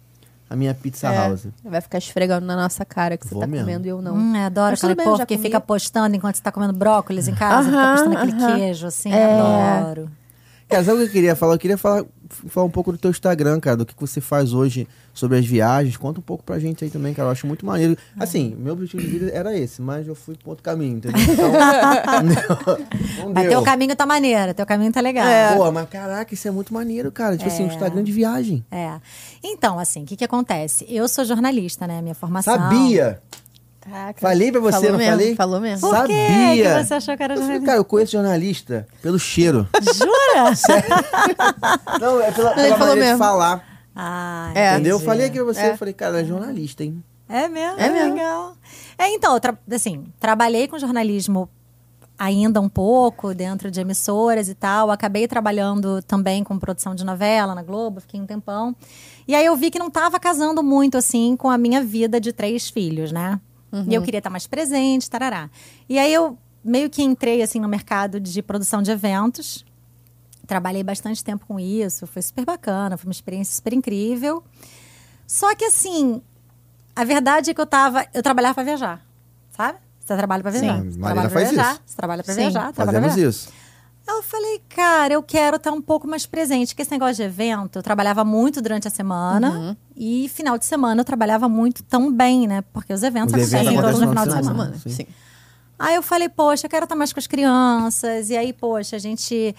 a minha pizza
É,
house.
Vai ficar esfregando na nossa cara que você
Vou
tá
mesmo.
comendo e eu não.
Hum, eu adoro
Mas
aquele
tudo bem, eu
povo
já
que
comi.
fica postando enquanto você tá comendo brócolis em casa, fica
Aham,
postando aquele
ahã.
queijo, assim,
É.
adoro.
Cara, sabe o que eu queria falar? Eu queria falar, falar um pouco do teu Instagram, cara, do que que você faz hoje sobre as viagens. Conta um pouco pra gente aí também, cara. Eu acho muito maneiro. Assim, meu objetivo de vida era esse, mas eu fui pro outro caminho, entendeu? Então, não, não deu.
Mas
É.
teu caminho tá maneiro, teu caminho tá legal.
É.
Pô, mas caraca, isso é muito maneiro, cara. Tipo assim, um Instagram de viagem.
É. Então, assim, o que que acontece? Eu sou jornalista, né? Minha formação.
Sabia!
Caraca.
Falei pra você,
falou
não
mesmo,
falei?
Falou mesmo.
Por
Sabia!
que que você achou que era
Eu falei,
jornalista?
cara, eu conheço jornalista pelo cheiro.
Jura?
não, é pela,
ele falou
pela maneira de
mesmo.
falar.
Ah,
É.
entendeu? Eu
entendi.
falei aqui pra você,
É.
eu falei, cara, é jornalista, hein?
É mesmo?
É
É
mesmo.
Legal. É, então, eu tra- assim, trabalhei com jornalismo ainda um pouco dentro de emissoras e tal. Acabei trabalhando também com produção de novela na Globo, fiquei um tempão. E aí eu vi que não estava casando muito, assim, com a minha vida de três filhos, né? E
Uhum.
eu queria estar mais presente, tarará. E aí eu meio que entrei, assim, no mercado de produção de eventos. Trabalhei bastante tempo com isso, foi super bacana, foi uma experiência super incrível. Só que assim, a verdade é que eu tava. Eu trabalhava pra viajar, sabe? Você trabalha pra viajar.
Sim.
Você
Marina
trabalha pra
faz
viajar.
isso.
Você trabalha pra
Sim.
viajar. Trabalha pra
Fazemos
viajar.
isso.
Eu falei, cara, eu quero estar um pouco mais presente. Porque esse negócio de evento, eu trabalhava muito durante a semana.
Uhum.
E final de semana eu trabalhava muito também, né? Porque os eventos
Os eventos
acontecem
acontecem
todos no final de
Final de
semana.
semana.
Sim.
Sim.
Aí eu falei, poxa, eu quero estar mais com as crianças. E aí, poxa, a gente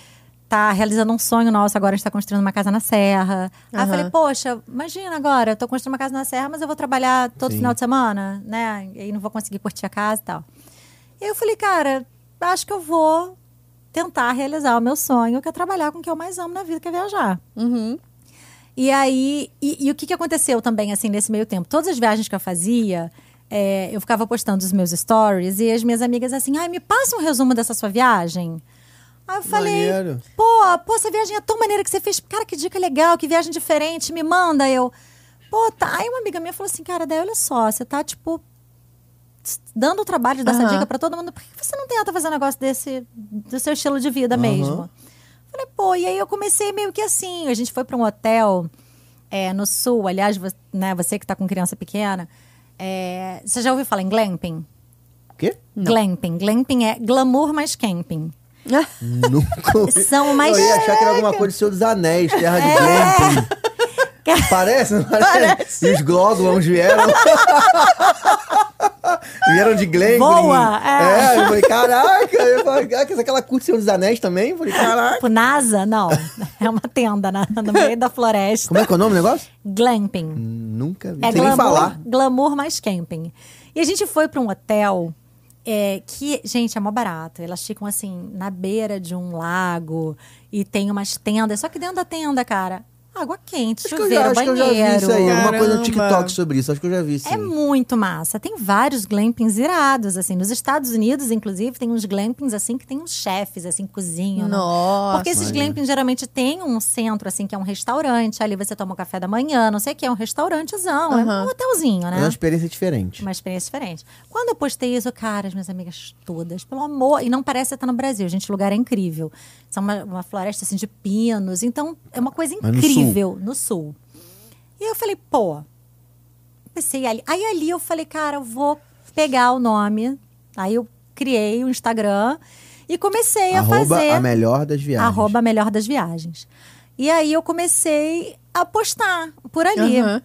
tá realizando um sonho nosso, agora a gente tá construindo uma casa na serra. Aí eu
Aham.
falei, poxa, imagina agora, eu tô construindo uma casa na serra, mas eu vou trabalhar todo
Sim.
final de semana, né? E aí não vou conseguir curtir a casa e tal. E eu falei, cara, acho que eu vou tentar realizar o meu sonho, que é trabalhar com o que eu mais amo na vida, que é viajar.
Uhum.
E aí, e, e o que, que aconteceu também, assim, nesse meio tempo? Todas as viagens que eu fazia, é, eu ficava postando os meus stories e as minhas amigas assim, ai, me passa um resumo dessa sua viagem. Aí eu falei,
Maneiro.
pô, pô, essa viagem é tão maneira que você fez. Cara, que dica legal, que viagem diferente, me manda. Eu, pô, tá. Aí uma amiga minha falou assim, cara, daí olha só, você tá, tipo, s- dando o trabalho dessa
Aham.
dica pra todo mundo. Por que você não tenta fazer um negócio desse, do seu estilo de vida
Aham.
mesmo? Falei, pô, e aí eu comecei meio que assim. A gente foi pra um hotel é, no sul, aliás, vo- né, você que tá com criança pequena. é, você já ouviu falar em glamping?
O quê?
Glamping. Glamping é glamour mais camping.
Nunca. ouvi.
São mais.
Eu ia achar que era alguma coisa do Senhor dos Anéis, Terra de Glamping. Parece, não parece? E os Glógulons vieram. vieram de Glamping.
Boa,
É.
é.
eu falei, caraca. Eu falei, caraca, será que ela curte o Senhor dos Anéis também? Eu falei, caraca.
Tipo, NASA? Não. É uma tenda na- no meio da floresta.
Como é que é o nome do negócio?
Glamping.
Nunca vi.
É
Sem nem
glamour,
falar.
glamour mais camping. E a gente foi pra um hotel é, que, gente, é mó barato. Elas ficam assim, na beira de um lago e tem umas tendas. Só que dentro da tenda, cara, água quente,
Acho que eu já,
chuveiro,
acho que eu já vi
banheiro.
isso aí. Alguma coisa no
Caramba.
TikTok sobre isso. Acho que eu já vi isso.
É muito massa. Tem vários glampings irados, assim. Nos Estados Unidos, inclusive, tem uns glampings, assim, que tem uns chefes, assim, cozinham. né?
Nossa.
Porque esses
imagina.
glampings geralmente tem um centro, assim, que é um restaurante. Ali você toma o café da manhã, não sei o que. É um restaurantezão, é
Aham.
um hotelzinho,
É
né?
uma experiência diferente.
Uma experiência diferente. Quando eu postei isso, cara, as minhas amigas todas, pelo amor, e não parece estar no Brasil, gente, o lugar é incrível. São uma, uma floresta assim de pinos, então é uma coisa
Mas no
incrível no sul. E eu falei, pô, pensei ali. Aí ali eu falei, cara, eu vou pegar o nome. Aí eu criei o Instagram e comecei a
Arroba
fazer
a melhor das viagens.
arroba melhor das viagens. E aí eu comecei a postar por ali.
Aham.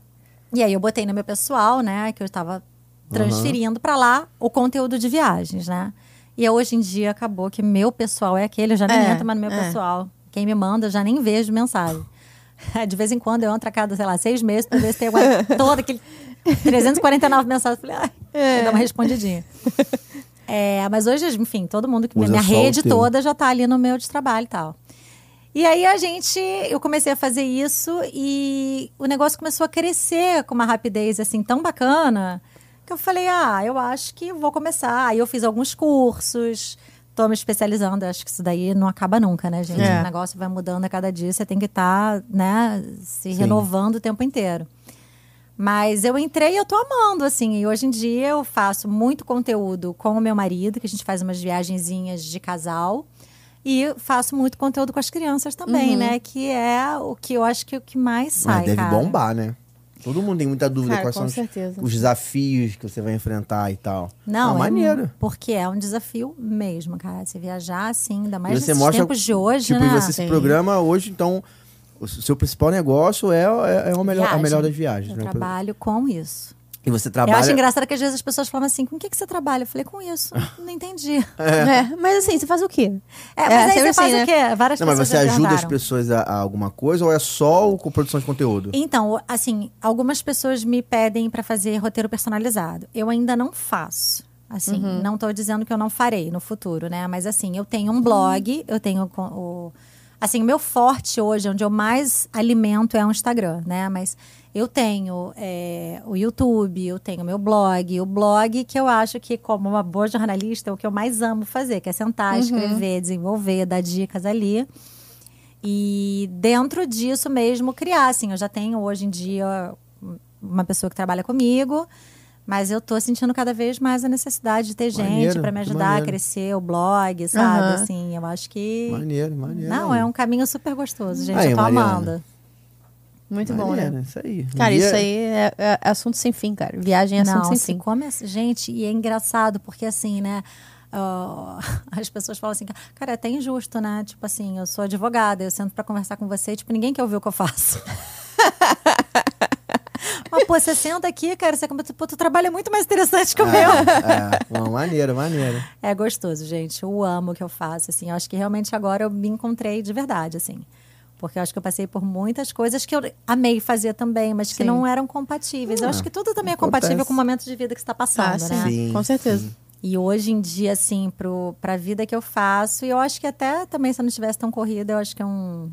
E aí eu botei no meu pessoal, né, que eu estava transferindo pra lá o conteúdo de viagens, né? E hoje em dia acabou que meu pessoal é aquele, eu já nem
É,
entro mais no meu
é.
pessoal. Quem me manda, eu já nem vejo mensagem. De vez em quando eu entro a cada, sei lá, seis meses pra ver se tem alguma- todo aquele 349 mensagens. Falei, ai, vou dar uma respondidinha. É, mas hoje, enfim, todo mundo que
Usa
minha
é só o
rede
teu.
toda já tá ali no meu de trabalho e tal. E aí a gente, eu comecei a fazer isso e o negócio começou a crescer com uma rapidez assim tão bacana que eu falei, ah, eu acho que vou começar. Aí eu fiz alguns cursos, tô me especializando, acho que isso daí não acaba nunca, né, gente?
É.
O negócio vai mudando a cada dia, você tem que estar, tá, né, se
Sim.
renovando o tempo inteiro. Mas eu entrei e eu tô amando, assim. E hoje em dia eu faço muito conteúdo com o meu marido, que a gente faz umas viagenzinhas de casal. E faço muito conteúdo com as crianças também, né? Que é o que eu acho que é o que mais sai,
Uhum. Mas deve
cara.
bombar, né? Todo mundo tem muita dúvida
Cara,
quais
com
são os-
certeza.
os desafios que você vai enfrentar e tal.
Não,
é
é
maneiro.
Porque é um desafio mesmo, cara. Você viajar assim, ainda
E
mais
você
nesses
mostra,
tempos de hoje,
tipo,
né?
e você se
Sim.
programa hoje, então, o seu principal negócio é, é, é o melhor, a
Viagem.
melhor das viagens.
Eu
né?
trabalho com isso.
E você
Eu acho
trabalha...
engraçado que às vezes as pessoas falam assim, com o que, que você trabalha? Eu falei, com isso. Não entendi.
É, mas assim, você faz o quê?
É, mas
É,
aí
sempre
você
assim,
faz
né?
o quê? Várias
Não, mas
pessoas
você
já
ajuda as
perguntaram.
pessoas a, a alguma coisa ou é só o, com produção de conteúdo?
Então, assim, algumas pessoas me pedem para fazer roteiro personalizado. Eu ainda não faço. Assim, não tô dizendo que eu não farei no futuro, né? Mas assim, eu tenho um blog, eu tenho co- o assim, o meu forte hoje, onde eu mais alimento é o Instagram, né? Mas eu tenho é, o YouTube, eu tenho meu blog, o blog que eu acho que, como uma boa jornalista, é o que eu mais amo fazer, que é sentar, escrever, desenvolver, dar dicas ali. E dentro disso mesmo criar, assim, eu já tenho hoje em dia uma pessoa que trabalha comigo, mas eu tô sentindo cada vez mais a necessidade de ter gente
Maneiro,
para me
que
ajudar a
maneiro.
crescer o blog, sabe?
Aham.
Assim, eu acho que
Maneiro, maneiro.
não, é um caminho super gostoso, gente.
Aí,
eu tô
Mariana.
amando.
Muito bom,
maneiro,
né?
Isso aí. Um
Cara,
dia-
isso aí é, é assunto sem fim, cara. Viagem é assunto
Não,
sem
se
fim.
come assim- gente, e é engraçado, porque assim, né? ó, as pessoas falam assim, cara, é até injusto, né? Tipo assim, eu sou advogada, eu sento pra conversar com você, tipo, ninguém quer ouvir o que eu faço. Mas, pô, você senta aqui, cara, você começa, pô, tu trabalha muito mais interessante que o meu.
É, é, uma maneiro, maneiro.
É gostoso, gente. Eu amo o que eu faço, assim. Eu acho que realmente agora eu me encontrei de verdade, assim. Porque eu acho que eu passei por muitas coisas que eu amei fazer também, mas que
Sim.
não eram compatíveis. eu acho que tudo também é compatível
acontece.
com o momento de vida que você está
Ah,
passando, né?
sim,
Sim,
com certeza.
E hoje em dia, assim, pro, pra vida que eu faço, e eu acho que até também se eu não tivesse tão corrida, eu acho que é um,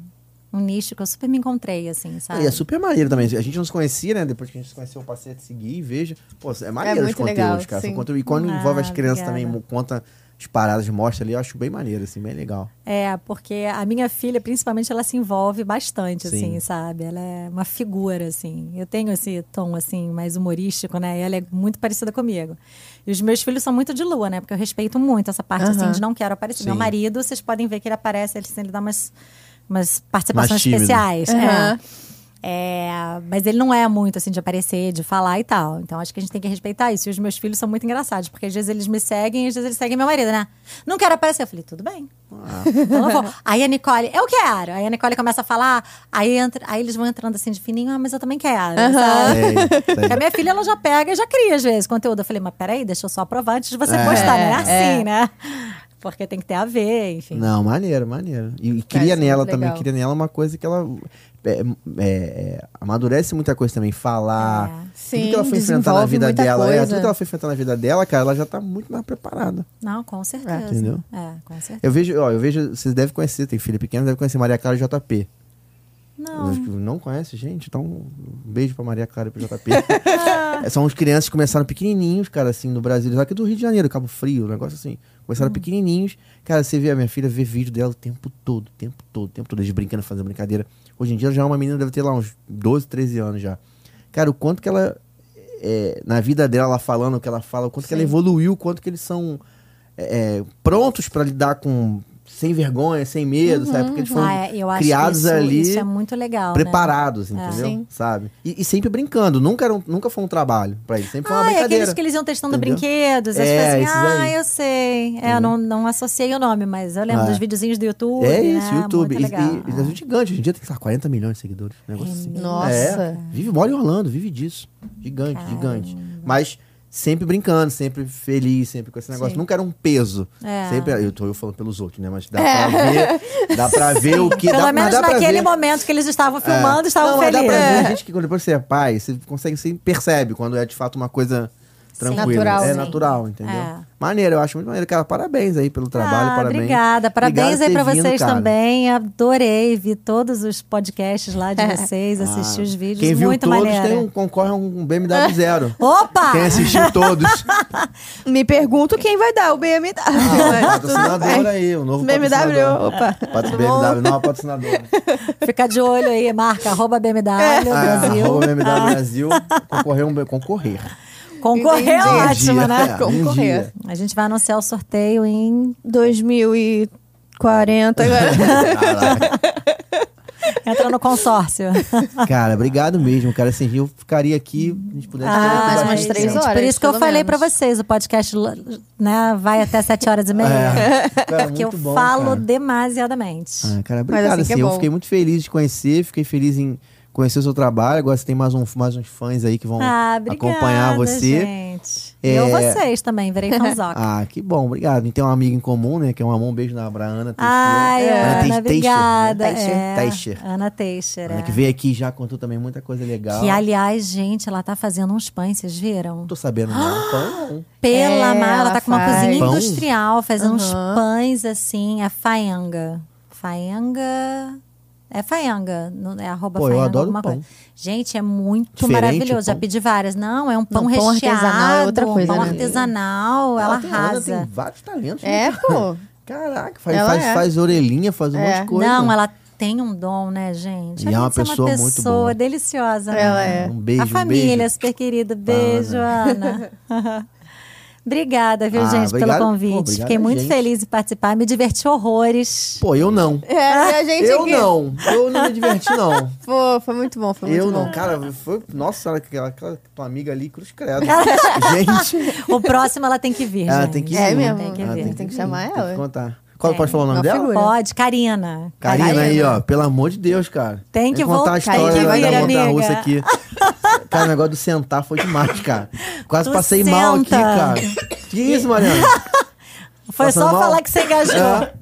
um nicho que eu super me encontrei, assim,
Tá.
sabe?
E é super maneiro também. A gente não se conhecia, né? Depois que a gente se conheceu, eu passei a te seguir e veja. Pô, é maneiro os
muito
conteúdos,
legal,
cara.
sim.
São conteúdo- E quando
Ah,
envolve as crianças
obrigada.
também, mo- conta as paradas, mostra ali, eu acho bem maneiro, assim, bem legal.
É, porque a minha filha, principalmente, ela se envolve bastante,
Sim.
assim, sabe? Ela é uma figura, assim. Eu tenho esse tom, assim, mais humorístico, né? E ela é muito parecida comigo. E os meus filhos são muito de lua, né? Porque eu respeito muito essa parte, assim,
Aham.
de não quero aparecer. Meu
Sim.
marido, vocês podem ver que ele aparece, ele, assim, ele dá umas, umas participações
Mais tímido.
especiais.
Aham.
É. É, mas ele não é muito assim de aparecer, de falar e tal. Então acho que a gente tem que respeitar isso. E os meus filhos são muito engraçados, porque às vezes eles me seguem e às vezes eles seguem meu marido, né? Não quero aparecer. Eu falei, tudo bem. Então,
Ah,
Eu não vou. Aí a Nicole, eu quero. Aí a Nicole começa a falar, aí, entra, aí eles vão entrando assim de fininho, ah, mas eu também quero. sabe?
sei,
Porque a
sei.
minha filha, ela já pega e já cria, às vezes, conteúdo. Eu falei, mas peraí, deixa eu só aprovar antes de você
É,
postar, né? É
é.
assim, né? Porque tem que ter a ver, enfim.
Não, maneiro, maneiro. E, e
Cara, isso
cria
é muito
nela também,
legal.
cria nela uma coisa que ela é, é, é, amadurece muita coisa também, falar.
É.
Sim,
tudo que ela foi enfrentar na
desenvolve
vida
muita
dela, é,
coisa.
tudo que ela foi enfrentar na vida dela, cara, ela já tá muito mais preparada.
Não, com certeza.
Entendeu?
É, com certeza.
Eu vejo, ó, eu vejo, vocês devem conhecer, tem filha pequena, deve conhecer Maria Clara e JP.
Não.
Eu- Não conhece, gente? Então, um beijo pra Maria Clara e pro JP. É, São uns crianças que começaram pequenininhos, cara, assim, no Brasil. Aqui do Rio de Janeiro, Cabo Frio, um negócio assim. Começaram
Hum.
pequenininhos. Cara, você vê a minha filha, vê vídeo dela o tempo todo, o tempo todo, o tempo todo. Eles brincando, fazendo brincadeira. Hoje em dia, ela já é uma menina, deve ter lá uns 12, 13 anos já. Cara, o quanto que ela... é, na vida dela, ela falando o que ela fala, o quanto que ela evoluiu, o quanto que eles são é, é, prontos pra lidar com... Sem vergonha, sem medo, sabe? Porque eles foram
Ah, é, eu acho
criados
que isso,
ali
isso é muito legal. né?
preparados, entendeu?
Sim.
Sabe? E, e sempre brincando, nunca, era um- nunca foi um trabalho pra eles, sempre foi uma
Ah, é aqueles
brincadeira.
que eles iam testando
Entendeu?
brinquedos. As
É,
pessoas assim,
esses
ah,
aí.
eu sei. É, eu não, não associei o nome, mas eu lembro
Ah.
dos videozinhos do YouTube.
É isso,
né?
YouTube.
Muito
E,
legal.
e, e é gigante, hoje em dia tem, sei lá, 40 milhões de seguidores. um negócio assim.
Nossa.
É, vive, mora em Orlando, vive disso. Gigante, gigante. Mas sempre brincando, sempre feliz, sempre com esse negócio.
Sim.
Nunca era um peso.
É.
Sempre, eu tô eu falando pelos outros, né? Mas dá pra ver, dá pra ver o que...
Pelo
dá, mas
menos
dá pra
naquele
ver- É.
momento que eles estavam filmando, estavam
Não, mas dá
felizes.
é pra ver, gente, que quando depois você é pai, você consegue, você percebe quando é de fato é uma coisa tranquilo.
Natural,
é
sim.
natural, entendeu?
É.
Maneiro, eu acho muito maneiro, cara. Parabéns aí pelo trabalho,
Ah,
parabéns.
Obrigada, parabéns
Obrigado
aí
por
pra
ter vindo,
vocês
cara.
também. Adorei, vi todos os podcasts lá de vocês,
Ah,
assisti os vídeos,
Quem viu
muito
todos
maneiro. Ah.
tem um, concorre a um BMW zero.
Opa!
Quem assistiu todos.
Me pergunto quem vai dar o BMW.
Ah,
Tudo bem.
patrocinador aí, o novo
BMW,
patrocinador.
opa.
Pat- BMW, não, patrocinador.
Fica de olho aí, marca arroba BMW Brasil.
É. Ah,
Ah.
arroba BMW Brasil. Concorrer, um, concorrer.
Concorreu,
Entendi.
ótimo, né?
É, um
Concorrer.
dia.
A gente vai anunciar o sorteio em.
2040 agora.
Caraca.
Entra no consórcio.
Cara, obrigado mesmo, cara. Assim, eu ficaria aqui, a gente pudesse
Ah,
ficar aqui
mais umas
bastante
três
tempo.
horas,
Por isso que eu
pelo
falei pra
menos.
vocês, o podcast né, vai até 7 horas e meia.
É, cara,
Porque eu
muito bom,
falo
cara.
demasiadamente.
Ah, cara, obrigado.
assim que
Assim,
é
eu
bom.
fiquei muito feliz de conhecer, fiquei feliz em conhecer o seu trabalho. Agora você tem mais, um, mais uns fãs aí que vão
Ah, obrigada,
acompanhar você.
Gente.
É.
E Eu vocês também, virei fanzoca.
Ah, que bom, obrigado. E tem uma amiga em comum, né? Que é um amor, um beijo na pra Ana Teixeira.
Ai,
É.
Ana
Ana,
Teixeira, né?
obrigada.
Teixeira.
É,
Teixeira.
Ana Teixeira.
Ana que veio aqui e já contou também muita coisa legal.
Que, aliás, gente, ela tá fazendo uns pães, vocês viram?
Não tô sabendo não. Pão não.
Pela
É,
mala, ela
ela
tá com uma
faz.
cozinha
Pão?
industrial, fazendo uns
Aham.
pães assim, é faenga. Faenga. É faenga, não- é arroba
Pô, eu
faenga,
adoro
alguma
pão.
coisa. Gente, é muito
Diferente
maravilhoso. Já
pão?
pedi várias. Não, é um pão
Não, pão
recheado,
artesanal é outra coisa,
um pão
né?
artesanal, ela
tem- Ana
arrasa.
tem vários talentos. né?
é, pô.
Caraca, faz,
Ela
faz,
é.
faz orelhinha, faz um
É.
monte de coisa.
Não, ela tem um dom, né, gente?
E
Ela
é uma
deve ser
pessoa
uma
muito
pessoa
boa.
deliciosa. né?
Ela é.
Um beijo,
A
um
família,
beijo.
super querida. Beijo, Ana. Obrigada, viu,
Ah,
gente,
obrigado.
pelo
Pô,
convite.
obrigado,
Fiquei muito
gente.
feliz em participar, me diverti horrores.
Pô, eu não.
É, e a gente
Eu
aqui.
não. Eu não me diverti, não.
Pô, foi muito bom, foi muito
Eu
bom.
não. Cara, foi. Nossa, senhora, aquela, aquela tua amiga ali, cruz credo. gente.
O próximo ela tem que vir,
Ela
gente.
tem que ir.
É
né?
mesmo.
Tem que
Ela
ver.
Tem que
ir,
chamar
tem
ela. É,
que contar. Qual, pode falar o nome
Uma
dela?
figura.
Pode, Karina.
Karina
Karina.
aí, ó. Pelo amor de Deus, cara.
Tem que
contar a
voltar.
história
Tem que
lá
vir,
da
amiga.
montanha russa aqui. Cara, o negócio do sentar foi demais, cara. Quase
Tu
passei mal aqui,
senta.
cara. Que isso, Mariana?
Foi
Tá Passando
só
mal?
falar que você engasgou.
É.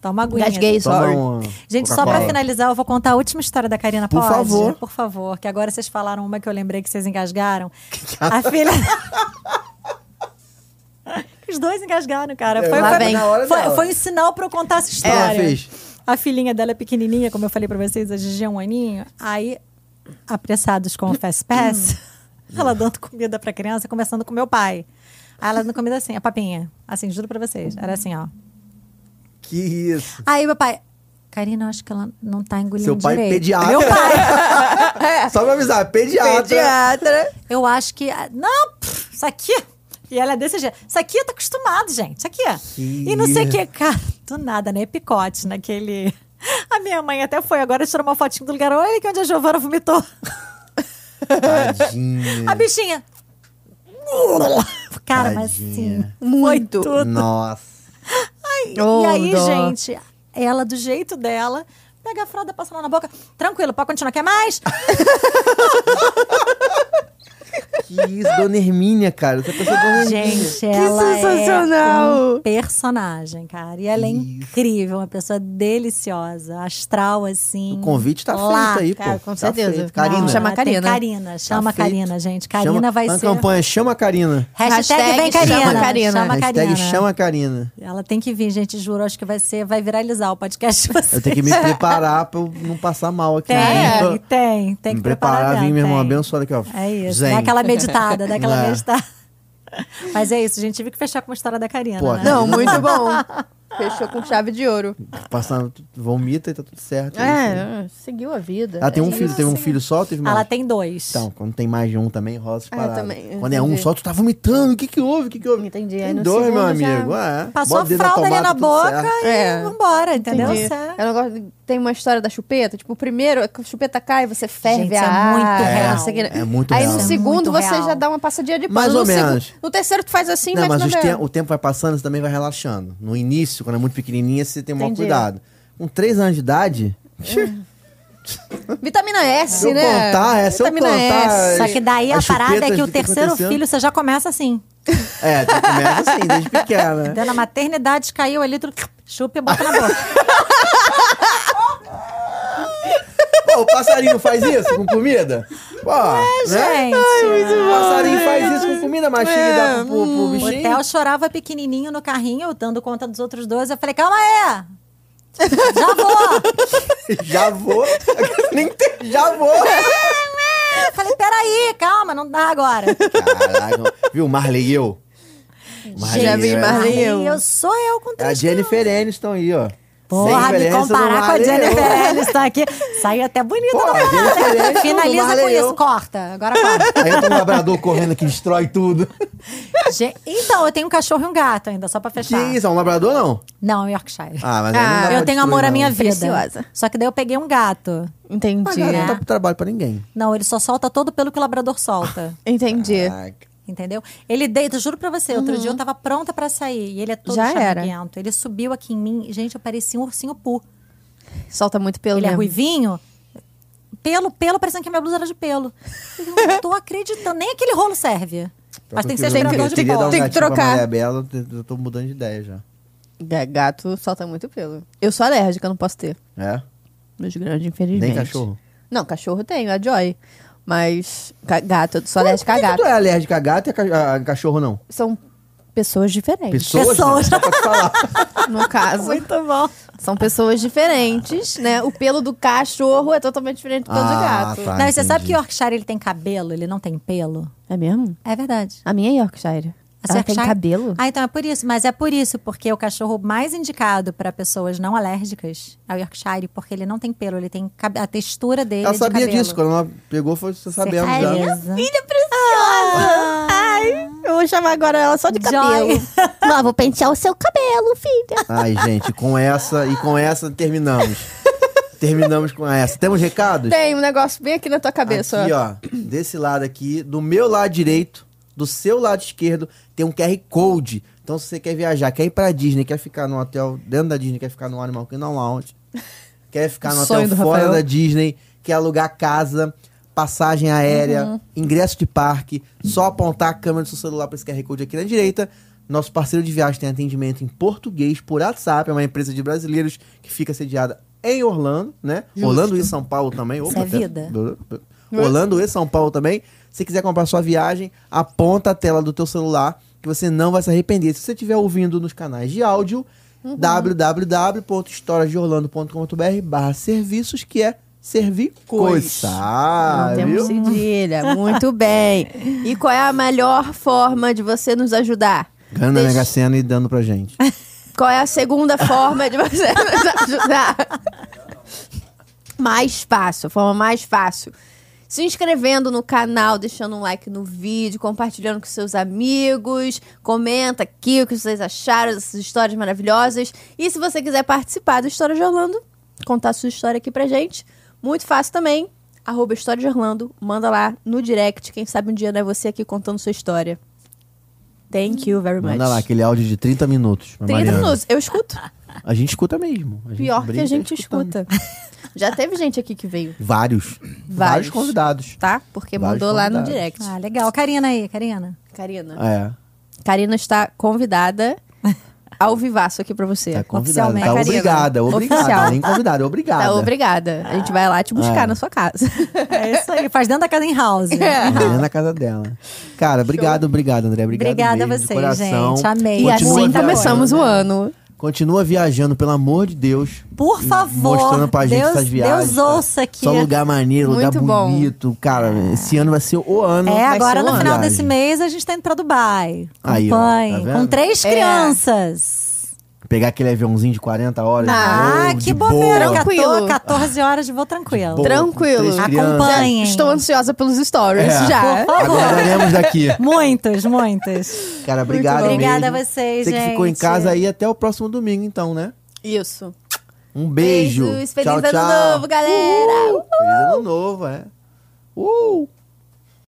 Toma aguinha.
Gasguei
Toma
sorry.
uma
Gente, só
Coca-Cola.
pra finalizar, eu vou contar a última história da Karina,
Por
pode?
favor.
Por favor, que agora vocês falaram uma que eu lembrei que vocês engasgaram. a filha... Os dois engasgaram, cara.
É,
Foi,
lá
foi-
vem.
Na hora
foi-
dela.
foi um sinal pra eu contar essa
que ela
história.
fez?
A filhinha dela é pequenininha, como eu falei pra vocês, a Gigi é um aninho. Aí, apressados com o Fast Pass, ela dando comida pra criança, conversando com meu pai. Aí ela dando comida assim, a papinha. Assim, juro pra vocês. Era assim, ó.
Que isso.
Aí meu pai, Karina, eu acho que ela não tá engolindo
Seu pai
direito.
pediatra.
Meu pai,
Só pra avisar, pediatra.
Pediatra.
eu acho que. ah, Não, pff, isso aqui. E ela é desse jeito. Isso aqui tá acostumado, gente. Isso aqui. E não sei o que, cara. Do nada, né? Picote naquele. A minha mãe até foi agora tirou uma fotinho do lugar. Olha aqui onde a Giovana vomitou.
Tadinha.
A bichinha. Cara, mas sim.
Tadinha.
Muito.
Foi tudo.
Nossa.
Oh,
e aí,
dó.
gente, ela, do jeito dela, pega a fralda, passa lá na boca. Tranquilo, pode continuar. Quer mais?
Que isso, Dona Hermínia, cara. Essa pessoa é Dona Hermínia.
Gente, ela é
sensacional!
um personagem, cara. E ela é incrível, uma pessoa deliciosa, astral, assim.
O convite tá
lá.
feito aí, pô.
cara, com
Tá
certeza.
feito.
Não,
Karina. Tá
chama
tem
Karina.
Karina, chama a
feito.
Karina, gente. Karina
Chama,
vai
uma
ser.
campanha, chama a Karina.
Hashtag, vem
Hashtag
Karina.
chama Karina.
Hashtag chama a Karina.
Ela tem que vir, gente, juro. Acho que vai ser, vai viralizar o podcast de vocês.
Eu tenho que me preparar pra eu não passar mal aqui.
Tem,
né?
É.
tem, tem que
me preparar,
preparar.
vim,
bem,
meu irmão,
tem.
abençoado aqui, ó.
É isso,
Zen.
dá aquela meditada, dá aquela
É.
meditada. Mas é isso, gente, tive que fechar com uma história da Karina,
Pô,
né?
Não, muito bom. Fechou com chave de ouro.
Passando, vomita e tá tudo certo. isso, né?
É, seguiu a vida.
Ela tem um
É
filho,
isso.
teve um filho só ou teve mais?
Ela tem dois.
Então, quando tem mais de um também, rola essas
Ah,
paradas.
também,
Quando é um
entendi.
só, tu tá vomitando. O que que houve? O que que houve?
Entendi, aí
Tem
no
dois, meu
segundo já-
amigo. É.
Passou
Bota o
a
dedo
fralda ali
tomada,
na
tudo
boca
certo.
e
É.
vambora, entendeu? é-
Entendi.
Certo.
Ela gosta- tem uma história da chupeta. Tipo, o primeiro, a chupeta cai, você ferve
Gente,
a
é muito
água,
real.
não sei o que.
É muito
Aí
real.
no
Isso é
segundo,
muito
você
real.
já dá uma passadinha de pano.
Mais ou
No segu-
menos.
No terceiro, tu faz assim e
Não,
mete
mas
na
os
vela.
te- o tempo vai passando, você também vai relaxando. No início, quando é muito pequenininha, você tem o maior
Entendi. É.
cuidado. Com 3 anos de idade,
Vitamina S,
Se eu
né?
contar, é, se eu
Vitamina
contar,
S.
Só que daí
As
a parada é
chupetas
que o
que tá
terceiro
acontecendo.
filho você já começa assim.
é, tu começa assim, desde pequena.
Entendeu? Na maternidade caiu ali, Né? tu chupa e bota na boca.
Pô, o Passarinho faz isso com comida? Pô, né?
É,
Gente,
Passarinho faz isso com comida, mas chega e dá pro, pro, pro
o
bichinho.
Theo chorava pequenininho no carrinho, dando conta dos outros dois. Eu falei, calma aí! Já vou!
Já vou. Nem tem- Já vou.
Eu falei, peraí, calma, não dá agora.
Caraca, viu? Marley e eu. Marley
Já
e
vi
eu.
Marley e eu.
eu. sou eu com
É a
três
Jennifer Aniston aí, ó.
Porra,
Sem
me
diferença do
comparar com a
Marley e eu.
Jennifer Aniston aqui. Saiu até bonito.
Pô,
não?
a Jennifer Aniston, do
Finaliza
Marley
com
e eu.
isso, corta. Agora corta.
Aí entra um labrador correndo que destrói tudo.
Gen- Então, eu tenho um cachorro e um gato ainda, só pra
Que
fechar.
isso? É um labrador não?
Não, é um Yorkshire.
Ah, então. mas
Ah,
aí não dá pra
eu tenho
destruir,
amor à
não.
minha vida.
Preciosa.
Só que daí eu peguei um gato.
Mas,
Entendi.
cara, não dá pro trabalho pra ninguém.
Não, ele só solta todo pelo que o labrador solta.
Entendi.
Caraca.
Entendeu? Ele deita, juro pra você, outro dia eu tava pronta pra sair. E ele é todo
Uhum. Já era.
chamuguento. Ele subiu aqui em mim. Gente, eu parecia um ursinho pu.
Solta muito pelo
Ele é
mesmo.
ruivinho. Pelo, pelo, parecendo que a minha blusa era de pelo. Eu não tô acreditando. Nem aquele rolo serve. Mas tem que ser
Tem
que-
vibrador
Eu
de
queria dar
pó.
um
Tem que
gatinho pra
trocar.
Maria Bela, eu tô mudando de ideia já.
Ga- Gato solta muito pelo. Eu sou alérgica, eu não posso ter.
É?
Meus grandes, infelizmente.
Nem cachorro?
Não, cachorro eu tenho, a Joy. Mas ca- gato, eu sou alérgica a
Por que
gato.
Tu é alérgica a gato e a ca- a cachorro não?
São pessoas diferentes,
Pessoas?
Pessoas.
Não, só pra te falar.
no caso.
bom.
São pessoas diferentes, né? O pelo do cachorro é totalmente diferente do pelo do
Ah,
gato.
tá.
não, e você sabe
entendi.
que o Yorkshire ele tem cabelo, ele não tem pelo?
É mesmo?
É verdade.
A minha é Yorkshire.
A
Ela
Yorkshire-
tem cabelo?
Ah, então é por isso. Mas é por isso, porque o cachorro mais indicado pra pessoas não alérgicas é o Yorkshire, porque ele não tem pelo, ele tem cab- a textura dele. é
Ela
de
sabia
cabelo.
disso, quando ela pegou, foi você sabendo já.
Certeza.
Filha preciosa! Ai, eu vou chamar agora ela só de
Joy.
cabelo. Não, vou pentear o seu cabelo, filha.
Ai, gente, com essa e com essa terminamos. terminamos com essa. Temos recados?
Tem um negócio bem aqui na tua cabeça.
Aqui,
ó.
ó, desse lado aqui, do meu lado direito, do seu lado esquerdo, tem um QR Code. Então, se você quer viajar, quer ir pra Disney, quer ficar no hotel dentro da Disney, quer ficar no Animal Kingdom Lounge, quer ficar no
Sonho
hotel
do
fora
Rafael.
da Disney, quer alugar casa, passagem aérea,
Uhum.
ingresso de parque, só apontar a câmera do seu celular para esse QR Code aqui na direita. Nosso parceiro de viagem tem atendimento em português por WhatsApp, é uma empresa de brasileiros que fica sediada em Orlando, né? Orlando e São Paulo também.
Isso
Opa,
é
até-
vida.
é?
Orlando e São Paulo também. Se quiser comprar sua viagem, aponta a tela do teu celular que você não vai se arrepender. Se você estiver ouvindo nos canais de áudio,
Uhum.
www.historiasdeorlando.com.br barra serviços, que é servir coisa.
Não temos
Ah, viu?
cedilha. Muito bem. E qual é a melhor forma de você nos ajudar?
Ganhando a Mega Sena né, e dando pra gente.
Qual é a segunda forma de você nos ajudar? Mais fácil, a forma mais fácil. Se inscrevendo no canal, deixando um like no vídeo, compartilhando com seus amigos, comenta aqui o que vocês acharam dessas histórias maravilhosas. E se você quiser participar do História de Orlando, contar sua história aqui pra gente, muito fácil também. Arroba História de Orlando, manda lá no direct. Quem sabe um dia não é você aqui contando sua história. Thank you very much.
Manda lá tá aquele áudio de 30 minutos. pra
30
Mariana.
minutos, eu escuto.
A gente escuta mesmo. A gente
Pior que
brinca
a gente
escutando.
escuta. Já teve gente aqui que veio,
Vários. Vários.
Vários.
convidados.
tá? Porque
Vários
mandou lá no
convidados.
direct.
Ah, legal. Karina aí, Karina.
Karina.
É.
Karina está convidada ao vivaço aqui pra você.
Tá convidada.
Oficialmente.
Tá
Karina.
obrigada, obrigada.
Oficial.
Nem convidada, obrigada.
Tá, obrigada. A gente vai lá te buscar
É.
na sua casa.
É isso aí. Faz dentro da casa em house.
Maria na casa dela. Cara, obrigado, obrigado, André. Obrigado
Obrigada
mesmo,
a
de
vocês,
coração.
gente. Amei.
E
Continua né?
assim
viajando.
começamos o ano.
Continua viajando, pelo amor de Deus.
Por favor.
Mostrando pra gente
Deus,
essas viagens.
Deus
cara.
ouça aqui.
Só lugar maneiro, lugar
Muito bom.
bonito. Cara, esse ano vai ser o ano.
É,
Vai
agora
ser
no
uma
final
viagem.
desse mês a gente tá indo pra Dubai.
Aí, ó,
Acompanhe.
tá vendo?
com três
É.
crianças.
Pegar aquele aviãozinho de 40 horas. de
Ah,
voo,
que
de
bobeira.
boa.
14,
Tranquilo.
14 horas de voo tranquilo.
Boa, com
Tranquilo.
três crianças.
Acompanhe.
Estou ansiosa pelos stories
É.
já.
Por favor.
Aguardaremos daqui.
Muitos, muitos.
Cara, obrigado
bom.
mesmo.
Obrigada a vocês,
Você
gente.
que ficou em casa aí até o próximo domingo, então, né?
Isso.
Um beijo.
Beijos. Feliz
tchau,
ano
tchau.
novo, galera.
Feliz ano novo, é. Uh!